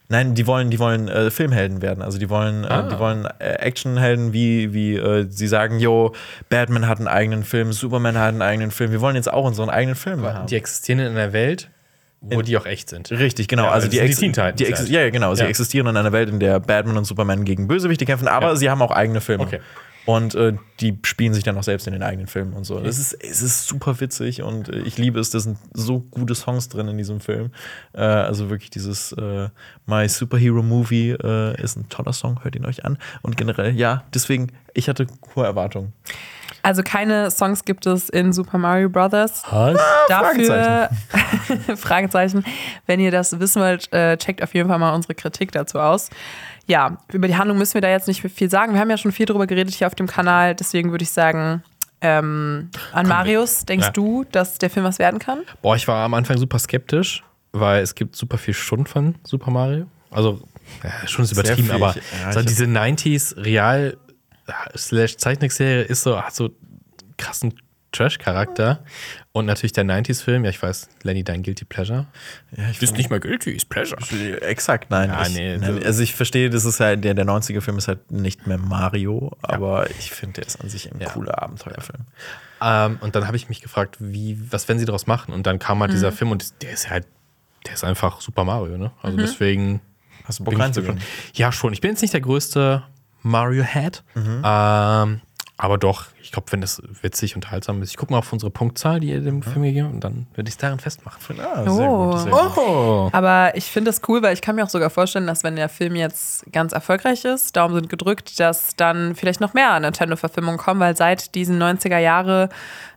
Speaker 2: Nein, die wollen, die wollen äh, Filmhelden werden. Also die wollen,
Speaker 3: Ah.
Speaker 2: äh, die wollen äh, Actionhelden, wie, wie äh, sie sagen, yo, Batman hat einen eigenen Film, Superman hat einen eigenen Film. Wir wollen jetzt auch unseren eigenen Film haben.
Speaker 3: Die existieren in einer Welt, wo die auch echt sind.
Speaker 2: Richtig, genau.
Speaker 3: Ja,
Speaker 2: also
Speaker 3: das
Speaker 2: die,
Speaker 3: sind die
Speaker 2: ex-
Speaker 3: Teen Titans
Speaker 2: die ex-
Speaker 3: halt.
Speaker 2: ja, ja, genau. Sie
Speaker 3: Ja.
Speaker 2: existieren in einer Welt, in der Batman und Superman gegen Bösewichte kämpfen, aber
Speaker 3: Ja.
Speaker 2: sie haben auch eigene Filme.
Speaker 3: Okay.
Speaker 2: Und äh, die spielen sich dann auch selbst in den eigenen Filmen und so. Das ist, es ist super witzig und äh, ich liebe es. Da sind so gute Songs drin in diesem Film. Äh, also wirklich dieses äh, My Superhero Movie äh, ist ein toller Song. Hört ihn euch an. Und generell, ja, deswegen, ich hatte hohe Erwartungen.
Speaker 1: Also keine Songs gibt es in Super Mario Brothers. Ah, Dafür Fragezeichen. Wenn ihr das wissen wollt, äh, checkt auf jeden Fall mal unsere Kritik dazu aus. Ja, über die Handlung müssen wir da jetzt nicht viel sagen. Wir haben ja schon viel drüber geredet hier auf dem Kanal. Deswegen würde ich sagen, ähm, an Marius, denkst
Speaker 3: Ja.
Speaker 1: du, dass der Film was werden kann?
Speaker 3: Boah, ich war am Anfang super skeptisch, weil es gibt super viel Schund von Super Mario. Also, ja, schon ist übertrieben,
Speaker 2: viel.
Speaker 3: aber
Speaker 2: Ich- ja,
Speaker 3: so
Speaker 2: ich-
Speaker 3: diese 90s Real äh, slash Zeichentrickserie ist so, hat so krassen Trash-Charakter. Und natürlich der 90s-Film, ja, ich weiß, Lenny, dein Guilty Pleasure.
Speaker 2: Ja, ich
Speaker 3: nicht mal Guilty, ist Pleasure.
Speaker 2: Exakt, nein.
Speaker 3: Ja,
Speaker 2: ich,
Speaker 3: nee,
Speaker 2: nein
Speaker 3: so-
Speaker 2: also ich verstehe, das ist halt, der, der 90er-Film ist halt nicht mehr Mario, aber ich finde, der ist an sich ein cooler Abenteuerfilm.
Speaker 3: Ähm, und dann habe ich mich gefragt, wie, was werden sie daraus machen? Und dann kam halt
Speaker 2: Mhm.
Speaker 3: dieser Film und der ist halt, der ist einfach Super Mario, ne? Also
Speaker 2: Mhm.
Speaker 3: deswegen.
Speaker 2: Hast du
Speaker 3: Bin
Speaker 2: Bock
Speaker 3: ich
Speaker 2: reinzugehen?
Speaker 3: schon- Ja, schon. Ich bin jetzt nicht der größte Mario-Head.
Speaker 2: Mhm.
Speaker 3: Ähm, aber doch, ich glaube, wenn das witzig und unterhaltsam ist, ich gucke mal auf unsere Punktzahl, die ihr dem Film gegeben habt, und dann würde ich es darin festmachen.
Speaker 2: Mhm. Ah,
Speaker 1: Oh.
Speaker 2: sehr gut.
Speaker 3: Oh!
Speaker 1: Aber ich finde das cool, weil ich kann mir auch sogar vorstellen, dass wenn der Film jetzt ganz erfolgreich ist, Daumen sind gedrückt, dass dann vielleicht noch mehr Nintendo-Verfilmungen kommen, weil seit diesen 90er Jahre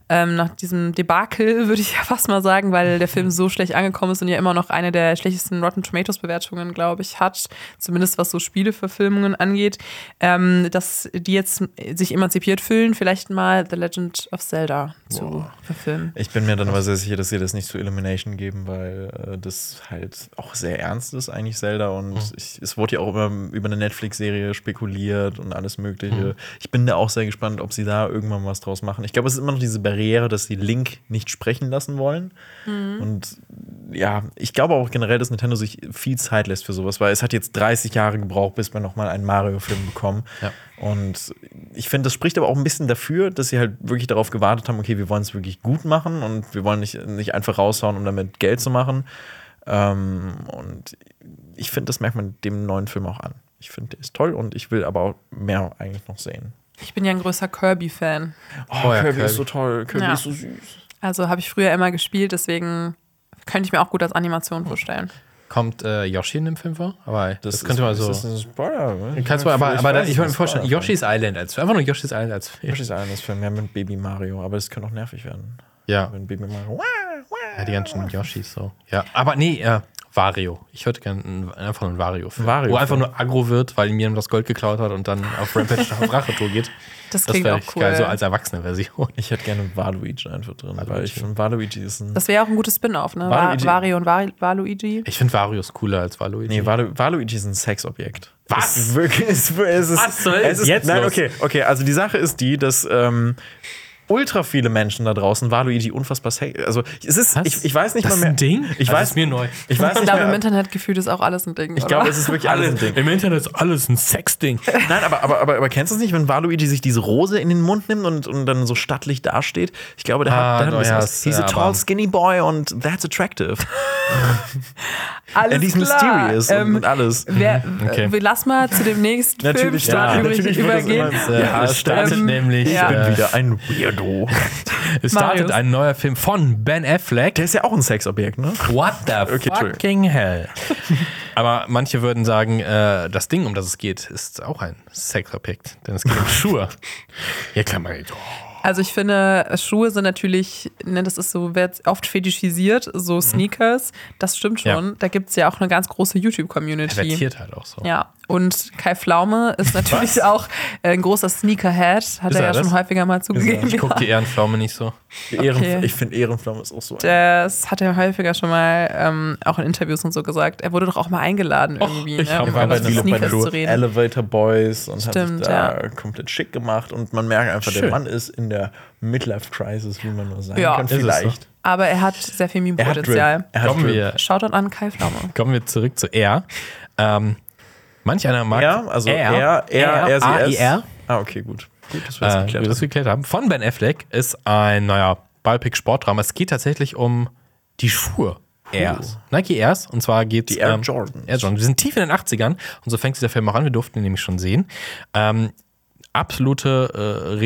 Speaker 1: ähm, nach diesem Debakel, würde ich ja fast mal sagen, weil der Film so schlecht angekommen ist und ja immer noch eine der schlechtesten Rotten Tomatoes Bewertungen, glaube ich, hat, zumindest was so Spieleverfilmungen angeht, ähm, dass die jetzt sich emanzipiert fühlen, vielleicht mal The Legend of Zelda zu verfilmen.
Speaker 2: Ich bin mir dann aber sehr sicher, dass sie das nicht zu Illumination geben, weil äh, das halt auch sehr ernst ist, eigentlich Zelda. Und ich, es wurde ja auch immer über eine Netflix-Serie spekuliert und alles Mögliche. Ich bin da auch sehr gespannt, ob sie da irgendwann was draus machen. Ich glaube, es ist immer noch diese Barriere, dass sie Link nicht sprechen lassen wollen. Und ja, ich glaube auch generell, dass Nintendo sich viel Zeit lässt für sowas, weil es hat jetzt 30 Jahre gebraucht, bis wir nochmal einen Mario-Film bekommen.
Speaker 3: Ja.
Speaker 2: Und ich finde, das spricht aber auch ein bisschen dafür, dass sie halt wirklich darauf gewartet haben, okay, wir wollen es wirklich gut machen und wir wollen nicht, nicht einfach raushauen, um damit Geld zu machen. Ähm, und ich finde, das merkt man dem neuen Film auch an. Ich finde, der ist toll und ich will aber auch mehr eigentlich noch sehen.
Speaker 1: Ich bin ja ein größer Kirby-Fan.
Speaker 2: Oh,
Speaker 3: ja,
Speaker 2: Kirby
Speaker 3: Kirby.
Speaker 2: ist so toll, Kirby
Speaker 1: Ja.
Speaker 2: ist so süß.
Speaker 1: Also habe ich früher immer gespielt, deswegen könnte ich mir auch gut als Animation vorstellen.
Speaker 3: Kommt äh, Yoshi in dem Film vor? Aber das, könnte
Speaker 2: ist-
Speaker 3: man so.
Speaker 2: Das ist ein Spoiler.
Speaker 3: kannst du aber, aber da,
Speaker 2: weiß,
Speaker 3: ich würde mir
Speaker 2: das ist
Speaker 3: vorstellen,
Speaker 2: ein Spoiler.
Speaker 3: Yoshi's Island als Film. Einfach nur Yoshi's Island als Film.
Speaker 2: Yoshi ist ein Film, ja, mit Baby Mario, aber das könnte auch nervig werden.
Speaker 3: Ja.
Speaker 2: Wenn Baby Mario.
Speaker 3: ja, die ganzen Yoshis so. Ja, aber nee, äh, Wario. Ich hörte gerne einen- einfach nur einen Wario-Film.
Speaker 2: Wario-Film.
Speaker 3: Wo einfach nur aggro wird, weil mir das Gold geklaut hat und dann auf Rampage auf Rachetour geht.
Speaker 1: Das
Speaker 3: Das
Speaker 1: klingt
Speaker 3: wäre
Speaker 1: auch
Speaker 3: richtig
Speaker 1: cool.
Speaker 3: geil, so als erwachsene Version.
Speaker 2: Ich hätte gerne Waluigi einfach drin, weil ich
Speaker 3: Waluigi.
Speaker 2: finde, Waluigi ist ein.
Speaker 1: das wäre auch ein gutes Spin-off, ne? Wa-
Speaker 2: Waluigi.
Speaker 1: Wario und Wa- Waluigi.
Speaker 3: Ich finde Wario ist cooler als Waluigi.
Speaker 2: Nee, Walu Waluigi ist ein Sexobjekt.
Speaker 3: Was?
Speaker 2: Es, ist wirklich, es, ist- es ist,
Speaker 3: Was soll
Speaker 2: es ist,
Speaker 3: jetzt
Speaker 2: Nein,
Speaker 3: los?
Speaker 2: okay, okay. Also die Sache ist die, dass ähm, ultra viele Menschen da draußen Waluigi unfassbar sex. Also es ist,
Speaker 3: Was?
Speaker 2: ich, ich weiß nicht
Speaker 3: Das
Speaker 2: mal
Speaker 3: ist
Speaker 2: mehr.
Speaker 3: ein Ding?
Speaker 2: Ich
Speaker 3: Das
Speaker 2: weiß
Speaker 3: ist mir neu.
Speaker 2: Ich weiß
Speaker 1: Ich
Speaker 2: nicht
Speaker 1: glaube, im
Speaker 2: mehr.
Speaker 1: Internet gefühlt ist auch alles ein Ding.
Speaker 2: Ich glaube, es ist wirklich alles ein Ding.
Speaker 3: Im Internet ist alles ein Sexding.
Speaker 2: Nein, aber, aber, aber, aber kennst du es nicht, wenn Waluigi sich diese Rose in den Mund nimmt und, und dann so stattlich dasteht? Ich glaube, der
Speaker 3: Ah,
Speaker 2: hat, der hat ein
Speaker 3: no,
Speaker 2: bisschen
Speaker 3: ja,
Speaker 2: was.
Speaker 3: ist,
Speaker 2: He's a
Speaker 3: äh,
Speaker 2: tall,
Speaker 3: aber-
Speaker 2: skinny boy and that's attractive.
Speaker 1: alles Ähm,
Speaker 2: And he's mysterious und, und alles.
Speaker 1: Wer,
Speaker 3: Okay.
Speaker 1: wir lass mal zu dem nächsten
Speaker 2: Natürlich,
Speaker 1: Filmstart
Speaker 2: ja,
Speaker 1: übrig-
Speaker 2: natürlich wird das
Speaker 1: übergehen.
Speaker 2: immer-
Speaker 3: Äh,
Speaker 2: Ja,
Speaker 3: es startet
Speaker 1: stimmt.
Speaker 3: nämlich.
Speaker 1: Ja.
Speaker 2: Ich
Speaker 3: äh,
Speaker 2: bin wieder ein Weirdo.
Speaker 3: Es startet
Speaker 1: Marius.
Speaker 3: ein neuer Film von Ben Affleck.
Speaker 2: Der ist ja auch ein Sexobjekt, ne?
Speaker 3: What the
Speaker 2: Entschuldigung.
Speaker 3: fucking hell? Aber manche würden sagen, äh, das Ding, um das es geht, ist auch ein Sexobjekt. Denn es geht um Schuhe. Ja, klar, mal.
Speaker 1: Also ich finde, Schuhe sind natürlich, ne, das ist so, wird oft fetischisiert,
Speaker 2: Mhm.
Speaker 1: so Sneakers. Das stimmt
Speaker 3: Ja.
Speaker 1: schon. Da gibt es ja auch eine ganz große YouTube-Community.
Speaker 3: Vertiert halt auch so.
Speaker 1: Ja, und Kai Pflaume ist natürlich auch äh, ein großer Sneakerhead, hat
Speaker 3: Ist
Speaker 1: er
Speaker 3: er
Speaker 1: ja schon
Speaker 3: das?
Speaker 1: häufiger mal zugegeben.
Speaker 3: Ich guck die Ehrenpflaume nicht so.
Speaker 2: Ehrenf- Ich finde Ehrenflamme ist auch so. ein-
Speaker 1: Das hat er häufiger schon mal ähm, auch in Interviews und so gesagt. Er wurde doch auch mal eingeladen irgendwie,
Speaker 3: ich
Speaker 1: ne,
Speaker 3: hab
Speaker 1: um
Speaker 3: mal
Speaker 1: über
Speaker 3: bei
Speaker 1: so
Speaker 3: den- bei
Speaker 1: Sneakers
Speaker 3: den
Speaker 1: zu reden.
Speaker 2: Elevator Boys und
Speaker 1: Stimmt,
Speaker 2: hat sich da komplett schick gemacht und man merkt einfach, der
Speaker 3: Schön.
Speaker 2: Mann ist in der Midlife Crisis, wie man nur sagen
Speaker 1: Ja.
Speaker 2: kann,
Speaker 1: Ist es
Speaker 3: so?
Speaker 2: vielleicht.
Speaker 1: Aber er hat sehr viel
Speaker 2: Er hat Drip.
Speaker 1: Meme-Potenzial.
Speaker 2: Er hat
Speaker 3: Kommen
Speaker 2: Drip.
Speaker 3: wir,
Speaker 1: Shoutout an Kai Pflaume.
Speaker 3: kommen wir zurück zu R. Ähm, manch einer mag.
Speaker 2: R, also R, R, R, R,
Speaker 3: A,
Speaker 2: R,
Speaker 3: I, R.
Speaker 2: Ah, okay, gut. Gut, dass wir das
Speaker 3: äh, wie wir
Speaker 2: geklärt
Speaker 3: das
Speaker 2: haben.
Speaker 3: geklärt haben. Von Ben Affleck ist ein, naja, Ballpick-Sportdrama. Es geht tatsächlich um die Schuhe. Airs. Nike Airs. Und zwar geht
Speaker 2: Die Air Jordans.
Speaker 3: Air Jordans. Wir sind tief in den 80ern und so fängt dieser Film auch an. Wir durften ihn nämlich schon sehen. Ähm, absolute äh,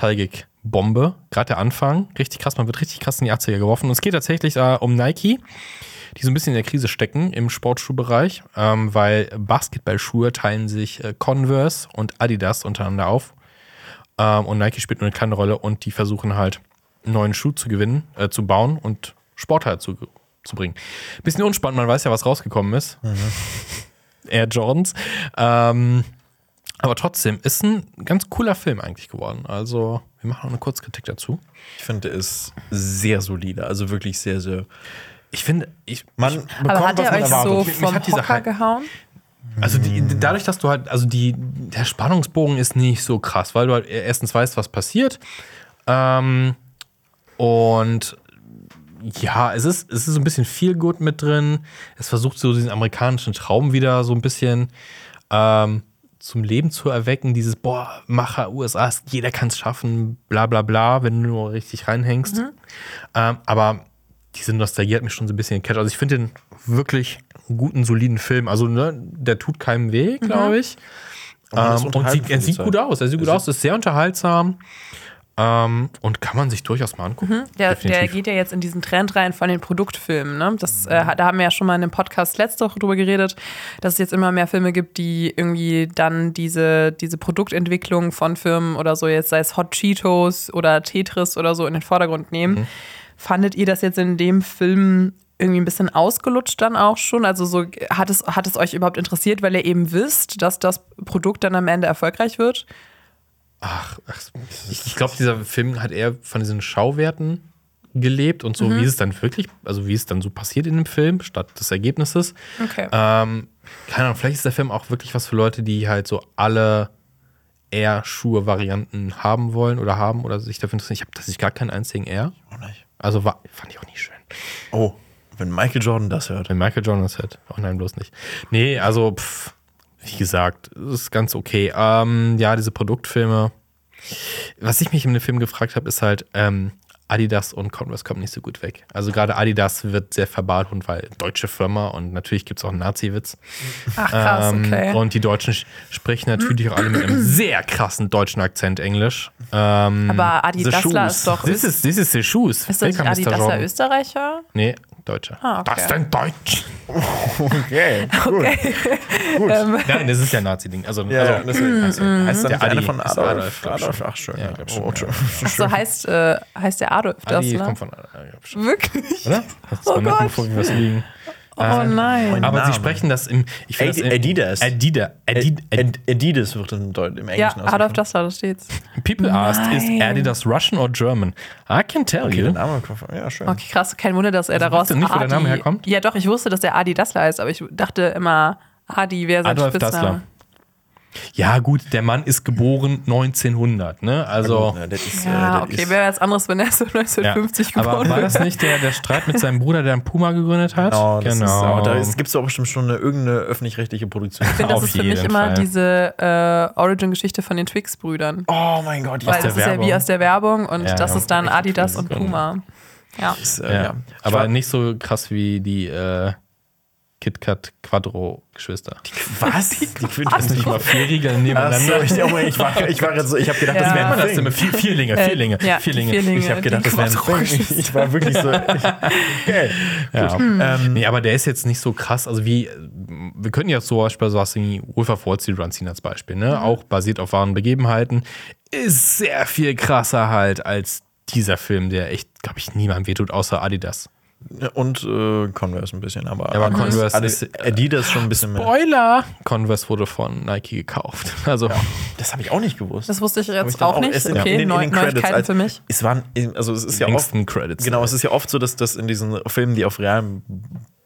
Speaker 3: Retro-Nostalgik-Bombe. Gerade der Anfang. Richtig krass. Man wird richtig krass in die 80er geworfen. Und es geht tatsächlich äh, um Nike die so ein bisschen in der Krise stecken im Sportschuhbereich, ähm, weil Basketballschuhe teilen sich äh, Converse und Adidas untereinander auf. Ähm, und Nike spielt nur eine kleine Rolle und die versuchen halt, einen neuen Schuh zu gewinnen, äh, zu bauen und Sportler zu, zu bringen. Bisschen unspannend, man weiß ja, was rausgekommen ist.
Speaker 2: Mhm.
Speaker 3: Air Jordans. Ähm, aber trotzdem ist ein ganz cooler Film eigentlich geworden. Also, wir machen noch eine Kurzkritik dazu.
Speaker 2: Ich finde, der ist sehr solide, also wirklich sehr, sehr.
Speaker 3: Ich finde, ich,
Speaker 2: Man bekommt,
Speaker 1: Aber hat
Speaker 2: was
Speaker 1: er
Speaker 2: man
Speaker 1: euch so
Speaker 2: erwartet.
Speaker 3: Mich- mich
Speaker 1: vom
Speaker 3: hat dieser
Speaker 1: Hocker
Speaker 3: Hype-
Speaker 1: gehauen?
Speaker 3: Also die, dadurch, dass du halt, also die, der Spannungsbogen ist nicht so krass, weil du halt erstens weißt, was passiert. Ähm, und ja, es ist, es ist so ein bisschen viel gut mit drin. Es versucht so diesen amerikanischen Traum wieder so ein bisschen ähm, zum Leben zu erwecken. Dieses, boah, Macher, USA, jeder kann es schaffen, bla bla bla, wenn du nur richtig reinhängst. Ähm, aber diese Nostalgie hat mich schon so ein bisschen gecatcht. Also ich finde den wirklich guten, soliden Film. Also ne, der tut keinem weh, glaube ich.
Speaker 2: man ist
Speaker 3: Ähm, und
Speaker 2: unterhalten
Speaker 3: sieht, er
Speaker 2: für die
Speaker 3: sieht
Speaker 2: Zeit.
Speaker 3: gut aus. Er sieht gut aus, ist sehr unterhaltsam. Ähm, und kann man sich durchaus mal angucken.
Speaker 1: Mhm. Der, der
Speaker 3: Definitiv. Mhm.
Speaker 1: geht ja jetzt in diesen Trend rein von den Produktfilmen. Ne? Das, äh, da haben wir ja schon mal in einem Podcast letzte Woche drüber geredet, dass es jetzt immer mehr Filme gibt, die irgendwie dann diese, diese Produktentwicklung von Firmen oder so, jetzt sei es Hot Cheetos oder Tetris oder so, in den Vordergrund nehmen.
Speaker 3: Mhm.
Speaker 1: Fandet ihr das jetzt in dem Film irgendwie ein bisschen ausgelutscht dann auch schon? Also so hat es, hat es euch überhaupt interessiert, weil ihr eben wisst, dass das Produkt dann am Ende erfolgreich wird?
Speaker 3: Ach, ach ich, ich glaube, dieser Film hat eher von diesen Schauwerten gelebt und
Speaker 1: Mhm.
Speaker 3: so, wie es dann wirklich, also wie es dann so passiert in dem Film, statt des Ergebnisses.
Speaker 1: Okay.
Speaker 3: Ähm, keine Ahnung, vielleicht ist der Film auch wirklich was für Leute, die halt so alle Air-Schuhe-Varianten haben wollen oder haben oder sich dafür interessieren. Ich habe tatsächlich gar keinen einzigen Air.
Speaker 2: Oh, nein.
Speaker 3: Also war, fand ich auch nicht schön.
Speaker 2: oh, wenn Michael Jordan das hört.
Speaker 3: Wenn Michael Jordan das hört. Oh nein, bloß nicht. Nee, also, pff, wie gesagt, ist ganz okay. Ähm, ja, diese Produktfilme. Was ich mich in dem Film gefragt habe, ist halt, ähm, Adidas und Converse kommen nicht so gut weg. Also gerade Adidas wird sehr verbahlhund, weil deutsche Firma und natürlich gibt es auch einen Nazi-Witz.
Speaker 1: Ach krass,
Speaker 3: Ähm,
Speaker 1: okay.
Speaker 3: Und die Deutschen sch- sprechen natürlich auch alle mit einem sehr krassen deutschen Akzent Englisch. Ähm,
Speaker 1: Aber Adidasler ist doch
Speaker 3: This
Speaker 1: Öst-
Speaker 3: is, this is the shoes.
Speaker 1: Ist das nicht
Speaker 3: Welcome, Mr.
Speaker 1: Adidasler
Speaker 3: Jordan.
Speaker 1: Österreicher?
Speaker 3: Nee, Deutscher.
Speaker 1: Ah, okay.
Speaker 3: Das ist ein Deutsch.
Speaker 2: Okay, gut. gut.
Speaker 3: Nein, das ist ja ein Nazi-Ding. Also,
Speaker 2: Ja, ja,
Speaker 3: also
Speaker 1: Mm,
Speaker 2: deswegen. heißt dann
Speaker 3: Der
Speaker 2: nicht einer
Speaker 3: Adi
Speaker 2: von
Speaker 3: ist
Speaker 2: Adolf?
Speaker 3: Adolf, glaub
Speaker 2: Adolf,
Speaker 3: schon.
Speaker 2: ach schön.
Speaker 3: Ja,
Speaker 2: Ja,
Speaker 3: glaub schon,
Speaker 2: oh, schön.
Speaker 1: Ach so, heißt, äh, heißt der Adolf
Speaker 3: Adi
Speaker 1: Dassler?
Speaker 3: kommt von Äh, Adolf. Ja, schon.
Speaker 1: Wirklich?
Speaker 3: Oder? Hast du
Speaker 1: Oh
Speaker 3: beim Nacken
Speaker 1: Gott.
Speaker 3: vor mir was liegen?
Speaker 1: Oh nein.
Speaker 3: Aber
Speaker 2: Namen.
Speaker 3: sie sprechen das im. Ich find
Speaker 2: Adi-
Speaker 3: das im-
Speaker 2: Adidas.
Speaker 3: Adidas. Adi- Adi-
Speaker 2: Ad- Adidas wird im, Deut im Englischen
Speaker 1: Ja,
Speaker 2: ausgesprochen.
Speaker 1: Adolf Dassler, da steht's.
Speaker 3: People asked, is
Speaker 1: Nein.
Speaker 3: Adidas Russian or German? I can tell
Speaker 2: Okay,
Speaker 3: you.
Speaker 2: der Name im Kopf. Ja, schön.
Speaker 1: Okay, krass. Kein Wunder, dass er daraus
Speaker 3: weißt Also, du nicht, wo der Name herkommt?
Speaker 1: Ja, doch, ich wusste, dass der Adi Dassler heißt, aber ich dachte immer, Adi wäre sein
Speaker 3: Adolf
Speaker 1: Spitzname.
Speaker 3: Dassler. Ja, gut, der Mann ist geboren 1900, ne? Also.
Speaker 2: Ja, das ist,
Speaker 1: Ja,
Speaker 2: äh, das
Speaker 1: okay,
Speaker 2: ist-
Speaker 1: wäre jetzt anderes, wenn er so
Speaker 2: Also,
Speaker 3: Ja.
Speaker 1: 1950
Speaker 3: Aber
Speaker 1: geboren
Speaker 3: war
Speaker 1: wäre.
Speaker 3: das nicht der, der Streit mit seinem Bruder, der einen Puma gegründet hat?
Speaker 2: Genau, das Ist, aber da gibt es doch bestimmt schon eine, irgendeine öffentlich-rechtliche Produktion.
Speaker 1: Ich finde, das
Speaker 3: auf
Speaker 1: ist für mich
Speaker 3: jeden
Speaker 1: immer
Speaker 3: Fall.
Speaker 1: diese äh, Origin-Geschichte von den Twix-Brüdern.
Speaker 2: oh mein Gott,
Speaker 1: Weil
Speaker 3: der
Speaker 1: das ist ja wie
Speaker 3: Werbung.
Speaker 1: aus der Werbung und
Speaker 3: Ja,
Speaker 1: das
Speaker 3: ja,
Speaker 1: ist dann
Speaker 3: echt
Speaker 1: Adidas
Speaker 3: cool.
Speaker 1: und Puma. Ja.
Speaker 2: ist, äh,
Speaker 3: Ja.
Speaker 2: ja. Ich
Speaker 3: Aber
Speaker 2: war-
Speaker 3: nicht so krass wie die äh, KitKat Quadro Geschwister.
Speaker 2: Was? Die
Speaker 3: Das sind nicht mal Vierjäger
Speaker 2: Ach so,
Speaker 3: nebeneinander.
Speaker 2: ich, oh, ich war, ich war gerade so, ich habe gedacht,
Speaker 1: Ja.
Speaker 2: das
Speaker 3: Nennt man
Speaker 2: wäre
Speaker 3: das
Speaker 2: ein
Speaker 3: denn?
Speaker 2: Ding.
Speaker 3: Vier, Vierlinge,
Speaker 1: Äh,
Speaker 3: Vierlinge,
Speaker 1: ja, die
Speaker 3: Vierlinge.
Speaker 1: Vierlinge,
Speaker 3: Ich habe
Speaker 1: die
Speaker 3: gedacht, das wäre ein Ding.
Speaker 2: Ich, ich war wirklich so. Ich, okay.
Speaker 3: Ja.
Speaker 1: Hm.
Speaker 3: nee, aber der ist jetzt nicht so krass. Also wie, äh, wir können ja zum Beispiel sowas wie Wolf of Wall Street ranziehen als Beispiel, ne?
Speaker 1: Mhm.
Speaker 3: Auch basiert auf wahren Begebenheiten. Ist sehr viel krasser halt als dieser Film, der echt, glaube ich, niemandem wehtut, außer Adidas.
Speaker 2: Und äh, Converse ein bisschen, aber,
Speaker 3: Ja, aber Converse
Speaker 2: Adi-
Speaker 3: ist-
Speaker 2: Adidas schon ein bisschen mehr.
Speaker 3: Spoiler! Converse wurde von Nike gekauft. Also
Speaker 2: Das habe ich auch nicht gewusst.
Speaker 1: Das wusste ich
Speaker 2: Hab
Speaker 1: jetzt
Speaker 2: dann
Speaker 1: auch nicht.
Speaker 2: erst in- in
Speaker 1: Okay,
Speaker 2: den-
Speaker 1: Neu
Speaker 2: in den Credits,
Speaker 1: Neuigkeiten
Speaker 2: als-
Speaker 1: für mich.
Speaker 2: Es waren, also es ist ja oft,
Speaker 3: längsten Credits.
Speaker 2: genau, es ist ja oft so, dass das in diesen Filmen, die auf realen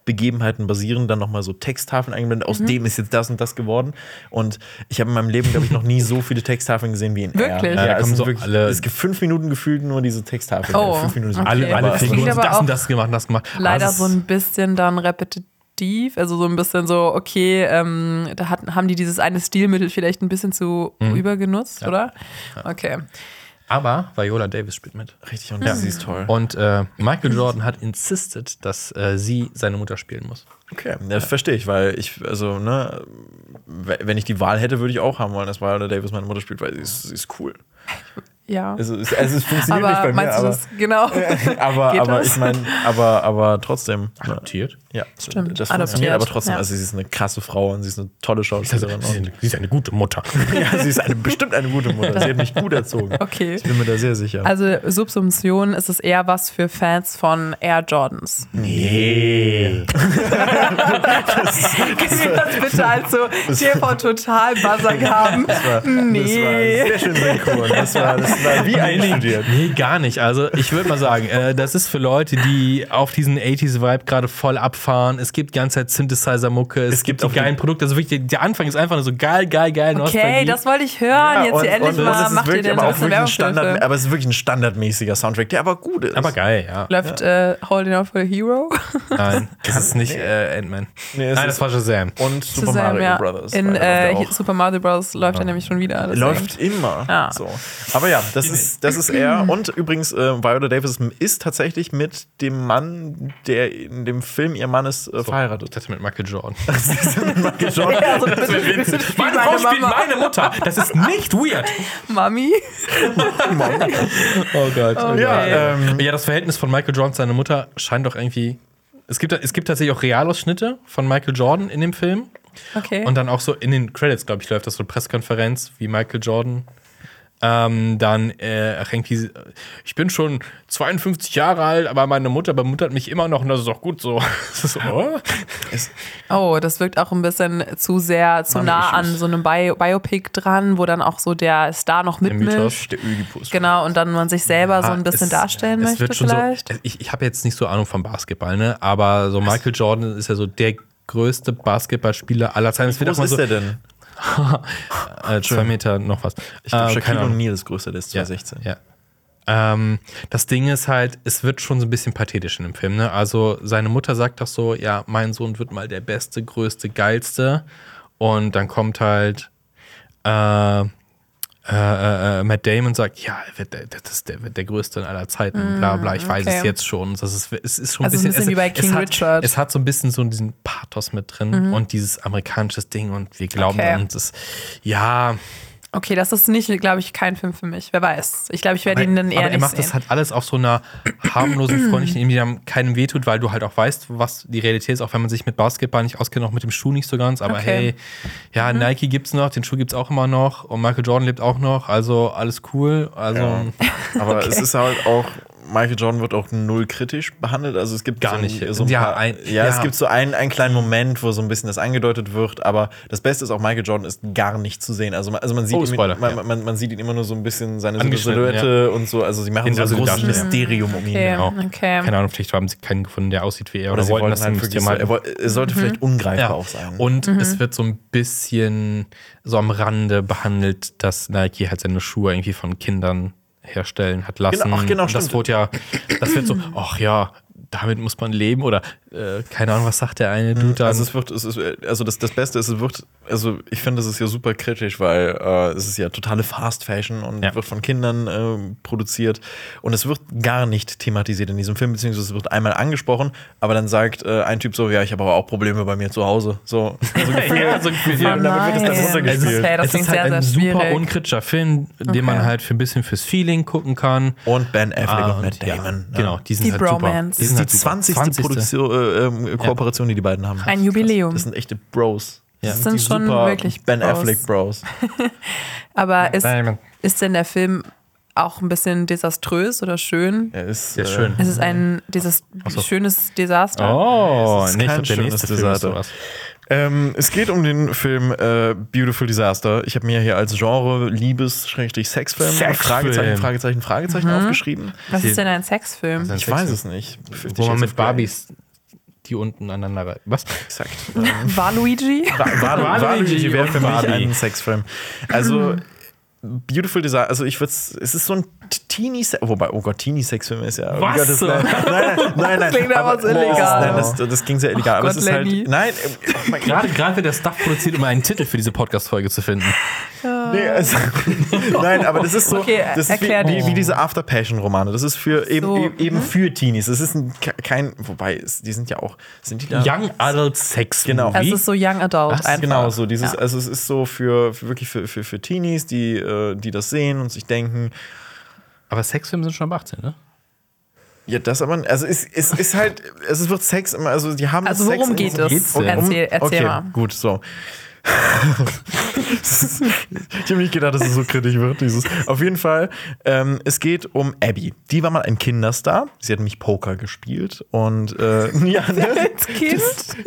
Speaker 2: Begebenheiten basieren, dann nochmal so Texttafeln eingeblendet,
Speaker 1: Mhm.
Speaker 2: aus dem ist jetzt das und das geworden. Und ich habe in meinem Leben, glaube ich, noch nie so viele Texttafeln gesehen wie in
Speaker 1: Wirklich?
Speaker 2: R.
Speaker 1: Ja,
Speaker 2: Ja,
Speaker 1: da
Speaker 2: ja, es,
Speaker 3: kommen
Speaker 2: sind
Speaker 3: so
Speaker 2: wirklich,
Speaker 3: alle-
Speaker 2: es gibt fünf Minuten gefühlt nur diese Texttafeln.
Speaker 1: Oh,
Speaker 2: fünf Minuten sind
Speaker 1: okay.
Speaker 3: Alle, alle
Speaker 1: Das
Speaker 3: Figuren
Speaker 1: klingt
Speaker 3: haben
Speaker 1: aber
Speaker 3: das und
Speaker 1: auch
Speaker 3: das gemacht und das gemacht. Aber
Speaker 1: leider
Speaker 3: es ist-
Speaker 2: Also
Speaker 1: so ein bisschen dann repetitiv, also so ein bisschen so, okay, ähm, da hat, haben die dieses eine Stilmittel vielleicht ein bisschen zu
Speaker 2: Mhm.
Speaker 1: übergenutzt, oder? Okay.
Speaker 3: Aber Viola Davis spielt mit.
Speaker 2: Richtig, und sie ist
Speaker 1: Oh,
Speaker 2: toll.
Speaker 3: Und äh, Michael Jordan hat insisted, dass äh, sie seine Mutter spielen muss.
Speaker 2: Okay, das verstehe ich, weil ich, also, ne, we- wenn ich die Wahl hätte, würde ich auch haben wollen, dass Viola Davis meine Mutter spielt, weil sie ist, sie ist cool.
Speaker 1: Ja.
Speaker 2: Also, es, also, es funktioniert
Speaker 1: aber
Speaker 2: nicht bei mir.
Speaker 1: meinst du
Speaker 2: aber,
Speaker 1: das? Genau.
Speaker 2: aber,
Speaker 1: Geht
Speaker 2: aber
Speaker 1: das?
Speaker 2: ich meine, aber, aber trotzdem. ne,
Speaker 3: Adoptiert?
Speaker 2: ja,
Speaker 1: Stimmt, adoptiert,
Speaker 2: Das funktioniert aber trotzdem.
Speaker 1: ja.
Speaker 2: Also, sie ist eine krasse Frau und sie ist eine tolle Schauspielerin. Und,
Speaker 3: sie ist eine gute Mutter.
Speaker 2: ja, sie ist eine, bestimmt eine gute Mutter. Sie hat mich gut erzogen.
Speaker 1: Okay.
Speaker 2: Ich bin mir da sehr sicher.
Speaker 1: Also Subsumption ist es eher was für Fans von Air Jordans.
Speaker 2: nee.
Speaker 1: Können wir das bitte als so TV total Buzzing haben? Nee.
Speaker 2: Das war sehr schön synchron. Das war, das war wie einstudiert.
Speaker 3: Nee, gar nicht. Also, ich würde mal sagen, äh, das ist für Leute, die auf diesen 80s-Vibe gerade voll abfahren. Es gibt die ganze Zeit Synthesizer-Mucke, es, gibt
Speaker 2: gibt
Speaker 3: die
Speaker 2: auch
Speaker 3: geilen Produkte. Also wirklich, der Anfang ist einfach nur so geil, geil, geil.
Speaker 1: Okay,
Speaker 3: Nostalgie.
Speaker 1: das wollte ich hören. Jetzt hier endlich mal
Speaker 2: es ist
Speaker 1: macht ihr
Speaker 2: wirklich,
Speaker 1: den
Speaker 2: aber auch wirklich ein Standard,
Speaker 1: Werbung.
Speaker 2: aber es ist wirklich ein standardmäßiger Soundtrack, der aber gut ist.
Speaker 3: Aber geil, ja.
Speaker 1: Läuft äh, Holding Out for the Hero?
Speaker 3: Nein, das ist nicht äh, Ant-Man.
Speaker 2: Nee, es
Speaker 3: Nein,
Speaker 2: ist-
Speaker 3: das war Shazam.
Speaker 2: und Super
Speaker 1: Shazam,
Speaker 2: Mario
Speaker 1: ja.
Speaker 2: Brothers.
Speaker 1: In
Speaker 2: war ja
Speaker 1: äh,
Speaker 2: auch.
Speaker 1: hier- Super Mario Bros. läuft er nämlich schon wieder. deswegen.
Speaker 2: Läuft immer.
Speaker 1: Ja.
Speaker 2: So. Aber ja, das
Speaker 3: Hm.
Speaker 2: ist, das ist er. Und übrigens, äh, Viola Davis ist tatsächlich mit dem Mann, der in dem Film ihr Mann ist äh, verheiratet.
Speaker 3: dachte mit Michael Jordan.
Speaker 1: Ja, so Also ein bisschen
Speaker 3: Meine
Speaker 1: meine
Speaker 3: Frau spielt
Speaker 1: Mama.
Speaker 3: meine Mutter. Das ist nicht weird.
Speaker 1: Mami.
Speaker 3: Oh Gott.
Speaker 2: Ja, ähm,
Speaker 3: Ja, das Verhältnis von Michael Jordan zu seiner Mutter scheint doch irgendwie. Es gibt, es gibt tatsächlich auch Realausschnitte von Michael Jordan in dem Film.
Speaker 1: Okay.
Speaker 3: Und dann auch so in den Credits, glaube ich, läuft das so eine Pressekonferenz wie Michael Jordan. Ähm, dann äh, ach, irgendwie, ich bin schon 52 Jahre alt, aber meine Mutter bemuttert mich immer noch und das ist auch gut so. Das ist so oh.
Speaker 1: Oh, das wirkt auch ein bisschen zu sehr, zu nah an so einem Bio Biopic dran, wo dann auch so der Star noch
Speaker 3: Der Mythos,
Speaker 1: mitmischt.
Speaker 3: der Ödipus.
Speaker 1: Genau, und dann man sich selber so Also ein
Speaker 3: Ah,
Speaker 1: bisschen
Speaker 3: es-
Speaker 1: darstellen
Speaker 3: es
Speaker 1: möchte
Speaker 3: wird schon
Speaker 1: vielleicht.
Speaker 3: So, ich ich habe jetzt nicht so Ahnung vom Basketball, ne? aber so Michael Jordan ist ja so der größte Basketballspieler aller Zeiten. Es wird auch
Speaker 2: groß
Speaker 3: mal
Speaker 2: ist
Speaker 3: so
Speaker 2: der denn?
Speaker 3: äh, zwei Meter noch was.
Speaker 2: Ich glaube,
Speaker 3: Äh,
Speaker 2: Shaquille
Speaker 3: keine Ahnung.
Speaker 2: O'Neal ist größer, der ist
Speaker 3: Ja,
Speaker 2: 2016.
Speaker 3: Ja. Ähm, das Ding ist halt, es wird schon so ein bisschen pathetisch in dem Film. Ne? Also seine Mutter sagt doch so, ja, mein Sohn wird mal der Beste, Größte, Geilste. Und dann kommt halt äh, äh, äh, Matt Damon und sagt, ja, er wird der, das ist der, wird der Größte aller Zeiten, bla bla, ich weiß
Speaker 1: Mm, okay.
Speaker 3: es jetzt schon. Das ist, es ist schon
Speaker 1: Also ein bisschen
Speaker 3: es,
Speaker 1: wie bei King
Speaker 3: es hat,
Speaker 1: Richard. Mhm.
Speaker 3: Es hat so ein bisschen so diesen Pathos mit drin und dieses amerikanische Ding und wir glauben
Speaker 1: Okay.
Speaker 3: an das. Ja,
Speaker 1: Okay, das ist nicht, glaube ich, kein Film für mich. Wer weiß. Ich glaube, ich werde
Speaker 3: Aber-
Speaker 1: ihn dann eher
Speaker 3: aber er
Speaker 1: nicht
Speaker 3: macht
Speaker 1: sehen.
Speaker 3: das halt alles auf so einer harmlosen, freundlichen Ebene, die einem keinem wehtut, weil du halt auch weißt, was die Realität ist, auch wenn man sich mit Basketball nicht auskennt, auch mit dem Schuh nicht so ganz. Aber
Speaker 1: Okay. Mhm.
Speaker 3: hey, ja, Nike gibt's noch, den Schuh gibt's auch immer noch und Michael Jordan lebt auch noch, also alles cool. Also
Speaker 2: Aber es ist halt auch, Michael Jordan wird auch null kritisch behandelt. Also es gibt
Speaker 3: Gar
Speaker 2: so
Speaker 3: nicht.
Speaker 2: Ein, so ein
Speaker 3: Ja,
Speaker 2: paar,
Speaker 3: ein-
Speaker 2: ja,
Speaker 3: ja.
Speaker 2: es gibt so einen, einen kleinen Moment, wo so ein bisschen das angedeutet wird. Aber das Beste ist auch, Michael Jordan ist gar nicht zu sehen. Also man, also man, sieht,
Speaker 3: Oh,
Speaker 2: ihn,
Speaker 3: Spoiler,
Speaker 2: man,
Speaker 3: ja.
Speaker 2: man, man sieht ihn immer nur so ein bisschen seine
Speaker 3: Angeschnitten,
Speaker 2: Silhouette und so. Also sie machen
Speaker 3: In
Speaker 2: so
Speaker 3: der
Speaker 2: ein großes
Speaker 3: Südasche.
Speaker 2: Mysterium um ihn.
Speaker 1: Okay.
Speaker 3: genau.
Speaker 1: okay.
Speaker 3: Keine Ahnung, vielleicht haben sie keinen gefunden, der aussieht wie er
Speaker 2: Oder
Speaker 3: oder,
Speaker 2: sie
Speaker 3: wollten
Speaker 2: wollten
Speaker 3: das
Speaker 2: halt
Speaker 3: System
Speaker 2: wirklich so, er, woll- es sollte vielleicht ungreifbar auch sein.
Speaker 3: Und
Speaker 1: Mhm.
Speaker 3: es wird so ein bisschen so am Rande behandelt, dass Nike halt seine Schuhe irgendwie von Kindern herstellen hat lassen.
Speaker 2: Genau, ach, genau,
Speaker 3: Und das
Speaker 2: stimmt.
Speaker 3: wurde ja, das wird so, ach ja, damit muss man leben oder äh, keine Ahnung, was sagt der eine Dude dann?
Speaker 2: Also es wird, es ist, also das, das Beste ist, es wird, also ich finde, es ist ja super kritisch, weil äh, es ist ja totale Fast Fashion und
Speaker 3: Ja.
Speaker 2: wird von Kindern ähm, produziert und es wird gar nicht thematisiert in diesem Film, beziehungsweise es wird einmal angesprochen, aber dann sagt äh, ein Typ so, ja, ich habe aber auch Probleme bei mir zu Hause. So, so gefühlt.
Speaker 3: Ja, so ein Gefühl.
Speaker 1: Oh
Speaker 2: Und dann wird es dann
Speaker 1: nein.
Speaker 2: runtergespielt.
Speaker 1: Okay, das
Speaker 3: es ist
Speaker 1: klingt
Speaker 3: halt
Speaker 1: sehr, sehr
Speaker 3: ein super
Speaker 1: schwierig.
Speaker 3: unkritischer Film, den man halt für ein bisschen fürs Feeling gucken kann.
Speaker 2: Und Ben Affleck
Speaker 3: Ah,
Speaker 2: und Matt
Speaker 3: ja,
Speaker 2: Damon. ne?
Speaker 3: Genau, die sind
Speaker 1: Die
Speaker 3: halt super.
Speaker 1: Bromance.
Speaker 3: Die
Speaker 2: Das
Speaker 3: sind
Speaker 2: ist die
Speaker 3: halt super.
Speaker 2: 20. Produktion, äh, ähm, Kooperation, die die beiden haben.
Speaker 1: Ein Jubiläum.
Speaker 2: Das sind echte Bros.
Speaker 3: Ja.
Speaker 1: Das sind
Speaker 2: Die
Speaker 1: schon
Speaker 2: super
Speaker 1: wirklich
Speaker 2: Ben
Speaker 1: Bros.
Speaker 2: Affleck Bros.
Speaker 1: Aber ist,
Speaker 3: Diamond.
Speaker 1: ist denn der Film auch ein bisschen desaströs oder schön?
Speaker 2: Er ist äh,
Speaker 3: Sehr schön.
Speaker 1: Es ist ein dieses
Speaker 3: so.
Speaker 1: schönes Desaster.
Speaker 3: Oh,
Speaker 2: Es ist
Speaker 3: nee, ich
Speaker 2: kein
Speaker 3: glaub, der
Speaker 2: schönes
Speaker 3: nächste Film ist
Speaker 2: Desaster.
Speaker 3: sowas.
Speaker 2: Ähm, es geht um den Film äh, Beautiful Disaster. Ich habe mir hier als Genre Liebes schrägstrich Sexfilm
Speaker 3: Sexfilm.
Speaker 2: Fragezeichen Fragezeichen Fragezeichen
Speaker 1: Mhm.
Speaker 2: aufgeschrieben.
Speaker 1: Was ist denn ein Sexfilm?
Speaker 2: Ich weiß es nicht.
Speaker 3: Wo
Speaker 2: 50
Speaker 3: man
Speaker 2: Shades
Speaker 3: mit
Speaker 2: of Grey.
Speaker 3: Barbies die unten aneinander rei- Was?
Speaker 2: Exakt. Ähm,
Speaker 1: War Luigi?
Speaker 2: Walu- Waluigi
Speaker 3: Waluigi
Speaker 2: wäre
Speaker 3: und
Speaker 2: für mich
Speaker 3: Barbie.
Speaker 2: ein Sexfilm. Also Beautiful Disaster. Also ich würde es ist so ein Teenie Sex wobei oh Gott Teenie Sexfilm ist ja.
Speaker 3: Was?
Speaker 2: Um Gottes Willen. nein, nein, nein, nein.
Speaker 1: klingt aber so
Speaker 2: es ist-
Speaker 1: illegal.
Speaker 2: Nein, das, das ging sehr illegal, aber
Speaker 1: Gott,
Speaker 2: es ist halt
Speaker 1: Lenny.
Speaker 2: nein, äh, oh mein Gott.
Speaker 3: Gerade, gerade wird der Stuff produziert, um einen Titel für diese Podcast-Folge zu finden.
Speaker 2: Nee, also, nein, aber das ist so,
Speaker 1: Ah. Okay,
Speaker 2: das ist wie,
Speaker 1: erklär
Speaker 2: wie,
Speaker 1: dich.
Speaker 2: wie diese After Passion Romane. Das ist für eben,
Speaker 1: So, mhm.
Speaker 2: eben, eben für Teenies. Es ist ein, ke- kein, wobei es, die sind ja auch, sind die da?
Speaker 3: Young Adult Sex.
Speaker 2: Genau.
Speaker 1: Also Es ist so Young Adult
Speaker 2: Das ist
Speaker 1: einfach.
Speaker 2: Genau so. Dieses,
Speaker 1: Ja.
Speaker 2: Also es ist so für, für wirklich für, für, für Teenies, die, äh, die das sehen und sich denken,
Speaker 3: Aber Sexfilme sind schon ab 18, ne?
Speaker 2: ja, das aber, also es, es ist halt, es wird Sex immer, also die haben
Speaker 1: Also
Speaker 2: Sex
Speaker 1: worum
Speaker 2: in-
Speaker 1: geht es?
Speaker 3: geht's denn?
Speaker 1: Erzähl, erzähl
Speaker 2: okay,
Speaker 1: mal.
Speaker 2: gut, so. ich habe nicht gedacht, dass es so kritisch wird. Dieses. Auf jeden Fall, ähm, es geht um Abby. Die war mal ein Kinderstar. Sie hat nämlich Poker gespielt und äh, ja, ne?
Speaker 1: Als Kind?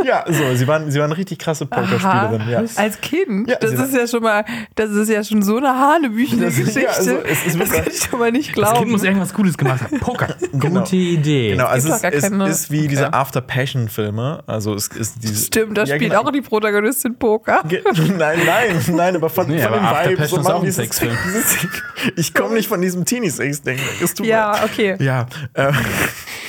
Speaker 2: ja, so, sie waren, sie waren richtig krasse Pokerspielerin. Ja.
Speaker 1: Als Kind?
Speaker 2: Ja,
Speaker 1: das
Speaker 2: sie-
Speaker 1: ist ja schon mal, das ist ja schon so eine hanebüchene
Speaker 2: Das ist-
Speaker 1: Geschichte.
Speaker 2: ja, also, es ist
Speaker 1: das
Speaker 2: wirklich-
Speaker 1: kann ich schon mal nicht
Speaker 3: Das Kind
Speaker 1: glauben.
Speaker 3: muss irgendwas Gutes gemacht haben. Poker. Gute Idee.
Speaker 2: Genau, also
Speaker 1: gibt
Speaker 2: es,
Speaker 1: doch gar
Speaker 2: es
Speaker 1: keine-
Speaker 2: ist wie diese After-Passion-Filme. Also es ist diese.
Speaker 1: Stimmt, da
Speaker 2: Ja,
Speaker 1: spielt
Speaker 2: genau.
Speaker 1: auch die Protagonistin Poker.
Speaker 2: Ge- Nein, nein, nein, aber von,
Speaker 3: Nee,
Speaker 2: von
Speaker 3: aber
Speaker 2: dem
Speaker 3: After
Speaker 2: Vibe.
Speaker 3: Passion ist
Speaker 2: Mann,
Speaker 3: auch ein
Speaker 2: dieses-
Speaker 3: Sexfilm.
Speaker 2: dieses- Ich komme nicht von diesem Teenie-Sex-Ding. Es tut mir-
Speaker 1: Ja, okay,
Speaker 2: Ja, äh,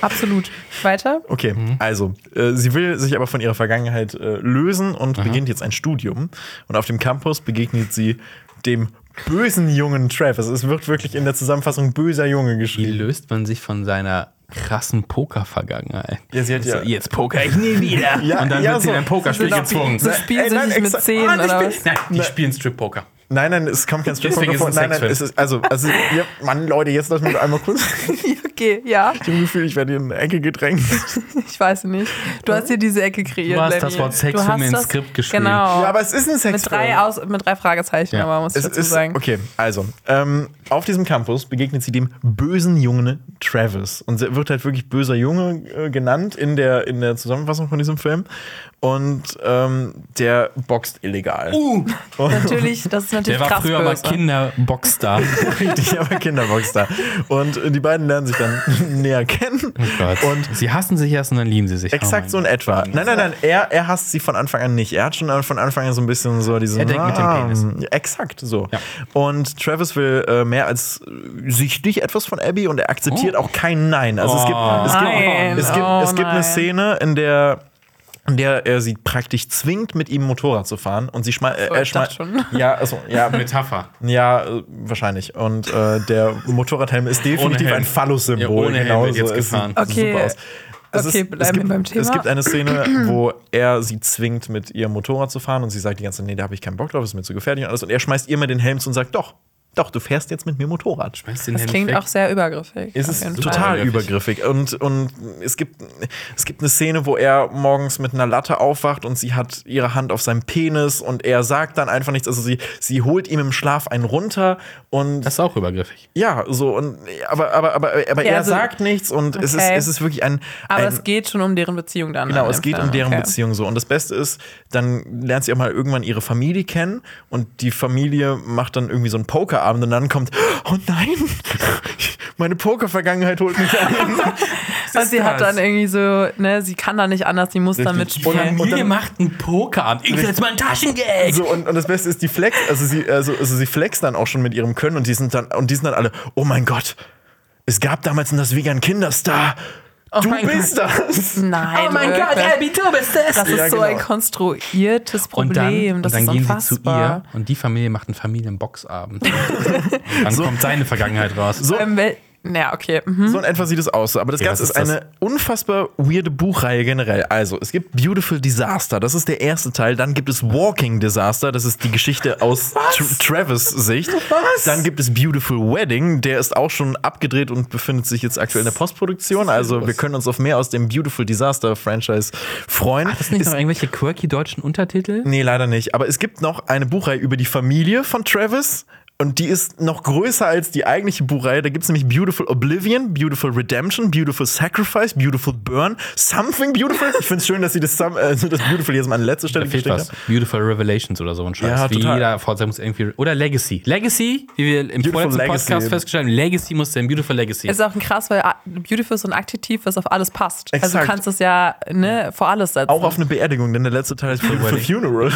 Speaker 1: absolut. Weiter?
Speaker 2: okay.
Speaker 3: Mhm.
Speaker 2: Also, äh, sie will sich aber von ihrer Vergangenheit äh, lösen und beginnt jetzt ein Studium. Und auf dem Campus begegnet sie dem bösen jungen Travis. Es wird wirklich in der Zusammenfassung böser Junge
Speaker 6: Wie
Speaker 2: geschrieben.
Speaker 6: löst man sich von seiner
Speaker 3: krassen Poker-Vergangenheit.
Speaker 2: Ja, sie hat
Speaker 3: So,
Speaker 2: ja-
Speaker 3: Jetzt poker ich nie wieder.
Speaker 2: Ja,
Speaker 3: und dann
Speaker 2: ja,
Speaker 3: wird sie
Speaker 2: so.
Speaker 3: in ein Pokerspiel
Speaker 1: Sie sind auf-
Speaker 3: gezwungen.
Speaker 1: Sie spielen sich nicht mit
Speaker 2: exakt.
Speaker 1: Zehen
Speaker 2: Nein, ich
Speaker 1: oder
Speaker 2: bin-
Speaker 1: was?
Speaker 3: Nein,
Speaker 2: Ne.
Speaker 3: die spielen Strip-Poker.
Speaker 2: Nein, nein, es kam kein Strip
Speaker 3: Deswegen ist es ein
Speaker 2: Nein, nein, es
Speaker 3: Sexfilm.
Speaker 2: ist, also, also ihr, Mann, Leute, jetzt lassen wir doch einmal kurz.
Speaker 1: Okay, ja,
Speaker 2: Ich habe das Gefühl, ich werde in eine Ecke gedrängt.
Speaker 1: ich weiß nicht. Du hast hier diese Ecke kreiert.
Speaker 3: Du hast
Speaker 1: Lenny.
Speaker 3: das Wort Sex
Speaker 1: Du
Speaker 3: für
Speaker 1: hast
Speaker 3: mich ins
Speaker 1: das-
Speaker 3: Skript geschrieben.
Speaker 1: Genau.
Speaker 2: Ja, aber es ist ein Sexfilm.
Speaker 1: mit, drei Aus mit drei Fragezeichen,
Speaker 3: Ja.
Speaker 1: aber muss ich
Speaker 2: es
Speaker 1: dazu
Speaker 2: ist,
Speaker 1: sagen.
Speaker 2: Okay, also, ähm, auf diesem Campus begegnet sie dem bösen Jungen Travis. Und sie wird halt wirklich böser Junge äh, genannt in der, in der Zusammenfassung von diesem Film. Und ähm, der boxt illegal.
Speaker 3: Uh,
Speaker 1: Natürlich, das ist natürlich
Speaker 3: der war
Speaker 1: krass
Speaker 3: früher mal
Speaker 1: böse.
Speaker 3: Kinderboxstar.
Speaker 2: Richtig, aber Kinderboxer. Und äh, die beiden lernen sich dann näher kennen. Und
Speaker 3: und sie hassen sich erst und dann lieben sie sich. Oh
Speaker 2: Exakt so in etwa. Nein, nein, nein, er, er hasst sie von Anfang an nicht. Er hat schon von Anfang an so ein bisschen so diesen.
Speaker 3: Er denkt mit dem Penis.
Speaker 2: Ja, Exakt so.
Speaker 3: Ja.
Speaker 2: Und Travis will äh, mehr als äh, sichtlich etwas von Abby und er akzeptiert auch kein Nein. Also es gibt, es gibt,
Speaker 1: Nein.
Speaker 2: es gibt,
Speaker 1: Oh
Speaker 2: es gibt eine
Speaker 1: nein.
Speaker 2: Szene, in der in der er sie praktisch zwingt, mit ihm Motorrad zu fahren und sie schmeißt.
Speaker 1: Oh,
Speaker 2: Äh, er
Speaker 1: ich dachte
Speaker 2: schmei-
Speaker 1: schon.
Speaker 2: ja, also, ja, mit,
Speaker 3: Metapher.
Speaker 2: ja, äh, wahrscheinlich. Und äh, der Motorradhelm ist definitiv
Speaker 3: Helm.
Speaker 2: ein Phallus-Symbol.
Speaker 3: Ja, ohne Helm
Speaker 2: Genauso.
Speaker 3: wird jetzt
Speaker 2: Es sieht
Speaker 3: gefahren.
Speaker 1: Okay.
Speaker 2: Super aus. Es
Speaker 1: Okay, bleiben
Speaker 2: ist-
Speaker 1: wir
Speaker 2: es gibt,
Speaker 1: beim Thema.
Speaker 2: Es gibt eine Szene, wo er sie zwingt, mit ihr Motorrad zu fahren und sie sagt die ganze Zeit, nee, da habe ich keinen Bock drauf, ist mir zu gefährlich und alles. Und er schmeißt ihr mal den Helm zu und sagt, doch, doch, du fährst jetzt mit mir Motorrad.
Speaker 1: Das klingt auch sehr übergriffig.
Speaker 2: Es
Speaker 1: auf
Speaker 2: ist
Speaker 1: jeden Fall.
Speaker 2: total
Speaker 3: übergriffig.
Speaker 2: übergriffig. Und, und es, gibt, es gibt eine Szene, wo er morgens mit einer Latte aufwacht und sie hat ihre Hand auf seinem Penis und er sagt dann einfach nichts. Also sie, sie holt ihm im Schlaf einen runter und
Speaker 3: Das ist auch übergriffig.
Speaker 2: ja, so und aber, aber, aber, aber er
Speaker 1: also-
Speaker 2: sagt nichts und es, ist,
Speaker 1: Okay.
Speaker 2: es ist wirklich ein.
Speaker 1: Aber
Speaker 2: ein
Speaker 1: es geht schon um deren Beziehung dann.
Speaker 2: Genau,
Speaker 1: an
Speaker 2: es
Speaker 1: dem
Speaker 2: geht
Speaker 1: Film.
Speaker 2: um deren
Speaker 1: Okay.
Speaker 2: Beziehung so. Und das Beste ist, dann lernt sie auch mal irgendwann ihre Familie kennen und die Familie macht dann irgendwie so einen Pokerabend und dann kommt, oh nein, meine Poker-Vergangenheit holt mich ein.
Speaker 1: Und sie hat dann irgendwie so, ne, sie kann da nicht anders, sie muss da
Speaker 2: Richtig.
Speaker 1: mitspielen.
Speaker 2: Und dann-
Speaker 3: macht einen Pokerabend. Ich setze mein Taschengeld.
Speaker 2: So, und, und das Beste ist, die Flex, also sie, also, also sie flexen dann auch schon mit ihrem Können und die sind dann, und die sind dann alle, oh mein Gott, es gab damals in das Vegan Kinderstar.
Speaker 1: Oh
Speaker 2: du
Speaker 3: mein
Speaker 2: bist das.
Speaker 1: Nein. wirklich.
Speaker 3: du bist
Speaker 1: Das ist
Speaker 2: Ja,
Speaker 1: so ein
Speaker 2: genau.
Speaker 1: konstruiertes
Speaker 3: Und
Speaker 1: Problem.
Speaker 3: dann,
Speaker 1: das
Speaker 3: und dann
Speaker 1: ist
Speaker 3: gehen sie zu ihr
Speaker 1: unfassbar.
Speaker 3: und die Familie macht einen Familienboxabend. Und dann kommt seine Vergangenheit raus.
Speaker 2: So,
Speaker 1: Ähm, wel- na, okay. Mhm.
Speaker 2: So in etwa sieht es aus. Aber das
Speaker 3: Ja,
Speaker 2: Ganze
Speaker 3: was
Speaker 2: ist,
Speaker 3: ist das?
Speaker 2: eine unfassbar weirde Buchreihe generell. Also, es gibt Beautiful Disaster, das ist der erste Teil. Dann gibt es Walking Disaster, das ist die Geschichte aus Tr Travis Sicht. Was? Dann gibt es Beautiful Wedding, der ist auch schon abgedreht und befindet sich jetzt aktuell in der Postproduktion. Also, wir können uns auf mehr aus dem Beautiful Disaster Franchise freuen.
Speaker 3: Ist nicht noch irgendwelche quirky deutschen Untertitel?
Speaker 2: Nee, leider nicht. Aber es gibt noch eine Buchreihe über die Familie von Travis. Und die ist noch größer als die eigentliche Buchreihe. Da gibt es nämlich Beautiful Oblivion, Beautiful Redemption, Beautiful Sacrifice, Beautiful Burn, Something Beautiful. Ich finde es schön, dass sie das, Some- äh, das Beautiful jetzt mal an letzter Stelle
Speaker 3: Da fehlt
Speaker 2: gestellt haben.
Speaker 3: was. Beautiful Revelations oder so ein Scheiß.
Speaker 2: Hm, Ja,
Speaker 3: Wie
Speaker 2: total.
Speaker 3: jeder Fortsetzung muss irgendwie. Oder Legacy. Legacy, wie wir im
Speaker 2: Beautiful
Speaker 3: vorletzten
Speaker 2: Legacy
Speaker 3: Podcast
Speaker 2: eben.
Speaker 3: festgestellt haben, Legacy muss sein. Beautiful Legacy.
Speaker 1: Ist auch ein krass, weil ah, beautiful ist so ein Adjektiv, was auf alles passt. Also du
Speaker 2: Exakt.
Speaker 1: kannst es ja ne, vor alles setzen.
Speaker 2: Auch auf eine Beerdigung, denn der letzte Teil ist Beautiful Funeral.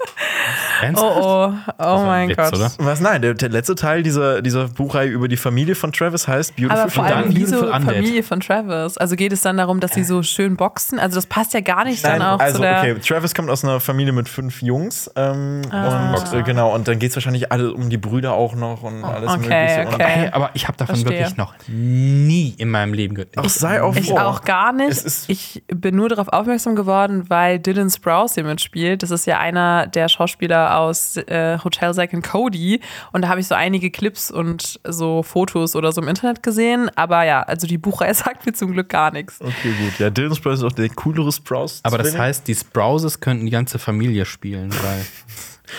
Speaker 1: oh,
Speaker 3: Ernsthaft?
Speaker 1: oh, oh
Speaker 3: ein
Speaker 1: mein
Speaker 3: Witz,
Speaker 1: Gott.
Speaker 3: oder?
Speaker 2: Was? Nein, der, der letzte Teil dieser, dieser Buchreihe über die Familie von Travis heißt Beautiful
Speaker 1: Aber vor
Speaker 3: Und
Speaker 1: allem,
Speaker 3: dann
Speaker 1: wieso
Speaker 3: Beautiful Undead.
Speaker 1: Familie von Travis? Also geht es dann darum, dass sie so schön boxen? Also das passt ja gar nicht
Speaker 2: Nein,
Speaker 1: dann auch
Speaker 2: also
Speaker 1: zu der...
Speaker 2: okay, Travis kommt aus einer Familie mit fünf Jungs ähm,
Speaker 1: Ah.
Speaker 2: und äh, genau und dann geht es wahrscheinlich alle um die Brüder auch noch und alles
Speaker 1: Oh, okay,
Speaker 2: mögliche.
Speaker 1: okay.
Speaker 2: Und,
Speaker 3: Ey, aber ich habe davon
Speaker 1: Äh, Verstehe.
Speaker 3: wirklich noch nie in meinem Leben gehört.
Speaker 2: ach, sei auf
Speaker 1: Ich auch gar nicht.
Speaker 2: Es ist-
Speaker 1: ich bin nur darauf aufmerksam geworden, weil Dylan Sprouse hier mitspielt. Das ist ja einer der Schauspieler aus äh, Hotel Zack and Cody. Und da habe ich so einige Clips und so Fotos oder so im Internet gesehen. Aber ja, also die Buchreihe sagt mir zum Glück gar nichts.
Speaker 2: Okay, gut. Ja, Dylan Sprouse ist auch der coolere Sprouse.
Speaker 3: aber das
Speaker 2: Zwilling.
Speaker 3: heißt, die Sprouses könnten die ganze Familie spielen, weil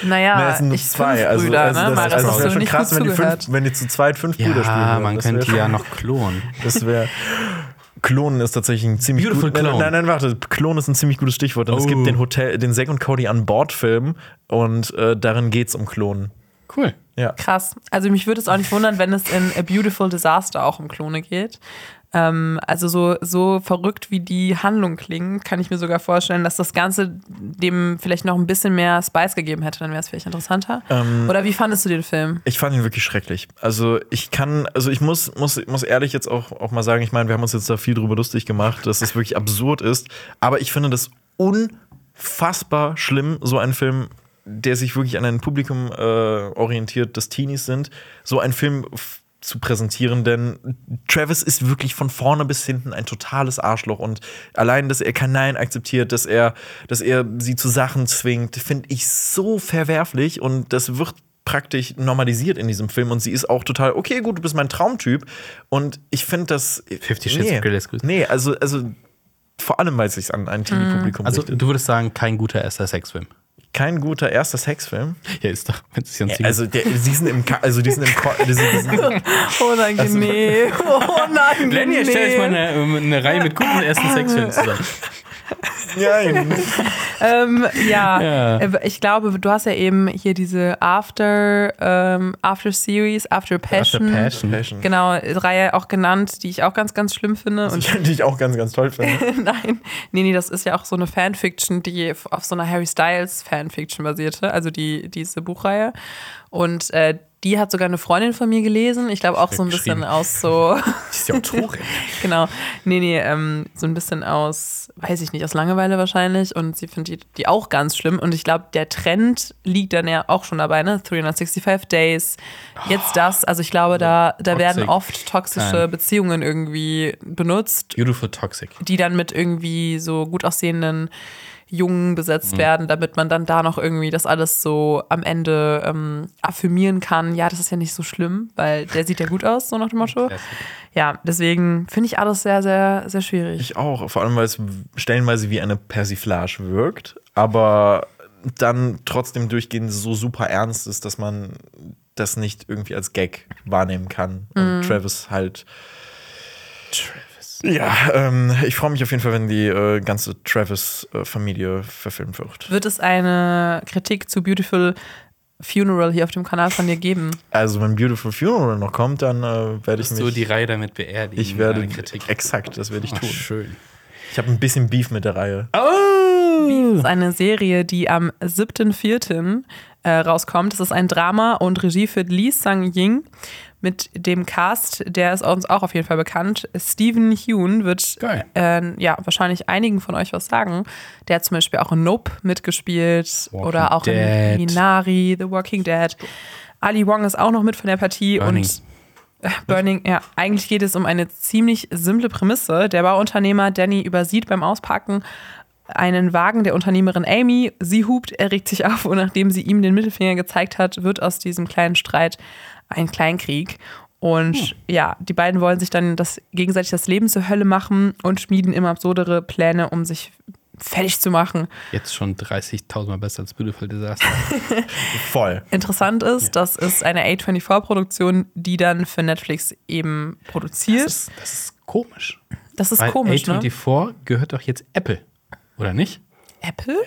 Speaker 1: Naja,
Speaker 2: Na, es sind nur
Speaker 1: ich
Speaker 2: zwei.
Speaker 1: fünf
Speaker 2: Also,
Speaker 1: Brüder,
Speaker 2: also,
Speaker 1: ne?
Speaker 2: das,
Speaker 1: Mal, das hast
Speaker 2: also, das wäre
Speaker 1: du
Speaker 2: schon
Speaker 1: nicht
Speaker 2: krass,
Speaker 1: gut
Speaker 2: wenn die,
Speaker 1: zugehört.
Speaker 2: fünf, wenn die zu zweit fünf Brüder spielen.
Speaker 3: ja,
Speaker 2: würden.
Speaker 3: man
Speaker 2: Das wär
Speaker 3: könnte die ja
Speaker 2: schon-
Speaker 3: noch klonen.
Speaker 2: Das wäre. Klonen ist tatsächlich ein ziemlich
Speaker 3: Beautiful
Speaker 2: gut- nein,
Speaker 3: Clone.
Speaker 2: Nein, nein, warte. Klonen ist ein ziemlich gutes Stichwort. Denn Es
Speaker 3: Oh.
Speaker 2: gibt den Hotel, den Zack und Cody an Bord Film und äh, darin geht es um Klonen.
Speaker 3: Cool.
Speaker 2: Ja.
Speaker 1: Krass. Also mich würde es auch nicht wundern, wenn es in A Beautiful Disaster auch um Klone geht. Ähm, also so, so verrückt wie die Handlung klingt, kann ich mir sogar vorstellen, dass das Ganze dem vielleicht noch ein bisschen mehr Spice gegeben hätte, dann wäre es vielleicht interessanter.
Speaker 2: Ähm.
Speaker 1: Oder wie fandest du den Film?
Speaker 2: Ich fand ihn wirklich schrecklich. Also ich kann, also ich muss, muss, muss ehrlich jetzt auch, auch mal sagen, ich meine, wir haben uns jetzt da viel drüber lustig gemacht, dass das wirklich absurd ist, aber ich finde das unfassbar schlimm, so ein Film, der sich wirklich an ein Publikum äh, orientiert, das Teenies sind, so ein Film f- zu präsentieren, denn Travis ist wirklich von vorne bis hinten ein totales Arschloch und allein, dass er kein Nein akzeptiert, dass er, dass er sie zu Sachen zwingt, finde ich so verwerflich und das wird praktisch normalisiert in diesem Film und sie ist auch total, okay, gut, du bist mein Traumtyp und ich finde das.
Speaker 3: Fifty Shades of Grey ist gut.
Speaker 2: Nee, also, also vor allem, weil es sich an ein TV-Publikum
Speaker 3: Also,
Speaker 2: richtet.
Speaker 3: du würdest sagen, kein guter erster Sexfilm.
Speaker 2: Kein guter erster Sexfilm.
Speaker 3: Ja, ist doch. Wenn es ja ein
Speaker 2: Ja,
Speaker 3: Single-
Speaker 2: also der, die sind im Ka also die sind im Ko die sind, die sind,
Speaker 1: Unangenehm.
Speaker 2: Also,
Speaker 1: Unangenehm.
Speaker 3: Lenny, nee. stell jetzt
Speaker 2: ne-
Speaker 3: mal eine, ähm, eine Reihe mit guten ersten Sexfilmen zusammen.
Speaker 2: Nein.
Speaker 1: ähm, ja,
Speaker 3: Ja.
Speaker 1: Äh, ich glaube, du hast ja eben hier diese After, ähm, After Series, After Passion.
Speaker 2: Passion.
Speaker 1: Genau, Reihe auch genannt, die ich auch ganz, ganz schlimm finde. Und
Speaker 2: Die ich auch ganz, ganz toll finde.
Speaker 1: Nein, nee, nee, das ist ja auch so eine Fanfiction, die f- auf so einer Harry Styles Fanfiction basierte, also die, diese Buchreihe. Und äh, die hat sogar eine Freundin von mir gelesen. Ich glaube auch so ein bisschen
Speaker 3: geschrieben.
Speaker 1: aus so,
Speaker 3: Die ist ja Autorin.
Speaker 1: genau, nee, nee, ähm, so ein bisschen aus, weiß ich nicht, aus Langeweile wahrscheinlich. Und sie findet die, die auch ganz schlimm. Und ich glaube, der Trend liegt dann ja auch schon dabei, ne? 365 Days, jetzt das. Also ich glaube, da, da werden
Speaker 3: Toxic.
Speaker 1: oft toxische
Speaker 3: Nein.
Speaker 1: Beziehungen irgendwie benutzt
Speaker 3: Beautiful Toxic.
Speaker 1: die dann mit irgendwie so gut aussehenden Jungen besetzt werden, damit man dann da noch irgendwie das alles so am Ende ähm, affirmieren kann. Ja, das ist ja nicht so schlimm, weil der sieht ja gut aus, so nach dem Motto. Ja, deswegen finde ich alles sehr, sehr, sehr schwierig.
Speaker 2: Ich auch. Vor allem, weil es stellenweise wie eine Persiflage wirkt, aber dann trotzdem durchgehend so super ernst ist, dass man das nicht irgendwie als Gag wahrnehmen kann. Und Travis halt. Travis. Ja, ähm, ich freue mich auf jeden Fall, wenn die äh, ganze Travis-Familie äh, verfilmt wird.
Speaker 1: Wird es eine Kritik zu Beautiful Funeral hier auf dem Kanal von dir geben?
Speaker 2: Also wenn Beautiful Funeral noch kommt, dann äh, werde ich
Speaker 3: Hast du
Speaker 2: mich.
Speaker 3: die Reihe damit beerdigen?
Speaker 2: ich werde
Speaker 3: Deine Kritik.
Speaker 2: exakt, das werde ich
Speaker 3: Oh,
Speaker 2: tun.
Speaker 3: schön.
Speaker 2: Ich habe ein bisschen Beef mit der Reihe.
Speaker 1: Das
Speaker 3: Oh!
Speaker 1: ist eine Serie, die am 7.4. äh, rauskommt. Es ist ein Drama und Regie führt Lee Sang-ying mit dem Cast, der ist uns auch auf jeden Fall bekannt. Stephen Hune wird
Speaker 3: Geil.
Speaker 1: äh, ja, wahrscheinlich einigen von euch was sagen. Der hat zum Beispiel auch in Nope mitgespielt
Speaker 3: Walking
Speaker 1: oder auch in
Speaker 3: Dead.
Speaker 1: Minari, The Walking Dead. Ali Wong ist auch noch mit von der Partie
Speaker 3: Burning.
Speaker 1: und äh, Burning, ja. Eigentlich geht es um eine ziemlich simple Prämisse. Der Bauunternehmer Danny übersieht beim Auspacken einen Wagen der Unternehmerin Amy. Sie hupt, er regt sich auf und nachdem sie ihm den Mittelfinger gezeigt hat, wird aus diesem kleinen Streit ein Kleinkrieg. Und ja, die beiden wollen sich dann das, gegenseitig das Leben zur Hölle machen und schmieden immer absurdere Pläne, um sich fertig zu machen.
Speaker 3: Jetzt schon 30.000 Mal besser als Beautiful Disaster.
Speaker 2: Voll.
Speaker 1: Interessant ist, das ist eine A24-Produktion, die dann für Netflix eben produziert.
Speaker 3: Das ist, das ist komisch.
Speaker 1: Das ist,
Speaker 3: Weil
Speaker 1: komisch, ne?
Speaker 3: A24 gehört doch jetzt Apple, oder nicht?
Speaker 1: Apple?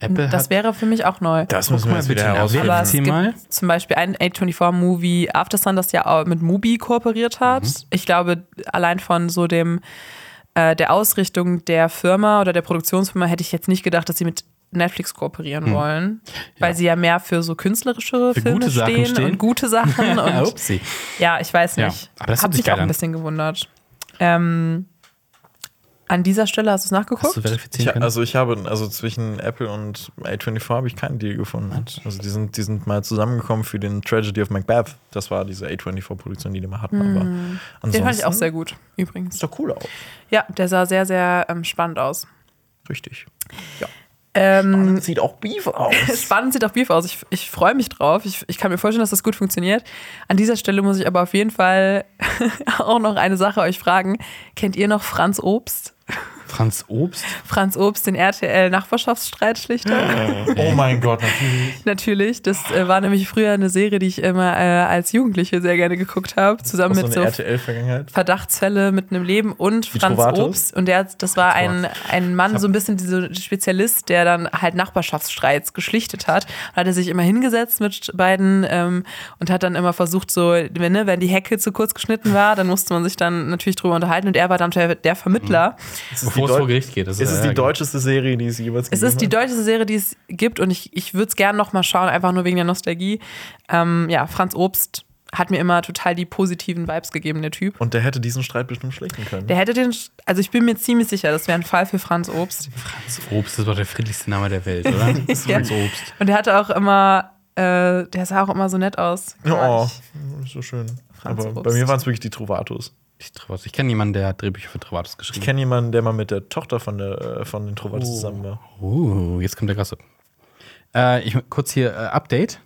Speaker 3: Apple
Speaker 1: Das wäre für mich auch neu.
Speaker 2: Das müssen wir jetzt wieder herausfinden.
Speaker 1: Aber
Speaker 3: Aber
Speaker 1: es
Speaker 3: Zieh mal.
Speaker 1: gibt zum Beispiel ein A24-Movie After Sun, das ja auch mit Mubi kooperiert hat.
Speaker 3: Mhm.
Speaker 1: Ich glaube, allein von so dem äh, der Ausrichtung der Firma oder der Produktionsfirma hätte ich jetzt nicht gedacht, dass sie mit Netflix kooperieren wollen, weil sie ja mehr für so künstlerische
Speaker 3: Hm. Für
Speaker 1: Filme
Speaker 3: gute Sachen
Speaker 1: stehen,
Speaker 3: stehen.
Speaker 1: und gute Sachen.
Speaker 3: Ah,
Speaker 1: und
Speaker 3: upsi.
Speaker 1: ja, ich weiß
Speaker 3: Ja,
Speaker 1: nicht.
Speaker 3: aber das
Speaker 1: Hab
Speaker 3: hört sich
Speaker 1: mich auch ein
Speaker 3: geil an.
Speaker 1: bisschen gewundert. Ähm, an dieser Stelle hast du es nachgeguckt?
Speaker 3: Hast du verifizieren
Speaker 2: Ich,
Speaker 3: können?
Speaker 2: also ich habe, also zwischen Apple und A24 habe ich keinen Deal gefunden. Also die sind, die sind mal zusammengekommen für den Tragedy of Macbeth. Das war diese A24-Produktion, die die mal hatten. Aber ansonsten
Speaker 1: Hm. Den fand ich auch sehr gut, übrigens.
Speaker 2: ist doch cool aus.
Speaker 1: Ja, der sah sehr, sehr ähm, spannend aus.
Speaker 2: Richtig.
Speaker 1: Ähm,
Speaker 2: Sieht auch Beef aus.
Speaker 1: spannend sieht auch Beef aus. Ich, ich freue mich drauf. Ich, ich kann mir vorstellen, dass das gut funktioniert. An dieser Stelle muss ich aber auf jeden Fall auch noch eine Sache euch fragen. Kennt ihr noch Franz Obst?
Speaker 3: Franz Obst?
Speaker 1: Franz Obst, den RTL-Nachbarschaftsstreitschlichter?
Speaker 2: oh mein Gott, natürlich.
Speaker 1: Natürlich. Das äh, war nämlich früher eine Serie, die ich immer äh, als Jugendliche sehr gerne geguckt habe. Zusammen
Speaker 2: Aus so
Speaker 1: mit
Speaker 2: eine
Speaker 1: so
Speaker 2: RTL-Vergangenheit.
Speaker 1: Verdachtsfälle mit einem Leben und Franz
Speaker 2: Trovatos?
Speaker 1: Obst. Und der, das war ein, ein Mann, so ein bisschen dieser Spezialist, der dann halt Nachbarschaftsstreits geschlichtet hat. Da hat er sich immer hingesetzt mit beiden ähm, und hat dann immer versucht, so, wenn, ne, wenn die Hecke zu kurz geschnitten war, dann musste man sich dann natürlich drüber unterhalten. Und er war dann der, der Vermittler.
Speaker 2: Ist es die,
Speaker 3: Bevor es vor
Speaker 2: Deu
Speaker 3: Gericht geht. Das
Speaker 2: ist es
Speaker 3: ja
Speaker 2: die
Speaker 3: geil.
Speaker 2: deutscheste Serie, die es jemals
Speaker 1: Es
Speaker 2: gegeben
Speaker 1: ist die
Speaker 2: hat?
Speaker 1: deutscheste Serie, die es gibt und ich, ich würde es gerne nochmal schauen, einfach nur wegen der Nostalgie. Ähm, ja, Franz Obst hat mir immer total die positiven Vibes gegeben, der Typ.
Speaker 2: Und der hätte diesen Streit bestimmt schlichten können.
Speaker 1: Der hätte den, also ich bin mir ziemlich sicher, das wäre ein Fall für Franz Obst.
Speaker 3: Franz Obst ist doch der friedlichste Name der Welt, oder? Franz Obst.
Speaker 1: Und er hatte auch immer Äh, der sah auch immer so nett aus.
Speaker 2: Oh, so schön.
Speaker 1: Franz
Speaker 2: Aber bei
Speaker 1: Obst.
Speaker 2: mir waren es wirklich die Trovatos.
Speaker 3: Ich, Trovatos. ich kenne jemanden, der hat Drehbücher für Trovatos
Speaker 2: Ich
Speaker 3: geschrieben.
Speaker 2: kenne jemanden, der mal mit der Tochter von, der, äh, von den
Speaker 3: Oh.
Speaker 2: Trovatos zusammen war.
Speaker 3: Uh, jetzt kommt der Gossip. Äh, ich, kurz hier äh, Update.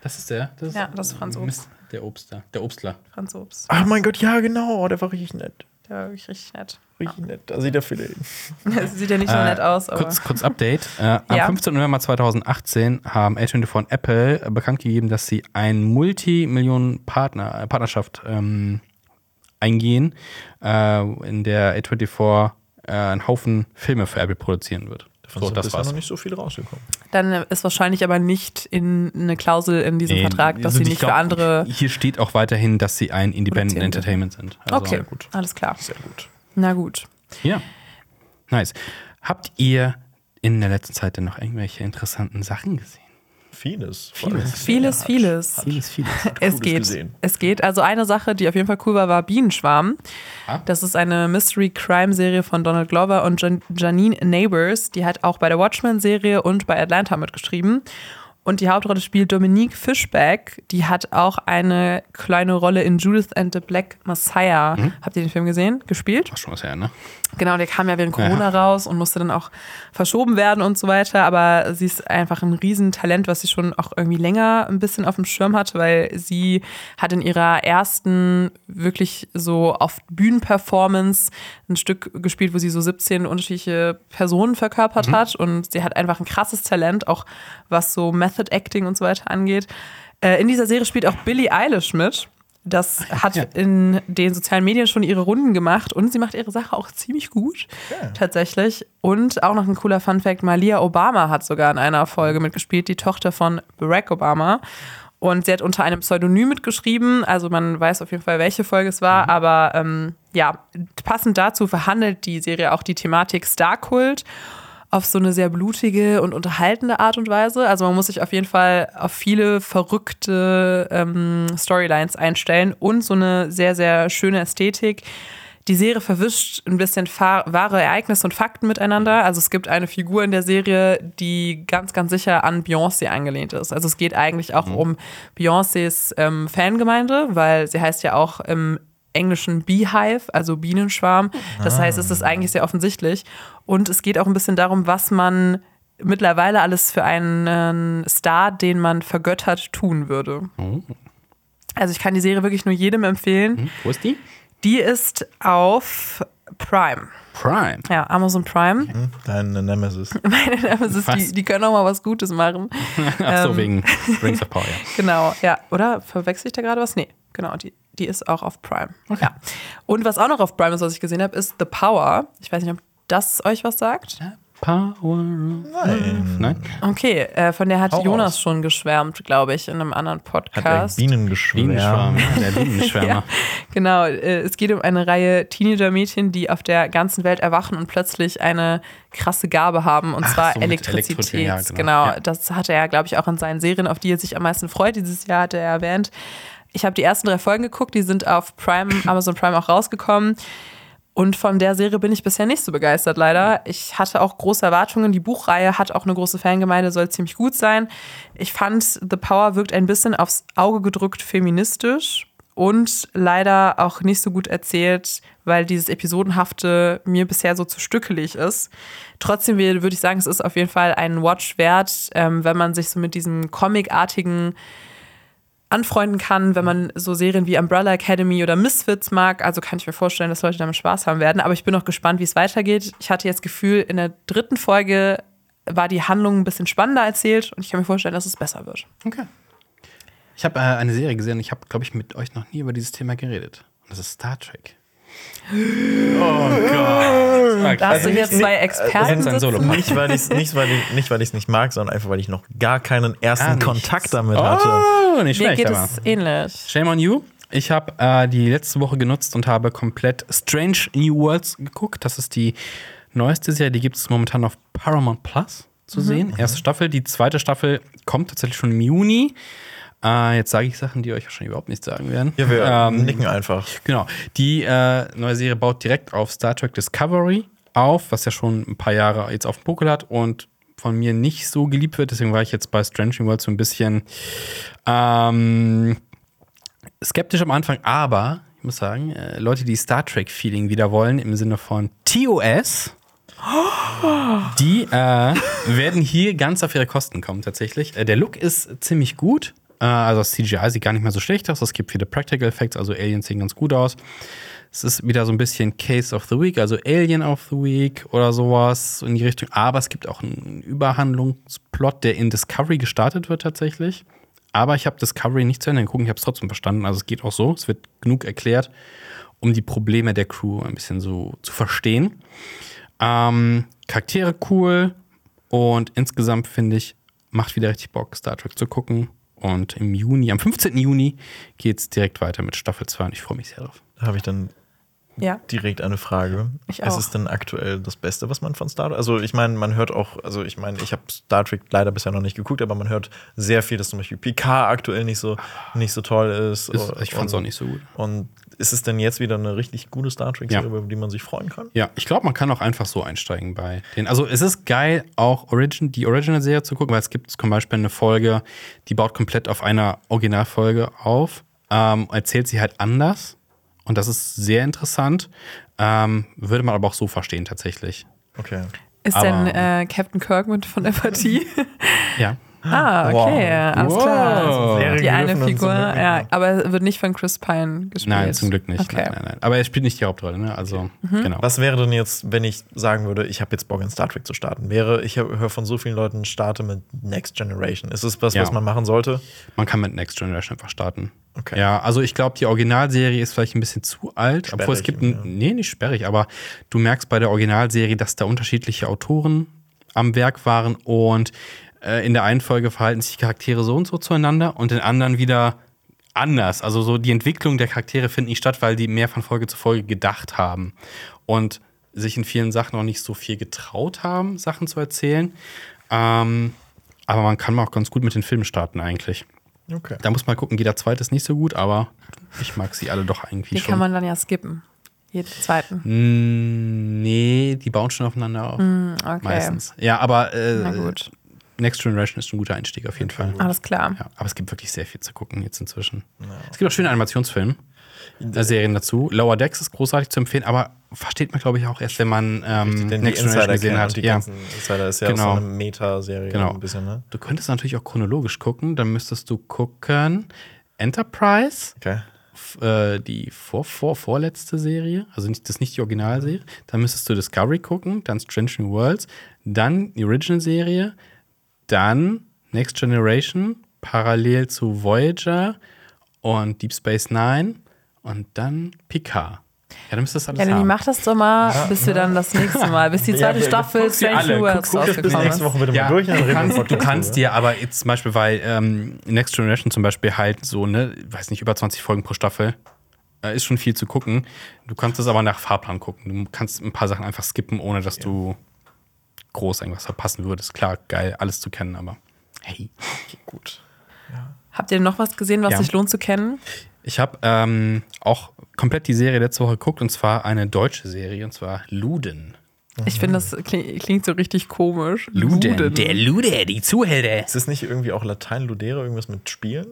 Speaker 3: Das ist der. Das
Speaker 1: Ja, das ist Franz Obst.
Speaker 3: Mist, der Obst da. Der Obstler.
Speaker 1: Franz Obst.
Speaker 2: Ach mein Gott, ja, genau. Oh, der war richtig nett.
Speaker 1: Der war wirklich richtig nett.
Speaker 2: Richtig nett. Da sieht er viel.
Speaker 1: Sieht ja nicht so
Speaker 3: Äh,
Speaker 1: nett aus, aber.
Speaker 3: Kurz, kurz Update. Äh, am
Speaker 1: Ja.
Speaker 3: 15. November 2018 haben A24 und Apple äh, bekannt gegeben, dass sie ein Multimillionen-Partner, äh, Partnerschaft ähm, eingehen, äh, in der A24 äh, einen Haufen Filme für Apple produzieren wird. So, das war's.
Speaker 2: noch nicht so viel rausgekommen.
Speaker 1: Dann ist wahrscheinlich aber nicht in eine Klausel in diesem
Speaker 3: Nee,
Speaker 1: Vertrag, dass
Speaker 3: also
Speaker 1: sie
Speaker 3: ich
Speaker 1: nicht für
Speaker 3: glaub,
Speaker 1: andere.
Speaker 3: Hier steht auch weiterhin, dass sie ein Independent
Speaker 1: Produzierende.
Speaker 3: Entertainment sind. Also,
Speaker 1: Okay,
Speaker 2: gut.
Speaker 1: alles klar.
Speaker 2: Sehr gut.
Speaker 1: Na gut.
Speaker 3: Ja. Nice. Habt ihr in der letzten Zeit denn noch irgendwelche interessanten Sachen gesehen?
Speaker 2: Vieles.
Speaker 3: Vieles.
Speaker 1: Vieles, vieles.
Speaker 3: Vieles, vieles.
Speaker 1: Es
Speaker 2: Cooles
Speaker 1: geht.
Speaker 2: gesehen.
Speaker 1: Es geht. Also eine Sache, die auf jeden Fall cool war, war Bienenschwarm.
Speaker 3: Ah.
Speaker 1: Das ist eine Mystery-Crime-Serie von Donald Glover und Jan Janine Neighbors. Die hat auch bei der Watchmen-Serie und bei Atlanta mitgeschrieben. Und die Hauptrolle spielt Dominique Fishback. Die hat auch eine kleine Rolle in Judith and the Black Messiah.
Speaker 2: Mhm.
Speaker 1: Habt ihr den Film gesehen? Gespielt?
Speaker 3: Auch schon was her, ne?
Speaker 1: Genau, der kam ja während Corona raus und musste dann auch verschoben werden und so weiter. Aber sie ist einfach ein Riesentalent, was sie schon auch irgendwie länger ein bisschen auf dem Schirm hat, weil sie hat in ihrer ersten wirklich so auf Bühnenperformance ein Stück gespielt, wo sie so 17 unterschiedliche Personen verkörpert hat. Und sie hat einfach ein krasses Talent, auch was so Method Acting und so weiter angeht. Äh, in dieser Serie spielt auch Billie Eilish mit. Das hat in den sozialen Medien schon ihre Runden gemacht und sie macht ihre Sache auch ziemlich gut, tatsächlich. Und auch noch ein cooler Funfact: Malia Obama hat sogar in einer Folge mitgespielt, die Tochter von Barack Obama. Und sie hat unter einem Pseudonym mitgeschrieben, also man weiß auf jeden Fall, welche Folge es war, aber ähm, ja, passend dazu verhandelt die Serie auch die Thematik Starkult auf so eine sehr blutige und unterhaltende Art und Weise. Also man muss sich auf jeden Fall auf viele verrückte ähm, Storylines einstellen und so eine sehr, sehr schöne Ästhetik. Die Serie verwischt ein bisschen fa- wahre Ereignisse und Fakten miteinander. Also es gibt eine Figur in der Serie, die ganz, ganz sicher an Beyoncé angelehnt ist. Also es geht eigentlich auch um Beyoncés ähm, Fangemeinde, weil sie heißt ja auch im englischen Beehive, also Bienenschwarm. Das heißt, es ist eigentlich sehr offensichtlich. Und es geht auch ein bisschen darum, was man mittlerweile alles für einen Star, den man vergöttert, tun würde. Also ich kann die Serie wirklich nur jedem empfehlen.
Speaker 3: Wo ist die?
Speaker 1: Die ist auf Prime.
Speaker 3: Prime.
Speaker 1: Ja, Amazon Prime.
Speaker 2: Mhm. Hm? Dein Nemesis.
Speaker 1: Das ist
Speaker 3: Was?
Speaker 1: die, die können auch mal was Gutes machen.
Speaker 3: Ach so, wegen Rings of Power, ja.
Speaker 1: Genau, ja. Oder verwechsel ich da gerade was? Nee, genau, die, die ist auch auf Prime. Ja. Und was auch noch auf Prime ist, was ich gesehen habe, ist The Power. Ich weiß nicht, ob das euch was sagt.
Speaker 3: Power. Nein. Nein.
Speaker 1: Okay, äh, von der hat
Speaker 2: Hau
Speaker 1: Jonas
Speaker 2: raus.
Speaker 1: schon geschwärmt, glaube ich, in einem anderen
Speaker 2: Hat er
Speaker 1: Podcast.
Speaker 2: Bienen geschwimmen.
Speaker 3: Bienenschwarm. Ja. Der Bienenschwärmer.
Speaker 1: Genau, äh, es geht um eine Reihe Teenager-Mädchen, die auf der ganzen Welt erwachen und plötzlich eine krasse Gabe haben, und
Speaker 3: Ach,
Speaker 1: zwar
Speaker 3: so mit
Speaker 1: Elektrizität.
Speaker 3: Elektro- ja,
Speaker 1: genau,
Speaker 3: genau. Ja.
Speaker 1: das hatte er, glaube ich, auch in seinen Serien, auf die er sich am meisten freut. Dieses Jahr hat er erwähnt. Ich habe die ersten drei Folgen geguckt, die sind auf Prime, Amazon Prime auch rausgekommen. Und von der Serie bin ich bisher nicht so begeistert, leider. Ich hatte auch große Erwartungen. Die Buchreihe hat auch eine große Fangemeinde, soll ziemlich gut sein. Ich fand, The Power wirkt ein bisschen aufs Auge gedrückt feministisch und leider auch nicht so gut erzählt, weil dieses Episodenhafte mir bisher so zu stückelig ist. Trotzdem wär- würde ich sagen, es ist auf jeden Fall ein Watch wert, ähm, wenn man sich so mit diesem comicartigen anfreunden kann, wenn man so Serien wie Umbrella Academy oder Misfits mag. Also kann ich mir vorstellen, dass Leute damit Spaß haben werden. Aber ich bin auch gespannt, wie es weitergeht. Ich hatte jetzt Gefühl, in der dritten Folge war die Handlung ein bisschen spannender erzählt und ich kann mir vorstellen, dass es besser wird.
Speaker 3: Okay. Ich habe äh, eine Serie gesehen, ich habe, glaube ich, mit euch noch nie über dieses Thema geredet. Und das ist Star Trek. Oh Gott.
Speaker 1: Da hast du
Speaker 3: Also,
Speaker 1: hier zwei Experten
Speaker 3: Jetzt ein Solo.
Speaker 1: sitzen.
Speaker 2: Nicht, weil ich's- nicht, weil ich nicht, weil ich es nicht mag, sondern einfach, weil ich noch gar keinen
Speaker 3: Gar
Speaker 2: ersten
Speaker 3: nichts.
Speaker 2: Kontakt damit hatte.
Speaker 3: oh, nicht
Speaker 1: Mir
Speaker 3: schlecht,
Speaker 1: geht
Speaker 3: aber.
Speaker 1: es ähnlich.
Speaker 3: Shame on you. Ich habe äh, die letzte Woche genutzt und habe komplett Strange New Worlds geguckt. Das ist die neueste Serie, die gibt es momentan auf Paramount Plus zu sehen. Erste Staffel, die zweite Staffel kommt tatsächlich schon im Juni. Äh, jetzt sage ich Sachen, die euch wahrscheinlich überhaupt nicht sagen werden.
Speaker 2: Ja, wir
Speaker 3: Ähm,
Speaker 2: nicken einfach.
Speaker 3: Genau. Die äh, neue Serie baut direkt auf Star Trek Discovery auf, was ja schon ein paar Jahre jetzt auf dem Buckel hat und von mir nicht so geliebt wird. Deswegen war ich jetzt bei Strange New World so ein bisschen ähm, skeptisch am Anfang, aber ich muss sagen, äh, Leute, die Star Trek-Feeling wieder wollen, im Sinne von TOS, die äh, werden hier ganz auf ihre Kosten kommen, tatsächlich. Äh, der Look ist ziemlich gut. Äh, also das CGI sieht gar nicht mehr so schlecht aus. Es gibt viele Practical Effects, also Aliens sehen ganz gut aus. Es ist wieder so ein bisschen Case of the Week, also Alien of the Week oder sowas in die Richtung. Aber es gibt auch einen Überhandlungsplot, der in Discovery gestartet wird tatsächlich. Aber ich habe Discovery nicht zu Ende geguckt, ich habe es trotzdem verstanden. Also es geht auch so, es wird genug erklärt, um die Probleme der Crew ein bisschen so zu verstehen. Ähm, Charaktere cool und insgesamt finde ich, macht wieder richtig Bock, Star Trek zu gucken. Und im Juni, am 15. Juni geht es direkt weiter mit Staffel 2 und ich freue mich sehr drauf.
Speaker 2: Da habe ich dann
Speaker 1: Ja.
Speaker 2: direkt eine Frage.
Speaker 1: Ich
Speaker 2: Es
Speaker 1: auch.
Speaker 2: ist denn aktuell das Beste, was man von Star Trek? Also ich meine, man hört auch, also ich meine, ich habe Star Trek leider bisher noch nicht geguckt, aber man hört sehr viel, dass zum Beispiel Picard aktuell nicht so nicht so toll ist.
Speaker 3: Ist- ich fand's
Speaker 2: Und-
Speaker 3: auch nicht so gut.
Speaker 2: Und ist es denn jetzt wieder eine richtig gute Star Trek, Serie,
Speaker 3: Ja.
Speaker 2: über die man sich freuen kann?
Speaker 3: Ja, ich glaube, man kann auch einfach so einsteigen bei den. Also es ist geil, auch Origin, die Original-Serie zu gucken, weil es gibt zum Beispiel eine Folge, die baut komplett auf einer Originalfolge auf, ähm, erzählt sie halt anders. Und das ist sehr interessant. Ähm, würde man aber auch so verstehen tatsächlich.
Speaker 2: Okay.
Speaker 1: Ist
Speaker 3: Aber-
Speaker 1: denn äh, Captain Kirk mit von der Partie?
Speaker 3: Ja.
Speaker 1: ah, okay, alles klar.
Speaker 3: Wow.
Speaker 1: Die eine
Speaker 2: Gegriffen und so
Speaker 1: Figur,
Speaker 2: wirklich,
Speaker 1: ja,
Speaker 2: ja.
Speaker 1: aber es wird nicht von Chris Pine gespielt.
Speaker 3: Nein, zum Glück nicht.
Speaker 1: Okay.
Speaker 3: Nein, nein, nein. Aber er spielt nicht die Hauptrolle, ne? Also, genau.
Speaker 2: Was wäre denn jetzt, wenn ich sagen würde, ich habe jetzt Bock in Star Trek zu starten? Wäre, ich höre von so vielen Leuten, starte mit Next Generation. Ist es was,
Speaker 3: Ja.
Speaker 2: was man machen sollte?
Speaker 3: Man kann mit Next Generation einfach starten.
Speaker 2: Okay.
Speaker 3: Ja, also ich glaube, die Originalserie ist vielleicht ein bisschen zu alt, obwohl es
Speaker 2: Sperrig,
Speaker 3: gibt, ein,
Speaker 2: ja.
Speaker 3: nee, nicht sperrig, aber du merkst bei der Originalserie, dass da unterschiedliche Autoren am Werk waren und äh, in der einen Folge verhalten sich die Charaktere so und so zueinander und in anderen wieder anders. Also so die Entwicklung der Charaktere findet nicht statt, weil die mehr von Folge zu Folge gedacht haben und sich in vielen Sachen noch nicht so viel getraut haben, Sachen zu erzählen. Ähm, aber man kann auch ganz gut mit den Filmen starten eigentlich.
Speaker 2: Okay.
Speaker 3: Da muss man gucken, jeder zweite ist nicht so gut, aber ich mag sie alle doch irgendwie
Speaker 1: Die
Speaker 3: schon.
Speaker 1: kann man dann ja skippen. Jeden zweiten.
Speaker 3: Mm, nee, die bauen schon aufeinander auf.
Speaker 1: Hm, Okay.
Speaker 3: Hm, Meistens. Ja, aber
Speaker 1: Na
Speaker 3: äh,
Speaker 1: gut,
Speaker 3: Next Generation ist ein guter Einstieg auf jeden Fall.
Speaker 1: alles klar.
Speaker 3: Ja, aber es gibt wirklich sehr viel zu gucken jetzt inzwischen. Es gibt auch schöne Animationsfilme, äh, Serien dazu. Lower Decks ist großartig zu empfehlen, aber versteht man, glaube ich, auch erst, wenn man ähm,
Speaker 2: Denn
Speaker 3: Next
Speaker 2: die Insider
Speaker 3: Generation gesehen
Speaker 2: kennen
Speaker 3: hat.
Speaker 2: und die
Speaker 3: ja.
Speaker 2: ganzen Insider ist ja
Speaker 3: Genau.
Speaker 2: auch so eine Meta-Serie
Speaker 3: Genau.
Speaker 2: ein bisschen, ne?
Speaker 3: Du könntest natürlich auch chronologisch gucken, dann müsstest du gucken Enterprise,
Speaker 2: Okay.
Speaker 3: f- äh, die vor, vor, vorletzte Serie, also nicht, das ist nicht die Originalserie, dann müsstest du Discovery gucken, dann Strange New Worlds, dann die Original-Serie, dann Next Generation, parallel zu Voyager und Deep Space Nine und dann Picard. Ja, dann müsstest du alles
Speaker 1: Ja, Lenny,
Speaker 3: haben.
Speaker 1: mach das doch mal, bis wir dann das nächste Mal, bis die zweite
Speaker 2: wir-
Speaker 1: Staffel Strange
Speaker 3: alle.
Speaker 1: New Worlds
Speaker 3: Guck- guck das bis
Speaker 1: rausgekommen ist.
Speaker 2: nächste Woche bitte mal
Speaker 3: Ja,
Speaker 2: durch. dann
Speaker 3: du
Speaker 2: reden wir ne?
Speaker 3: kannst,
Speaker 2: im
Speaker 3: du
Speaker 2: Podcast
Speaker 3: kannst
Speaker 2: drüber.
Speaker 3: dir aber jetzt zum Beispiel, weil ähm, Next Generation zum Beispiel halt so, ne, weiß nicht, über 20 Folgen pro Staffel, äh, ist schon viel zu gucken. Du kannst das aber nach Fahrplan gucken. Du kannst ein paar Sachen einfach skippen, ohne dass du groß irgendwas verpassen würdest. Klar, geil, alles zu kennen, aber hey.
Speaker 2: Gut.
Speaker 1: Habt ihr noch was gesehen, was
Speaker 3: Ja.
Speaker 1: sich lohnt zu kennen?
Speaker 3: Ich habe ähm, auch komplett die Serie letzte Woche geguckt und zwar eine deutsche Serie und zwar Luden.
Speaker 1: Ich finde, das klingt, klingt so richtig komisch.
Speaker 3: Der Lude, die Zuhälter.
Speaker 2: Ist das nicht irgendwie auch Latein Ludere, irgendwas mit Spielen?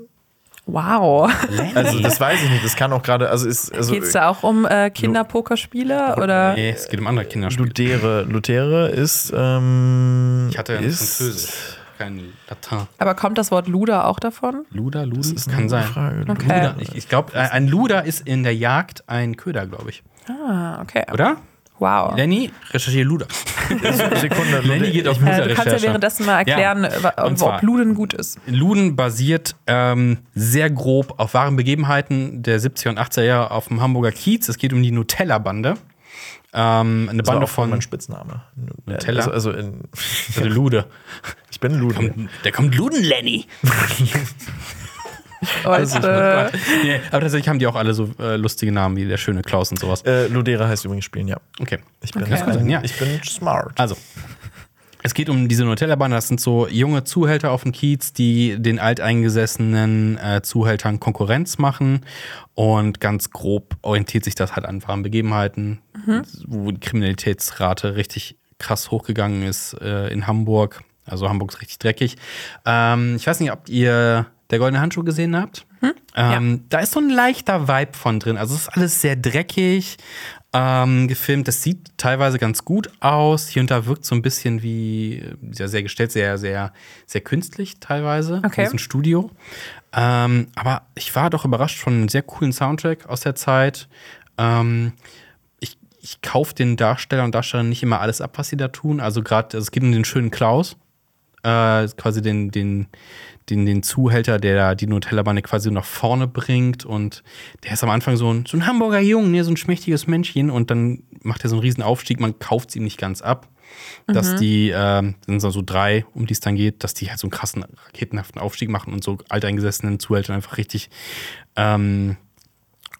Speaker 1: Wow.
Speaker 2: Also das weiß ich nicht. Das kann auch gerade, also ist also
Speaker 1: Geht's da auch um äh, Kinderpokerspiele oder?
Speaker 3: Nee, es geht um andere Kinderspiele.
Speaker 2: Ludere, Lutere ist ähm,
Speaker 3: Ich hatte
Speaker 2: ist,
Speaker 3: Französisch, kein Latein.
Speaker 1: Aber kommt das Wort Luder auch davon?
Speaker 3: Luder, Luden?
Speaker 2: ist eine
Speaker 3: kann sein.
Speaker 2: Frage. Okay.
Speaker 3: Luder. Ich, ich glaube, ein Luder ist in der Jagd ein Köder, glaube ich.
Speaker 1: Ah, okay.
Speaker 3: Oder?
Speaker 1: Wow. Äh,
Speaker 3: Lenny, recherchiere Luder.
Speaker 2: Sekunde,
Speaker 3: Lenny geht auf
Speaker 1: Äh, du kannst ja
Speaker 3: Luder-Recherche.
Speaker 1: währenddessen mal
Speaker 3: Ja.
Speaker 1: erklären, äh, wa-
Speaker 3: Und zwar-
Speaker 1: ob Luden gut ist.
Speaker 3: Luden basiert ähm, sehr grob auf wahren Begebenheiten der 70er und 80er Jahre auf dem Hamburger Kiez. Es geht um die Nutella-Bande. Ähm, eine
Speaker 2: Das war
Speaker 3: Bande
Speaker 2: auch von
Speaker 3: von
Speaker 2: mein Spitzname.
Speaker 3: Nutella?
Speaker 2: Also, also in,
Speaker 3: Der Lude.
Speaker 2: ich bin Lude.
Speaker 3: Da kommt Luden-Lenny.
Speaker 1: Und, äh,
Speaker 3: Nee, aber tatsächlich haben die auch alle so äh, lustige Namen wie der schöne Klaus und sowas.
Speaker 2: Äh, Ludere heißt übrigens Spielen, ja.
Speaker 3: Okay.
Speaker 2: Ich bin,
Speaker 1: Okay.
Speaker 2: ein,
Speaker 3: Ja.
Speaker 2: ich bin smart.
Speaker 3: Also, es geht um diese Nutella-Bande. Das sind so junge Zuhälter auf dem Kiez, die den alteingesessenen äh, Zuhältern Konkurrenz machen. Und ganz grob orientiert sich das halt an wahren Begebenheiten, wo die Kriminalitätsrate richtig krass hochgegangen ist äh, in Hamburg Also Hamburg ist richtig dreckig. Ähm, ich weiß nicht, ob ihr der goldene Handschuh gesehen habt. Ähm, Da ist so ein leichter Vibe von drin. Also es ist alles sehr dreckig ähm, gefilmt. Das sieht teilweise ganz gut aus. Hier und da wirkt so ein bisschen wie äh, sehr, sehr gestellt, sehr, sehr, sehr künstlich teilweise.
Speaker 1: Okay.
Speaker 3: Das ist ein Studio. Ähm, aber ich war doch überrascht von einem sehr coolen Soundtrack aus der Zeit. Ähm, ich, ich kaufe den Darsteller und Darstellerinnen nicht immer alles ab, was sie da tun. Also gerade, also es geht um den schönen Klaus, äh, quasi den, den, den, den Zuhälter, der da die Nutella-Bande quasi nach vorne bringt. Und der ist am Anfang so ein, so ein Hamburger Jung, ne, so ein schmächtiges Männchen. Und dann macht er so einen riesen Aufstieg, man kauft es ihm nicht ganz ab. Dass die, ähm, sind so so drei, um die es dann geht, dass die halt so einen krassen raketenhaften Aufstieg machen und so alteingesessenen Zuhältern einfach richtig ähm,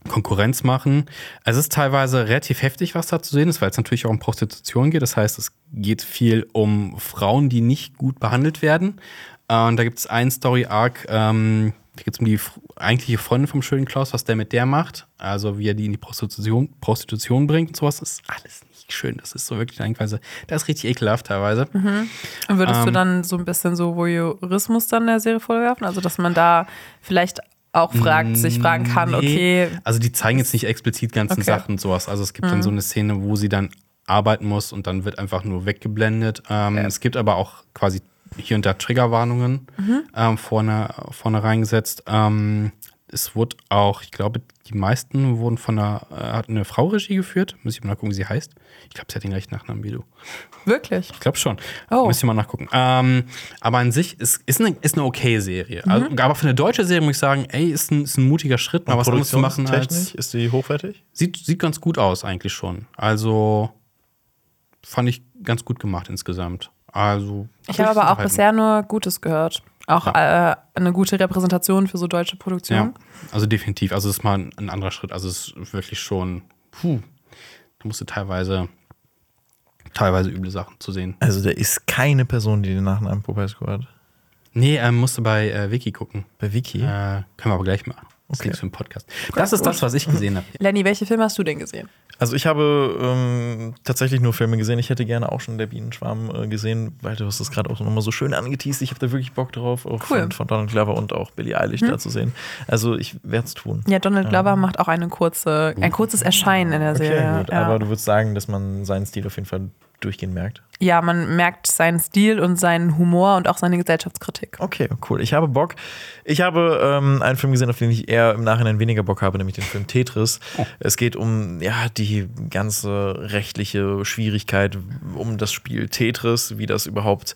Speaker 3: Konkurrenz machen. Es ist teilweise relativ heftig, was da zu sehen ist, weil es natürlich auch um Prostitution geht. Das heißt, es geht viel um Frauen, die nicht gut behandelt werden. Äh, Und da gibt es einen Story-Arc, ähm, da geht es um die fr- eigentliche Freundin vom schönen Klaus, was der mit der macht. Also wie er die in die Prostitution, Prostitution bringt und sowas. Das ist alles nicht schön. Das ist so wirklich teilweise, das ist richtig ekelhaft teilweise.
Speaker 1: Und würdest du
Speaker 3: Ähm.
Speaker 1: dann so ein bisschen so Voyeurismus dann der Serie vorwerfen? Also, dass man da vielleicht auch fragt, sich fragen kann,
Speaker 3: Nee.
Speaker 1: okay,
Speaker 3: Also die zeigen jetzt nicht explizit ganzen
Speaker 1: Okay. Mhm.
Speaker 3: Sachen und sowas. Also es gibt dann so eine Szene, wo sie dann arbeiten muss und dann wird einfach nur weggeblendet. Ähm, Es gibt aber auch quasi hier und da Triggerwarnungen
Speaker 1: Mhm.
Speaker 3: ähm, vorne, vorne reingesetzt. Ähm, es wurde auch, ich glaube, die meisten wurden von einer, äh, hat eine Frau Regie geführt. Muss ich mal gucken, wie sie heißt. Ich glaube, sie hat den gleichen Nachnamen wie du.
Speaker 1: wirklich.
Speaker 3: Ich glaube schon.
Speaker 1: Oh.
Speaker 3: Müsst ihr mal nachgucken. Ähm, aber an sich ist, ist, eine, ist eine okay Serie. Also,
Speaker 1: Mhm.
Speaker 3: aber für eine deutsche Serie muss ich sagen, ey, ist ein, ist ein mutiger Schritt, mal was anderes zu machen. Als,
Speaker 2: Produktionstechnisch? Ist die hochwertig?
Speaker 3: sieht, sieht ganz gut aus eigentlich schon. Also fand ich ganz gut gemacht insgesamt. Also
Speaker 1: Ich habe aber auch
Speaker 3: halten.
Speaker 1: bisher nur Gutes gehört. Auch äh, eine gute Repräsentation für so deutsche Produktionen.
Speaker 3: Ja, also definitiv. Also es ist mal ein, ein anderer Schritt. Also es ist wirklich schon, puh, da musst du teilweise, teilweise üble Sachen zu sehen.
Speaker 2: Also da ist keine Person, die den Nachnamen Popescu hat.
Speaker 3: Nee, ähm, musst du bei äh, Wiki gucken.
Speaker 2: Bei Wiki?
Speaker 1: Hm?
Speaker 3: Äh, können wir aber gleich machen. Das
Speaker 2: Okay.
Speaker 3: okay. für einen Podcast. Das ist das, was ich gesehen habe.
Speaker 1: Lenny, welche Filme hast du denn gesehen?
Speaker 2: Also ich habe ähm, tatsächlich nur Filme gesehen. Ich hätte gerne auch schon der Bienenschwarm äh, gesehen, weil du hast das gerade auch nochmal so schön angeteased. Ich habe da wirklich Bock drauf, auch
Speaker 1: Cool.
Speaker 2: von, von Donald Glover und auch Billie Eilish da zu sehen. Also ich werde es tun.
Speaker 1: Ja, Donald Glover macht auch eine kurze, ein kurzes Erscheinen in der Serie.
Speaker 2: Ähm. Okay, gut.
Speaker 1: ja.
Speaker 2: Aber du würdest sagen, dass man seinen Stil auf jeden Fall durchgehend merkt.
Speaker 1: ja, man merkt seinen Stil und seinen Humor und auch seine Gesellschaftskritik.
Speaker 2: Okay, cool. Ich habe Bock. Ich habe ähm, einen Film gesehen, auf den ich eher im Nachhinein weniger Bock habe, nämlich den Film Tetris. Es geht um ja, die ganze rechtliche Schwierigkeit um das Spiel Tetris, wie das überhaupt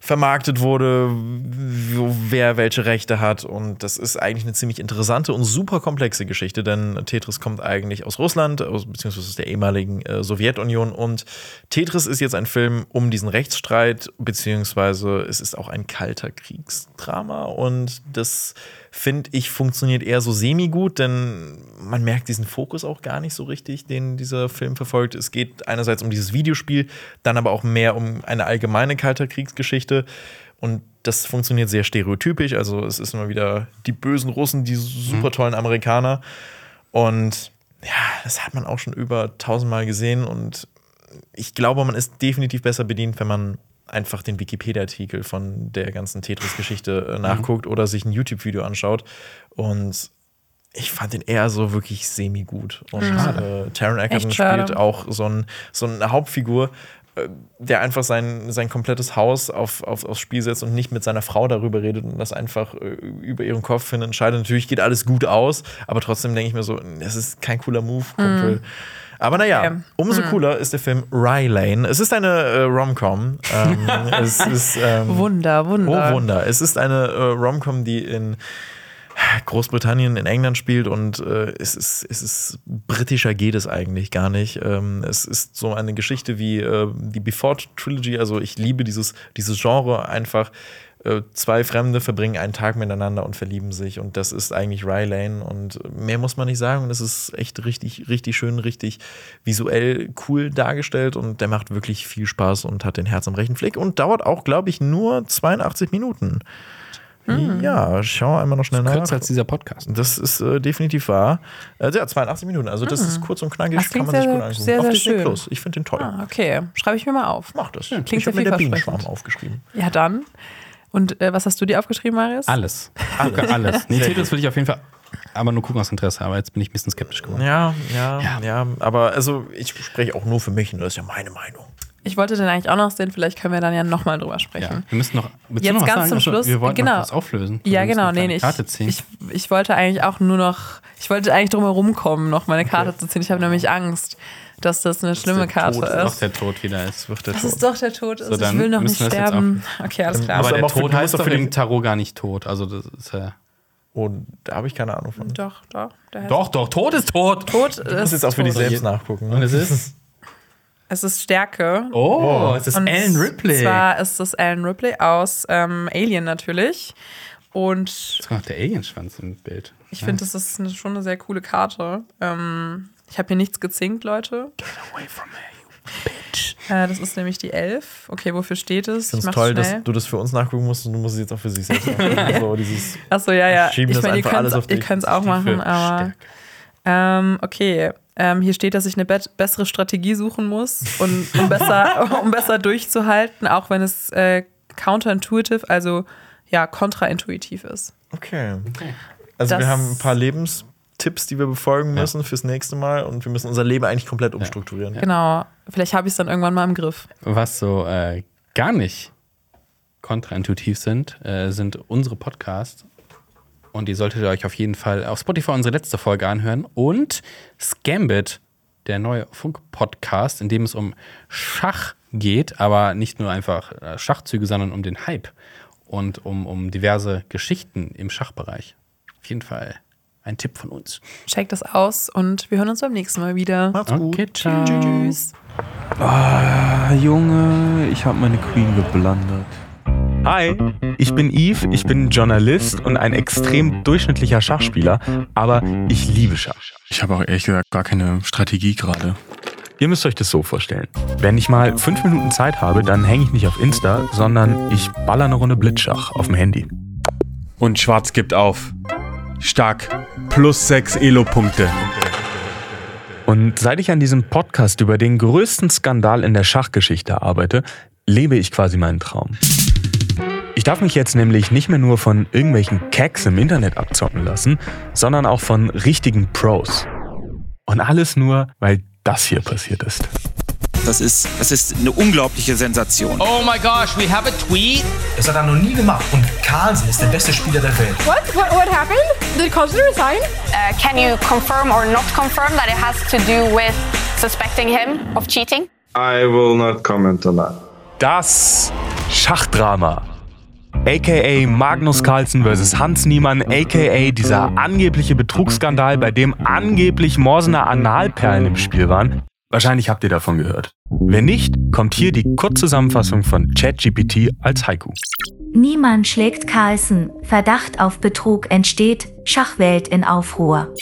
Speaker 2: vermarktet wurde, wo, wer welche Rechte hat. Und das ist eigentlich eine ziemlich interessante und super komplexe Geschichte, denn Tetris kommt eigentlich aus Russland, aus, beziehungsweise aus der ehemaligen äh, Sowjetunion. Und Tetris ist jetzt ein Film um diesen Rechtsstreit, beziehungsweise es ist auch ein kalter Kriegsdrama. Und das finde ich funktioniert eher so semi-gut, denn man merkt diesen Fokus auch gar nicht so richtig, den dieser Film verfolgt. Es geht einerseits um dieses Videospiel, dann aber auch mehr um eine allgemeine kalter Kriegsgeschichte. Und das funktioniert sehr stereotypisch. Also es ist immer wieder die bösen Russen, die super tollen Amerikaner. Und ja, das hat man auch schon über tausendmal gesehen. Und ich glaube, man ist definitiv besser bedient, wenn man einfach den Wikipedia-Artikel von der ganzen Tetris-Geschichte äh, nachguckt oder sich ein YouTube-Video anschaut. Und ich fand den eher so wirklich semi-gut. Und äh, Taron Egerton
Speaker 1: Echt schade.
Speaker 2: spielt auch so, ein, so eine Hauptfigur, äh, der einfach sein, sein komplettes Haus auf, auf, aufs Spiel setzt und nicht mit seiner Frau darüber redet und das einfach äh, über ihren Kopf hin entscheidet. Natürlich geht alles gut aus, aber trotzdem denke ich mir so, das ist kein cooler Move, Kumpel. Aber naja,
Speaker 1: Mhm. Okay. Mhm.
Speaker 2: umso cooler ist der Film Rylane. Es ist eine äh, Rom-Com. Ähm, es ist, ähm,
Speaker 1: Wunder, Wunder.
Speaker 2: Oh Wunder. Es ist eine äh, Rom-Com, die in Großbritannien, in England spielt und äh, es, ist, es ist britischer geht es eigentlich gar nicht. Ähm, es ist so eine Geschichte wie äh, die Before Trilogy. Also ich liebe dieses, dieses Genre einfach. Äh, Zwei Fremde verbringen einen Tag miteinander und verlieben sich. Und das ist eigentlich Rylane. Und mehr muss man nicht sagen. Und es ist echt richtig, richtig schön, richtig visuell cool dargestellt. Und der macht wirklich viel Spaß und hat den Herz am rechten Fleck. Und dauert auch, glaube ich, nur 82 Minuten. Ja, schauen wir einmal noch schnell nach.
Speaker 3: Hm. Kürzer als dieser Podcast.
Speaker 2: Das ist äh, definitiv wahr. Also ja, 82 Minuten. Also das ist kurz und knackig,
Speaker 1: Mhm. Das
Speaker 2: kann
Speaker 1: klingt
Speaker 2: man sich
Speaker 1: sehr,
Speaker 2: gut angucken.
Speaker 1: sehr,
Speaker 2: Auf
Speaker 1: sehr
Speaker 2: Disney
Speaker 1: schön.
Speaker 2: Plus. Ich finde den toll.
Speaker 1: Ah, okay. Schreibe ich mir mal auf.
Speaker 2: Mach das.
Speaker 1: klingt
Speaker 2: ich
Speaker 1: sehr
Speaker 2: habe mir der
Speaker 1: vielversprechend.
Speaker 2: Bienenschwarm aufgeschrieben.
Speaker 1: Ja, dann. Und äh, was hast du dir aufgeschrieben, Marius?
Speaker 3: Alles. Gucke alles. Nee, Tetris will ich auf jeden Fall, aber nur gucken aus Interesse. Aber jetzt bin ich ein bisschen skeptisch geworden.
Speaker 2: Ja, ja, ja, Aber also ich spreche auch nur für mich und das ist ja meine Meinung.
Speaker 1: Ich wollte den eigentlich auch noch sehen, vielleicht können wir dann ja nochmal drüber
Speaker 3: Ja.
Speaker 1: sprechen.
Speaker 3: Wir müssen noch. willst du
Speaker 1: Mhm. Jetzt
Speaker 3: noch was
Speaker 1: ganz
Speaker 3: sagen?
Speaker 1: zum
Speaker 3: Also,
Speaker 1: Schluss.
Speaker 3: Wir wollten
Speaker 1: Genau.
Speaker 3: noch was auflösen.
Speaker 1: Ja,
Speaker 3: Wir müssen
Speaker 1: genau,
Speaker 3: eine
Speaker 1: nee,
Speaker 3: kleine
Speaker 1: nee, ich,
Speaker 3: Karte ziehen.
Speaker 1: ich, ich wollte eigentlich auch nur noch, ich wollte eigentlich drum herum kommen, noch meine Karte zu ziehen. Ich habe nämlich Angst, dass das eine schlimme Karte
Speaker 3: Tod, dass auch
Speaker 1: ist.
Speaker 3: der Tod wieder ist.
Speaker 2: Wird der
Speaker 1: Dass
Speaker 2: Tod.
Speaker 1: es doch der Tod ist.
Speaker 3: So, dann
Speaker 1: ich will noch
Speaker 3: müssen
Speaker 1: nicht
Speaker 3: wir das
Speaker 1: sterben.
Speaker 3: jetzt
Speaker 1: Okay, alles klar.
Speaker 2: Aber
Speaker 3: Aber der
Speaker 2: auch für-
Speaker 3: Tod
Speaker 2: du
Speaker 3: heißt
Speaker 2: musst
Speaker 3: doch
Speaker 2: auch für
Speaker 3: im
Speaker 2: den-
Speaker 3: Tarot gar nicht tot. Also das ist äh,
Speaker 2: Und da habe ich keine Ahnung von.
Speaker 1: doch, doch. Der heißt-
Speaker 3: Doch, doch, tot ist tot.
Speaker 1: Tod
Speaker 2: Du musst
Speaker 1: ist.
Speaker 2: jetzt auch für dich
Speaker 1: Tod.
Speaker 2: selbst nachgucken. ne?
Speaker 3: Und es ist.
Speaker 1: Es ist Stärke.
Speaker 3: Oh, es ist
Speaker 1: Und
Speaker 3: Alan Ripley.
Speaker 1: Zwar ist das Alan Ripley aus ähm, Alien natürlich. Und
Speaker 3: Jetzt kommt noch der Alienschwanz im Bild.
Speaker 1: ich finde, das ist eine, schon eine sehr coole Karte. Ähm, ich habe hier nichts gezinkt, Leute. Äh, das ist nämlich die 11. Okay, wofür steht es?
Speaker 2: Ich finde
Speaker 1: mach's
Speaker 2: es toll,
Speaker 1: schnell.
Speaker 2: dass du das für uns nachgucken musst und du musst es jetzt auch für sich selbst nachgucken. so, dieses
Speaker 1: Achso, ja, ja.
Speaker 2: Schieben
Speaker 1: ich
Speaker 2: das
Speaker 1: meine, ihr
Speaker 2: einfach
Speaker 1: könnt's-
Speaker 2: alles auf
Speaker 1: ihr
Speaker 2: dich.
Speaker 1: könnt es auch machen, aber. Ähm, okay. Ähm, hier steht, dass ich eine bet- bessere Strategie suchen muss, und, um, besser, um besser durchzuhalten, auch wenn es äh, counterintuitive, also ja, kontraintuitiv ist.
Speaker 2: Okay. Also
Speaker 1: Das-
Speaker 2: wir haben ein paar Lebenstipps, die wir befolgen müssen fürs nächste Mal und wir müssen unser Leben eigentlich komplett umstrukturieren.
Speaker 1: Genau. Vielleicht habe ich es dann irgendwann mal im Griff.
Speaker 3: Was so äh, gar nicht kontraintuitiv sind, äh, sind unsere Podcasts. Und die solltet ihr euch auf jeden Fall auf Spotify unsere letzte Folge anhören. Und Scambit, der neue Funk-Podcast, in dem es um Schach geht, aber nicht nur einfach äh, Schachzüge, sondern um den Hype und um, um diverse Geschichten im Schachbereich. Auf jeden Fall ein Tipp von uns.
Speaker 1: Checkt das aus und wir hören uns beim nächsten Mal wieder.
Speaker 2: Macht's gut.
Speaker 3: Okay, ciao.
Speaker 1: Tschüss.
Speaker 7: Ah, Junge, ich habe meine Queen geblandert.
Speaker 8: Hi, ich bin Yves, ich bin Journalist und ein extrem durchschnittlicher Schachspieler, aber ich liebe Schach.
Speaker 9: Ich habe auch ehrlich gesagt gar keine Strategie gerade.
Speaker 8: Ihr müsst euch das so vorstellen. Wenn ich mal fünf Minuten Zeit habe, dann hänge ich nicht auf Insta, sondern ich baller eine Runde Blitzschach auf dem Handy.
Speaker 9: Und Schwarz gibt auf. Stark. Plus sechs Elo-Punkte.
Speaker 8: Und seit ich an diesem Podcast über den größten Skandal in der Schachgeschichte arbeite, lebe ich quasi meinen Traum. Ich darf mich jetzt nämlich nicht mehr nur von irgendwelchen Cacks im Internet abzocken lassen, sondern auch von richtigen Pros. Und alles nur, weil das hier passiert ist.
Speaker 10: Das ist, das ist eine unglaubliche Sensation.
Speaker 11: Oh my gosh, we have a tweet.
Speaker 7: Das hat er noch nie gemacht und Carlsen ist der beste Spieler der Welt.
Speaker 12: What? What, what happened? Did Cosner resign? Uh, can you confirm or not confirm that it has to do with suspecting him of cheating?
Speaker 9: I will not comment on that.
Speaker 8: Das Schachdrama. AKA Magnus Carlsen vs. Hans Niemann, AKA dieser angebliche Betrugsskandal, bei dem angeblich Morsener Analperlen im Spiel waren. Wahrscheinlich habt ihr davon gehört. Wenn nicht, kommt hier die Kurzzusammenfassung von ChatGPT als Haiku.
Speaker 12: Niemand schlägt Carlsen. Verdacht auf Betrug entsteht. Schachwelt in Aufruhr.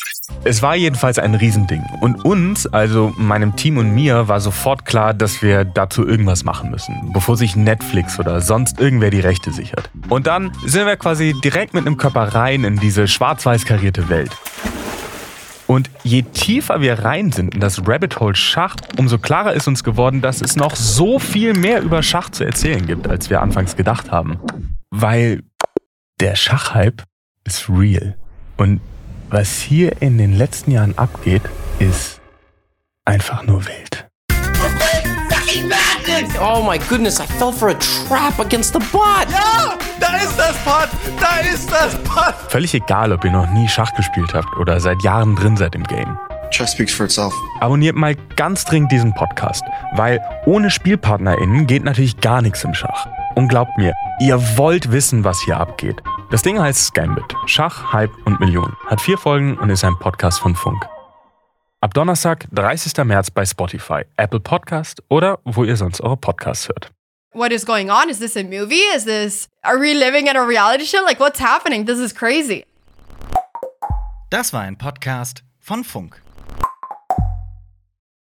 Speaker 8: Es war jedenfalls ein Riesending. Und uns, also meinem Team und mir, war sofort klar, dass wir dazu irgendwas machen müssen, bevor sich Netflix oder sonst irgendwer die Rechte sichert. Und dann sind wir quasi direkt mit einem Körper rein in diese schwarz-weiß karierte Welt. Und je tiefer wir rein sind in das Rabbit Hole Schach, umso klarer ist uns geworden, dass es noch so viel mehr über Schach zu erzählen gibt, als wir anfangs gedacht haben. Weil der Schachhype ist real. Und was hier in den letzten Jahren abgeht, ist einfach nur wild.
Speaker 10: Oh my goodness, I fell for a trap against the bot.
Speaker 8: Völlig egal, ob ihr noch nie Schach gespielt habt oder seit Jahren drin seid im Game.
Speaker 9: Chess speaks for itself.
Speaker 8: Abonniert mal ganz dringend diesen Podcast, weil ohne SpielpartnerInnen geht natürlich gar nichts im Schach. Und glaubt mir, ihr wollt wissen, was hier abgeht. Das Ding heißt Scambit. Schach, Hype und Millionen. Hat vier Folgen und ist ein Podcast von Funk. Ab Donnerstag, 30. März bei Spotify, Apple Podcast oder wo ihr sonst eure Podcasts hört.
Speaker 12: What is going on? Is this a movie? Is this. Are we living in a reality show? Like, what's happening? This is crazy.
Speaker 4: Das war ein Podcast von Funk.